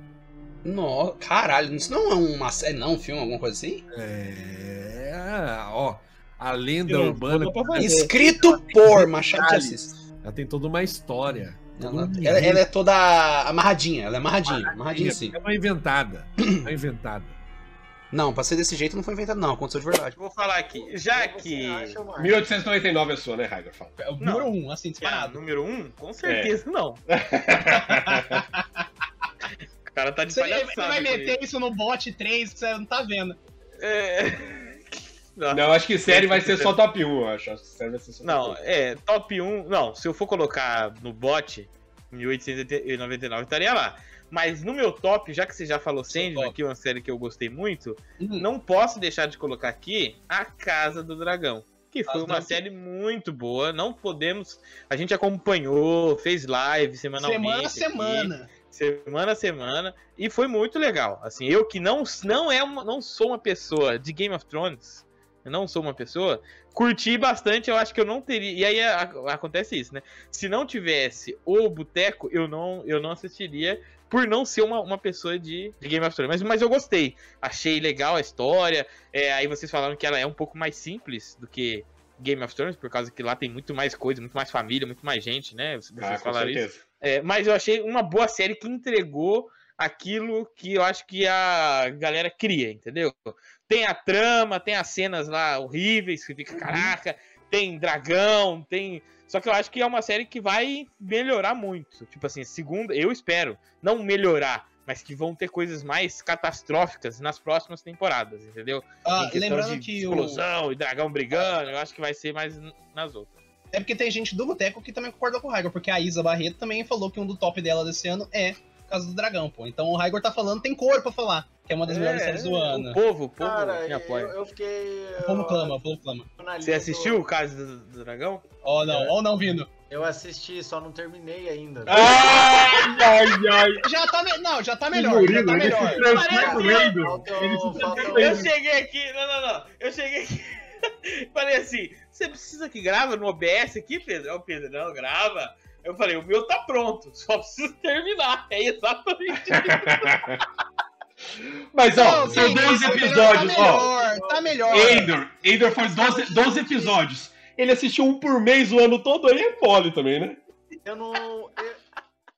[SPEAKER 2] Nossa, caralho, isso não é uma série, não, um filme, alguma coisa assim?
[SPEAKER 4] É. Ó, a lenda
[SPEAKER 2] Eu-
[SPEAKER 4] urbana. é
[SPEAKER 2] eu tô pra fazer. Escrito por Machado de Assis.
[SPEAKER 4] Ela tem toda uma história. todo
[SPEAKER 2] Ela,
[SPEAKER 4] um
[SPEAKER 2] ela- ela é
[SPEAKER 4] enredo.
[SPEAKER 2] toda amarradinha, ela é amarradinha, amarradinha sim.
[SPEAKER 4] É uma inventada. É inventada.
[SPEAKER 2] Não, pra ser desse jeito não foi inventado, não, aconteceu de verdade.
[SPEAKER 1] Vou falar aqui, já que.
[SPEAKER 19] 1899 é sua, né, Raider? Fala.
[SPEAKER 2] O número 1, um, assim, disparado.
[SPEAKER 1] é número 1? Um? Com certeza
[SPEAKER 3] É.
[SPEAKER 1] não. o cara tá de
[SPEAKER 3] Você ele
[SPEAKER 1] palhaçada
[SPEAKER 3] vai
[SPEAKER 1] com
[SPEAKER 3] meter isso no bot 3 que você não tá vendo.
[SPEAKER 19] Não, acho que série vai ser só top 1, eu acho. Acho que série vai ser só
[SPEAKER 1] Não,
[SPEAKER 19] top um.
[SPEAKER 1] é, top 1. Não, se eu for colocar no bot, 1899 estaria lá. Mas no meu top, já que você já falou Sandman, que é uma série que eu gostei muito, não posso deixar de colocar aqui A Casa do Dragão. Que foi
[SPEAKER 19] Casa do
[SPEAKER 1] uma
[SPEAKER 19] Dragão.
[SPEAKER 1] série muito boa. Não podemos. A gente acompanhou, fez live semanalmente.
[SPEAKER 3] Semana a
[SPEAKER 1] aqui.
[SPEAKER 3] semana.
[SPEAKER 1] Semana a semana. E foi muito legal. Assim, eu que não, não, é uma- não sou uma pessoa de Game of Thrones. Eu não sou uma pessoa. Curti bastante, eu acho que eu não teria. E aí a- a- acontece isso, né? Se não tivesse o Boteco, eu não, eu não assistiria por não ser uma, uma pessoa de, de Game of Thrones. Mas, mas eu gostei. Achei legal a história. É, aí vocês falaram que ela é um pouco mais simples do que Game of Thrones, por causa que lá tem muito mais coisa, muito mais família, muito mais gente, né? Vocês
[SPEAKER 19] Ah, com
[SPEAKER 1] falaram
[SPEAKER 19] certeza.
[SPEAKER 1] isso. É, mas eu achei uma boa série que entregou aquilo que eu acho que a galera cria, entendeu? Tem a trama, tem as cenas lá horríveis que
[SPEAKER 3] Uhum.
[SPEAKER 1] fica, caraca, tem dragão, tem. Só que eu acho que é uma série que vai melhorar muito. Tipo assim, segunda, eu espero, não melhorar, mas que vão ter coisas mais catastróficas nas próximas temporadas, entendeu?
[SPEAKER 3] Ah,
[SPEAKER 1] Em questão de
[SPEAKER 3] lembrando que o-
[SPEAKER 1] explosão e dragão brigando, eu acho que vai ser mais n- nas outras.
[SPEAKER 3] É porque tem gente do Boteco que também concorda com o Raigor, porque a Isa Barreto também falou que um do top dela desse ano é Casa do Dragão, pô. Então o Raigor tá falando, tem cor pra falar, que é uma das melhores séries do ano.
[SPEAKER 1] O povo, o povo
[SPEAKER 3] Cara,
[SPEAKER 1] me né, apoia.
[SPEAKER 3] eu- O povo clama, o povo clama.
[SPEAKER 1] Você assistiu o caso do, do dragão?
[SPEAKER 3] Ó, não, ó, não vindo.
[SPEAKER 23] Eu assisti, só não terminei ainda.
[SPEAKER 19] Ah,
[SPEAKER 1] Ah,
[SPEAKER 19] Ai, ai.
[SPEAKER 3] Já tá, me... não, já tá
[SPEAKER 23] Que
[SPEAKER 3] melhor, já
[SPEAKER 23] gorila,
[SPEAKER 3] tá
[SPEAKER 23] ele se
[SPEAKER 3] melhor.
[SPEAKER 23] transformando.
[SPEAKER 3] Parece-
[SPEAKER 1] Eu cheguei aqui, não, não, não. Eu cheguei aqui. Falei assim: você precisa que grava no OBS aqui, Pedro? Aí o Pedro, não, grava. Eu falei, o meu tá pronto, só preciso terminar. É exatamente isso.
[SPEAKER 19] Mas, ó,
[SPEAKER 1] Não,
[SPEAKER 19] são
[SPEAKER 1] sim,
[SPEAKER 19] 12
[SPEAKER 1] tá
[SPEAKER 19] episódios, ó.
[SPEAKER 3] melhor, tá melhor.
[SPEAKER 19] Endor, Endor foi 12, 12 episódios. Ele assistiu um por mês o ano todo aí, é mole também, né?
[SPEAKER 23] Eu não. Eu,